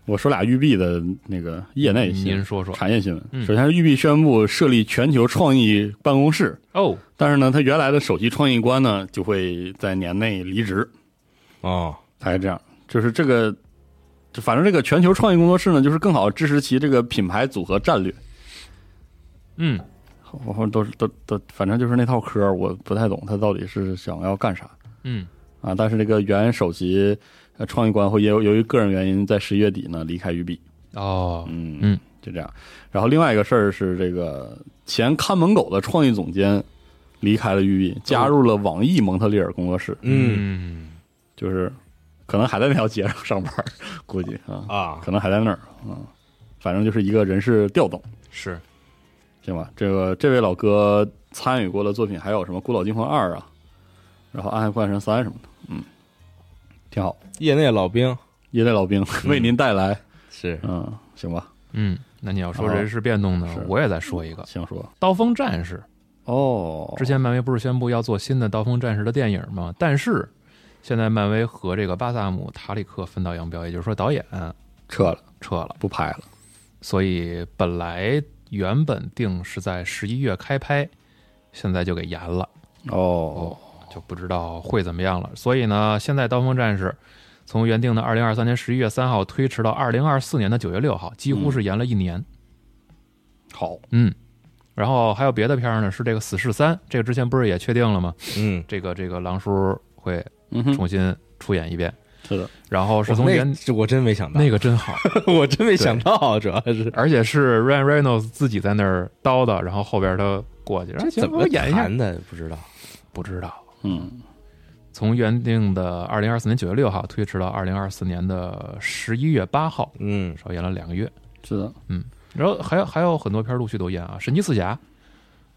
S5: 我说俩育碧的那个业内新
S4: 您
S5: 闻、
S4: 说说
S5: 产业新
S4: 嗯
S5: 闻。首先是育碧宣布设立全球创意办公室，
S4: 哦，
S5: 但是呢，他原来的首席创意官呢就会在年内离职，
S3: 哦，
S5: 才这样。就是这个，就反正这个全球创意工作室呢，就是更好地支持其这个品牌组合战略。
S4: 嗯，
S5: 我后都是都都，反正就是那套嗑儿，我不太懂他到底是想要干啥
S4: 嗯，
S5: 啊。但是这个原首席呃创意官会由由于个人原因，在十一月底呢离开育碧。
S4: 哦，
S5: 嗯
S4: 嗯，
S5: 就这样。然后另外一个事儿是，这个前看门狗的创意总监离开了育碧，加入了网易蒙特利尔工作室，
S3: 嗯
S4: 嗯，
S5: 就是可能还在那条街上上班儿，估计啊，
S3: 啊，
S5: 可能还在那儿，嗯，反正就是一个人事调动，
S4: 是
S5: 行吧？这个这位老哥参与过的作品还有什么《孤岛惊魂二》啊，然后《暗黑破坏神三》什么的，嗯，挺好。
S3: 业内老兵
S5: 业内老兵为您带来，
S3: 是
S5: 嗯，行吧，
S4: 嗯，那你要说
S5: 哦
S4: 人事变动呢，
S5: 是
S4: 我也再说一个《
S5: 行说
S4: 刀锋战士》。
S5: 啊哦，
S4: 之前漫威不是宣布要做新的《刀锋战士》的电影吗？但是现在漫威和这个巴萨姆塔里克分道扬镳，也就是说导演
S5: 撤了，
S4: 撤了。
S5: 不拍了，
S4: 所以本来原本定是在十一月开拍，现在就给延了，
S5: 哦，
S4: 就不知道会怎么样了。所以呢，现在《刀锋战士》从原定的二零二三年十一月三号推迟到二零二四年的九月六号，几乎是延了一年。
S5: 好，
S4: 嗯，然后还有别的片儿呢，是这个《死侍三》，这个之前不是也确定了吗？
S3: 嗯
S4: 这个这个狼叔会
S5: 嗯哼，
S4: 重新出演一遍。
S5: 是的，
S4: 然后是从
S3: 那
S4: 原
S3: 这我真没想到，
S4: 那个真好，
S3: (laughs) 我真没想到，主要是
S4: (laughs) 而且是 Ryan Reynolds 自己在那儿叨叨，然后后边他过去，然后
S3: 这
S4: 行
S3: 怎
S4: 我
S3: 么
S4: 演一下，
S3: 谈的不知道。
S4: 不知道。
S5: 嗯
S4: 从原定的二零二四年九月六号推迟到二零二四年的十一月八号，
S3: 嗯，
S4: 少演了两个月。
S5: 是的，
S4: 然后还有还有很多片儿陆续都演啊，《神奇四侠》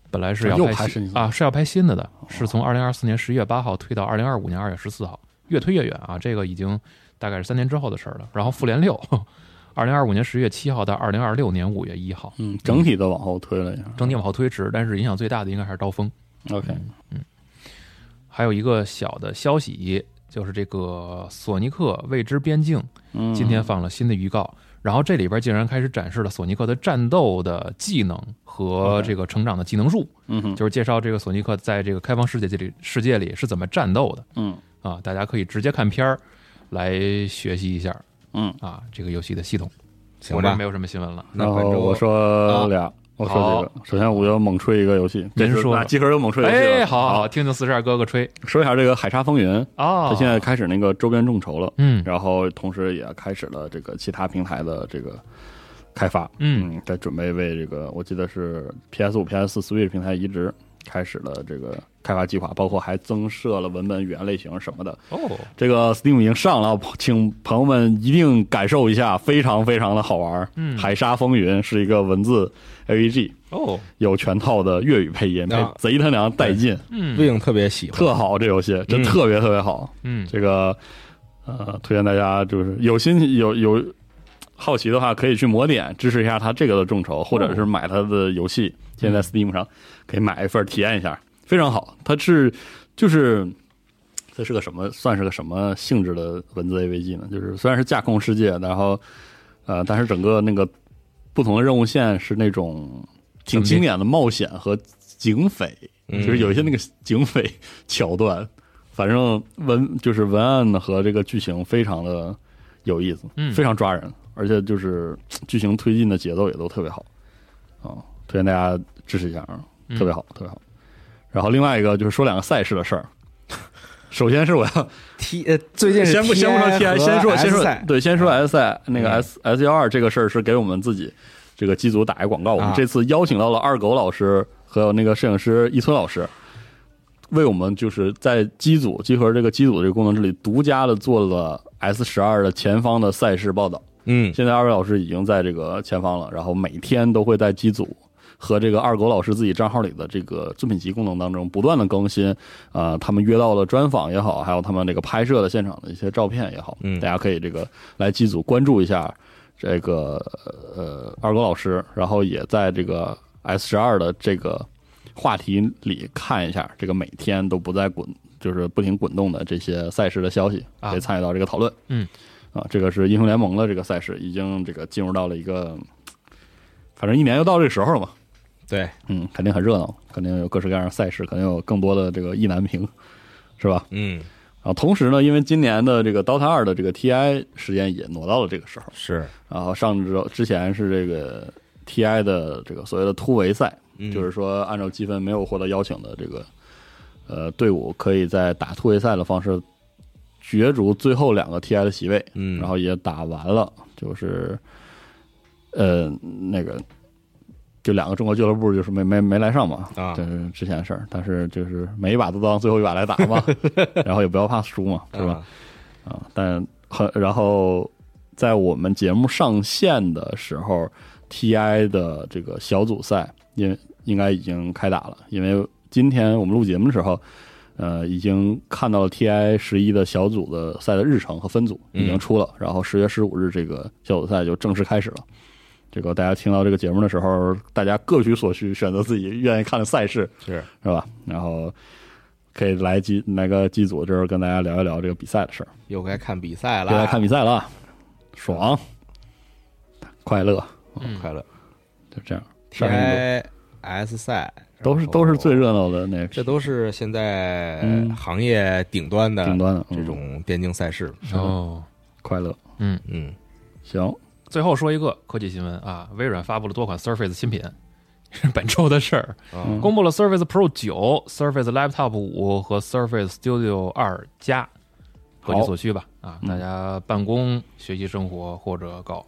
S4: 本来是要
S5: 又
S4: 拍
S5: 拍
S4: 新
S5: 神奇四侠哦
S4: 啊，是要拍新的的，是从二零二四年十一月八号推到二零二五年二月十四号，越推越远啊，这个已经大概是三年之后的事儿了。然后《复联六》， (laughs) 二零二五年十月七号到二零二六年五月一号，
S5: 嗯，整体都往后推了一下。
S4: 整体往后推迟，但是影响最大的应该还是《刀锋》。
S5: OK，
S4: 还有一个小的消息，就是这个索尼克未知边境
S5: 嗯，
S4: 今天放了新的预告，然后这里边竟然开始展示了索尼克的战斗的技能和
S5: OK
S4: 这个成长的技能树，
S5: 嗯哼
S4: 就是介绍这个索尼克在这个开放世界这里世界里是怎么战斗的
S5: 嗯
S4: 啊，大家可以直接看片儿来学习一下
S5: 嗯，
S4: 啊这个游戏的系统。
S3: 行
S4: 我这
S3: 吧
S4: 没，有什么新闻了，
S3: 那
S5: 然
S3: 本
S5: 后
S3: 周
S5: 我
S4: 啊
S5: 说俩，我说几个。首先，我就猛吹一个游戏，这
S4: 您
S5: 是
S4: 说
S5: 啊集合又猛吹游戏了。
S4: 哎，好好好，听听四十二哥哥吹
S5: 说一下这个《海沙风云》，
S4: 啊，
S5: 它现在开始那个周边众筹了，
S4: 嗯
S5: 然后同时也开始了这个其他平台的这个开发，
S4: 嗯
S5: 嗯，在准备为这个我记得是 PS 五、PS 四、Switch 平台移植开始了这个开发计划，包括还增设了文本、语言类型什么的。
S4: 哦，
S5: 这个 Steam 已经上了，请朋友们一定感受一下，非常非常的好玩。
S4: 嗯
S5: 海沙风云》是一个文字 AVG，
S4: 哦，
S5: 有全套的粤语配音，配
S3: 啊
S5: 贼他娘带劲，
S4: 嗯
S3: Wing 特别喜欢，
S5: 特好。这游戏真
S3: 嗯
S5: 特别特别好。
S4: 嗯，
S5: 这个呃，推荐大家就是有心有有好奇的话，可以去魔点支持一下他这个的众筹，或者是买他的游戏。现在 Steam 上可以买一份儿体验一下，非常好。它是就是这是个什么？算是个什么性质的文字 AVG 呢？就是虽然是架空世界，然后呃，但是整个那个不同的任务线是那种挺经典的冒险和警匪，
S3: 嗯
S5: 就是有一些那个警匪 (laughs) 桥段，反正文就是文案和这个剧情非常的有意思，
S4: 嗯
S5: 非常抓人，而且就是剧情推进的节奏也都特别好，啊、推荐大家支持一下啊，特别好，特别好。然后另外一个就是说两个赛事的事儿， (laughs) 首先是我要
S3: T 呃，最近是
S5: 先不先不说 T I，
S3: 和
S5: 先说
S3: S
S5: 先说
S3: 赛
S5: 对，先说 S 赛那个
S3: 嗯
S5: S S 幺二这个事儿是给我们自己这个机组打一广告，我们
S3: 啊
S5: 这次邀请到了二狗老师还有那个摄影师一村老师。为我们就是在机组集合这个机组这个功能这里，独家的做了 S 十二的前方的赛事报道。
S3: 嗯，
S5: 现在二位老师已经在这个前方了，然后每天都会在机组和这个二狗老师自己账号里的这个作品集功能当中不断的更新，啊，他们约到了专访也好，还有他们这个拍摄的现场的一些照片也好，
S3: 嗯
S5: 大家可以这个来机组关注一下这个呃二狗老师，然后也在这个 S 十二的这个话题里看一下这个每天都不再滚，就是不停滚动的这些赛事的消息，
S4: 啊
S5: 可以参与到这个讨论。
S4: 嗯，
S5: 啊，这个是英雄联盟的这个赛事，已经这个进入到了一个，反正一年又到这个时候了嘛。
S3: 对，
S5: 嗯，肯定很热闹，肯定有各式各样的赛事，肯定有更多的这个意难平，是吧？
S3: 嗯，
S5: 然后同时呢，因为今年的这个 DOTA 二的这个 TI 时间也挪到了这个时候，
S3: 是，
S5: 然后上周之前是这个 TI 的这个所谓的突围赛，
S3: 嗯
S5: 就是说按照积分没有获得邀请的这个呃队伍，可以在打突围赛的方式角逐最后两个 TI 的席位，
S3: 嗯，
S5: 然后也打完了，就是呃那个就两个中国俱乐部就是没没没来上嘛，
S3: 啊
S5: 这是之前的事儿，但是就是每一把都当最后一把来打
S3: (laughs)
S5: 嘛，然后也不要怕输嘛，是吧？
S3: 啊？
S5: 啊，但很然后在我们节目上线的时候，TI 的这个小组赛应应该已经开打了，因为今天我们录节目的时候，呃，已经看到了 TI 十一的小组的赛的日程和分组已经出了，然后十月十五日这个小组赛就正式开始了。这个大家听到这个节目的时候，大家各取所需，选择自己愿意看的赛事，
S3: 是
S5: 是吧？然后可以来机来个机组这儿跟大家聊一聊这个比赛的事儿。
S3: 又该看比赛了，
S5: 又来看比赛了啊，爽，快乐，
S4: 嗯
S3: 快乐
S5: 就这样，
S3: T
S5: 上一
S3: I S 赛
S5: 周都是
S3: 然后
S5: 都是最热闹的那
S3: 哦这都是现在
S5: 嗯
S3: 行业顶端的
S5: 顶端的嗯
S3: 这种电竞赛事，
S4: 哦。
S5: 快乐。
S3: 嗯，
S5: 行，
S4: 最后说一个科技新闻啊，微软发布了多款 Surface 新品，是本周的事儿。
S3: 啊
S4: 公布了 Surface Pro 九、Surface Laptop 五和 Surface Studio 二加，各取所需吧。啊，
S5: 嗯
S4: 大家办公、学习生活或者搞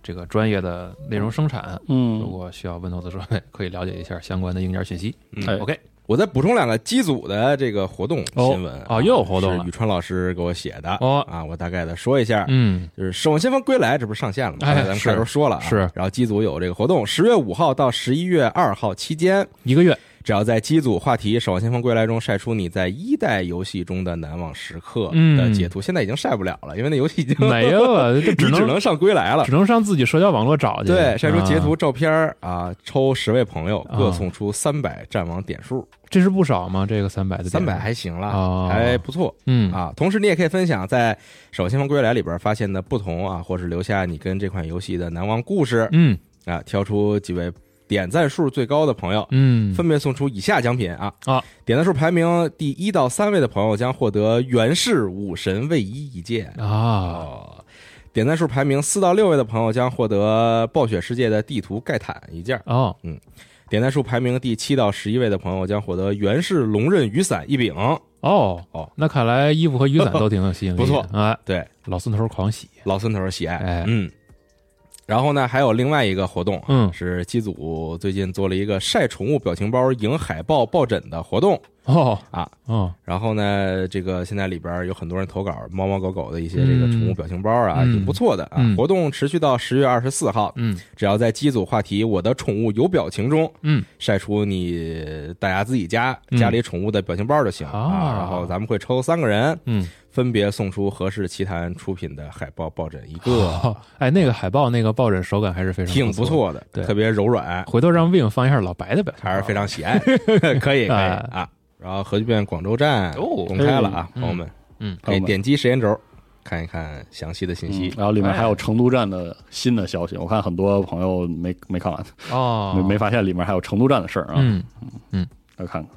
S4: 这个专业的内容生产，如
S5: 嗯，
S4: 果需要 Windows 设备，可以了解一下相关的硬件信息。
S5: 哎
S4: OK，
S3: 嗯我再补充两个机组的这个活动
S4: 哦
S3: 新闻啊
S4: 哦又有活动了
S3: 是宇川老师给我写的
S4: 哦
S3: 啊，我大概的说一下，
S4: 嗯，
S3: 就是《守望先锋归来》这不是上线了吗？
S4: 哎
S3: 刚才咱们
S4: 是
S3: 开头说了啊，
S4: 是
S3: 然后机组有这个活动，十月五号到十一月二号期间，
S4: 一个月，
S3: 只要在机组话题《守望先锋归来》中晒出你在一代游戏中的难忘时刻的截图，现在已经晒不了了，因为那游戏已经
S4: 嗯
S3: (laughs)
S4: 没，了，就
S3: 你
S4: 只
S3: 只
S4: 能
S3: 能上归来了
S4: 只。能上自己社交网络找去。
S3: 对，晒出截图、
S4: 啊
S3: 照片儿啊，抽十位朋友，
S4: 啊
S3: 各送出三百战王点数，
S4: 这是不少吗？这个三百的点
S3: 三百还行
S4: 哦
S3: 了，啊还不错
S4: 嗯
S3: 啊。同时，你也可以分享在《守望先锋归来》里边发现的不同啊，或是留下你跟这款游戏的难忘故事
S4: 嗯
S3: 啊，挑出几位点赞数最高的朋友，
S4: 嗯，
S3: 分别送出以下奖品啊
S4: 啊！
S3: 点赞数排名第一到三位的朋友将获得源氏武神卫衣一件
S4: 啊，
S3: 哦，点赞数排名四到六位的朋友将获得暴雪世界的地图盖坦一件。
S4: 哦，
S3: 点赞数排名第七到十一位的朋友将获得源氏龙刃雨伞一柄。
S4: 哦，
S3: 哦，
S4: 那看来衣服和雨伞都挺有吸引力的，
S3: 不错
S4: 哎，
S3: 对，
S4: 老孙头狂喜，
S3: 老孙头喜爱。
S4: 哎
S3: 嗯。然后呢，还有另外一个活动啊，
S4: 嗯
S3: 是机组最近做了一个晒宠物表情包赢海报抱枕的活动。
S4: 哦
S3: 啊，
S4: 哦，
S3: 然后呢，这个现在里边有很多人投稿猫猫狗狗的一些这个
S4: 嗯
S3: 宠物表情包啊，
S4: 嗯
S3: 挺不错的啊。
S4: 嗯
S3: 活动持续到十月二十四号，
S4: 嗯
S3: 只要在机组话题“我的宠物有表情”中
S4: 嗯，
S3: 晒出你呃大家自己家
S4: 嗯
S3: 家里宠物的表情包就行、
S4: 啊
S3: 啊。然后咱们会抽三个人，
S4: 嗯，
S3: 分别送出和氏奇谭出品的海报抱枕一个，
S4: 哦，哎，那个海报那个抱枕手感还是非常
S3: 挺
S4: 不
S3: 不，错的，
S4: 对
S3: 特别柔软，
S4: 回头让 Win 放一下老白的表情包，
S3: 还是非常喜爱。可以可以
S4: 哎
S3: 啊。然后核聚变广州站
S4: 哦
S3: 公开了啊，
S4: 嗯
S3: 朋友们。
S4: 嗯
S3: 可以点击时间轴看一看详细的信息
S5: 嗯。然后里面还有成都站的新的消息，我看很多朋友没没看完，
S4: 哦，
S5: 没没发现里面还有成都站的事儿啊，
S4: 嗯，
S5: 来看看。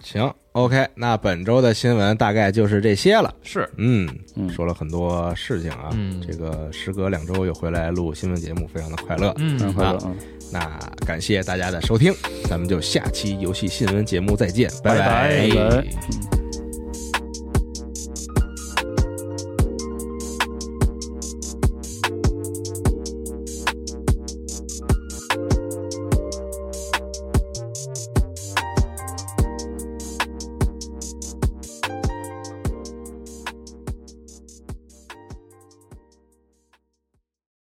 S3: 行，OK，那本周的新闻大概就是这些了。
S4: 是，
S3: 嗯，
S5: 嗯
S3: 说了很多事情啊，
S4: 嗯
S3: 这个时隔两周又回来录新闻节目，非常的快乐。
S5: 嗯，
S4: 嗯，
S5: 快乐啊！
S3: 那感谢大家的收听，咱们就下期游戏新闻节目再见，拜
S5: 拜拜。嗯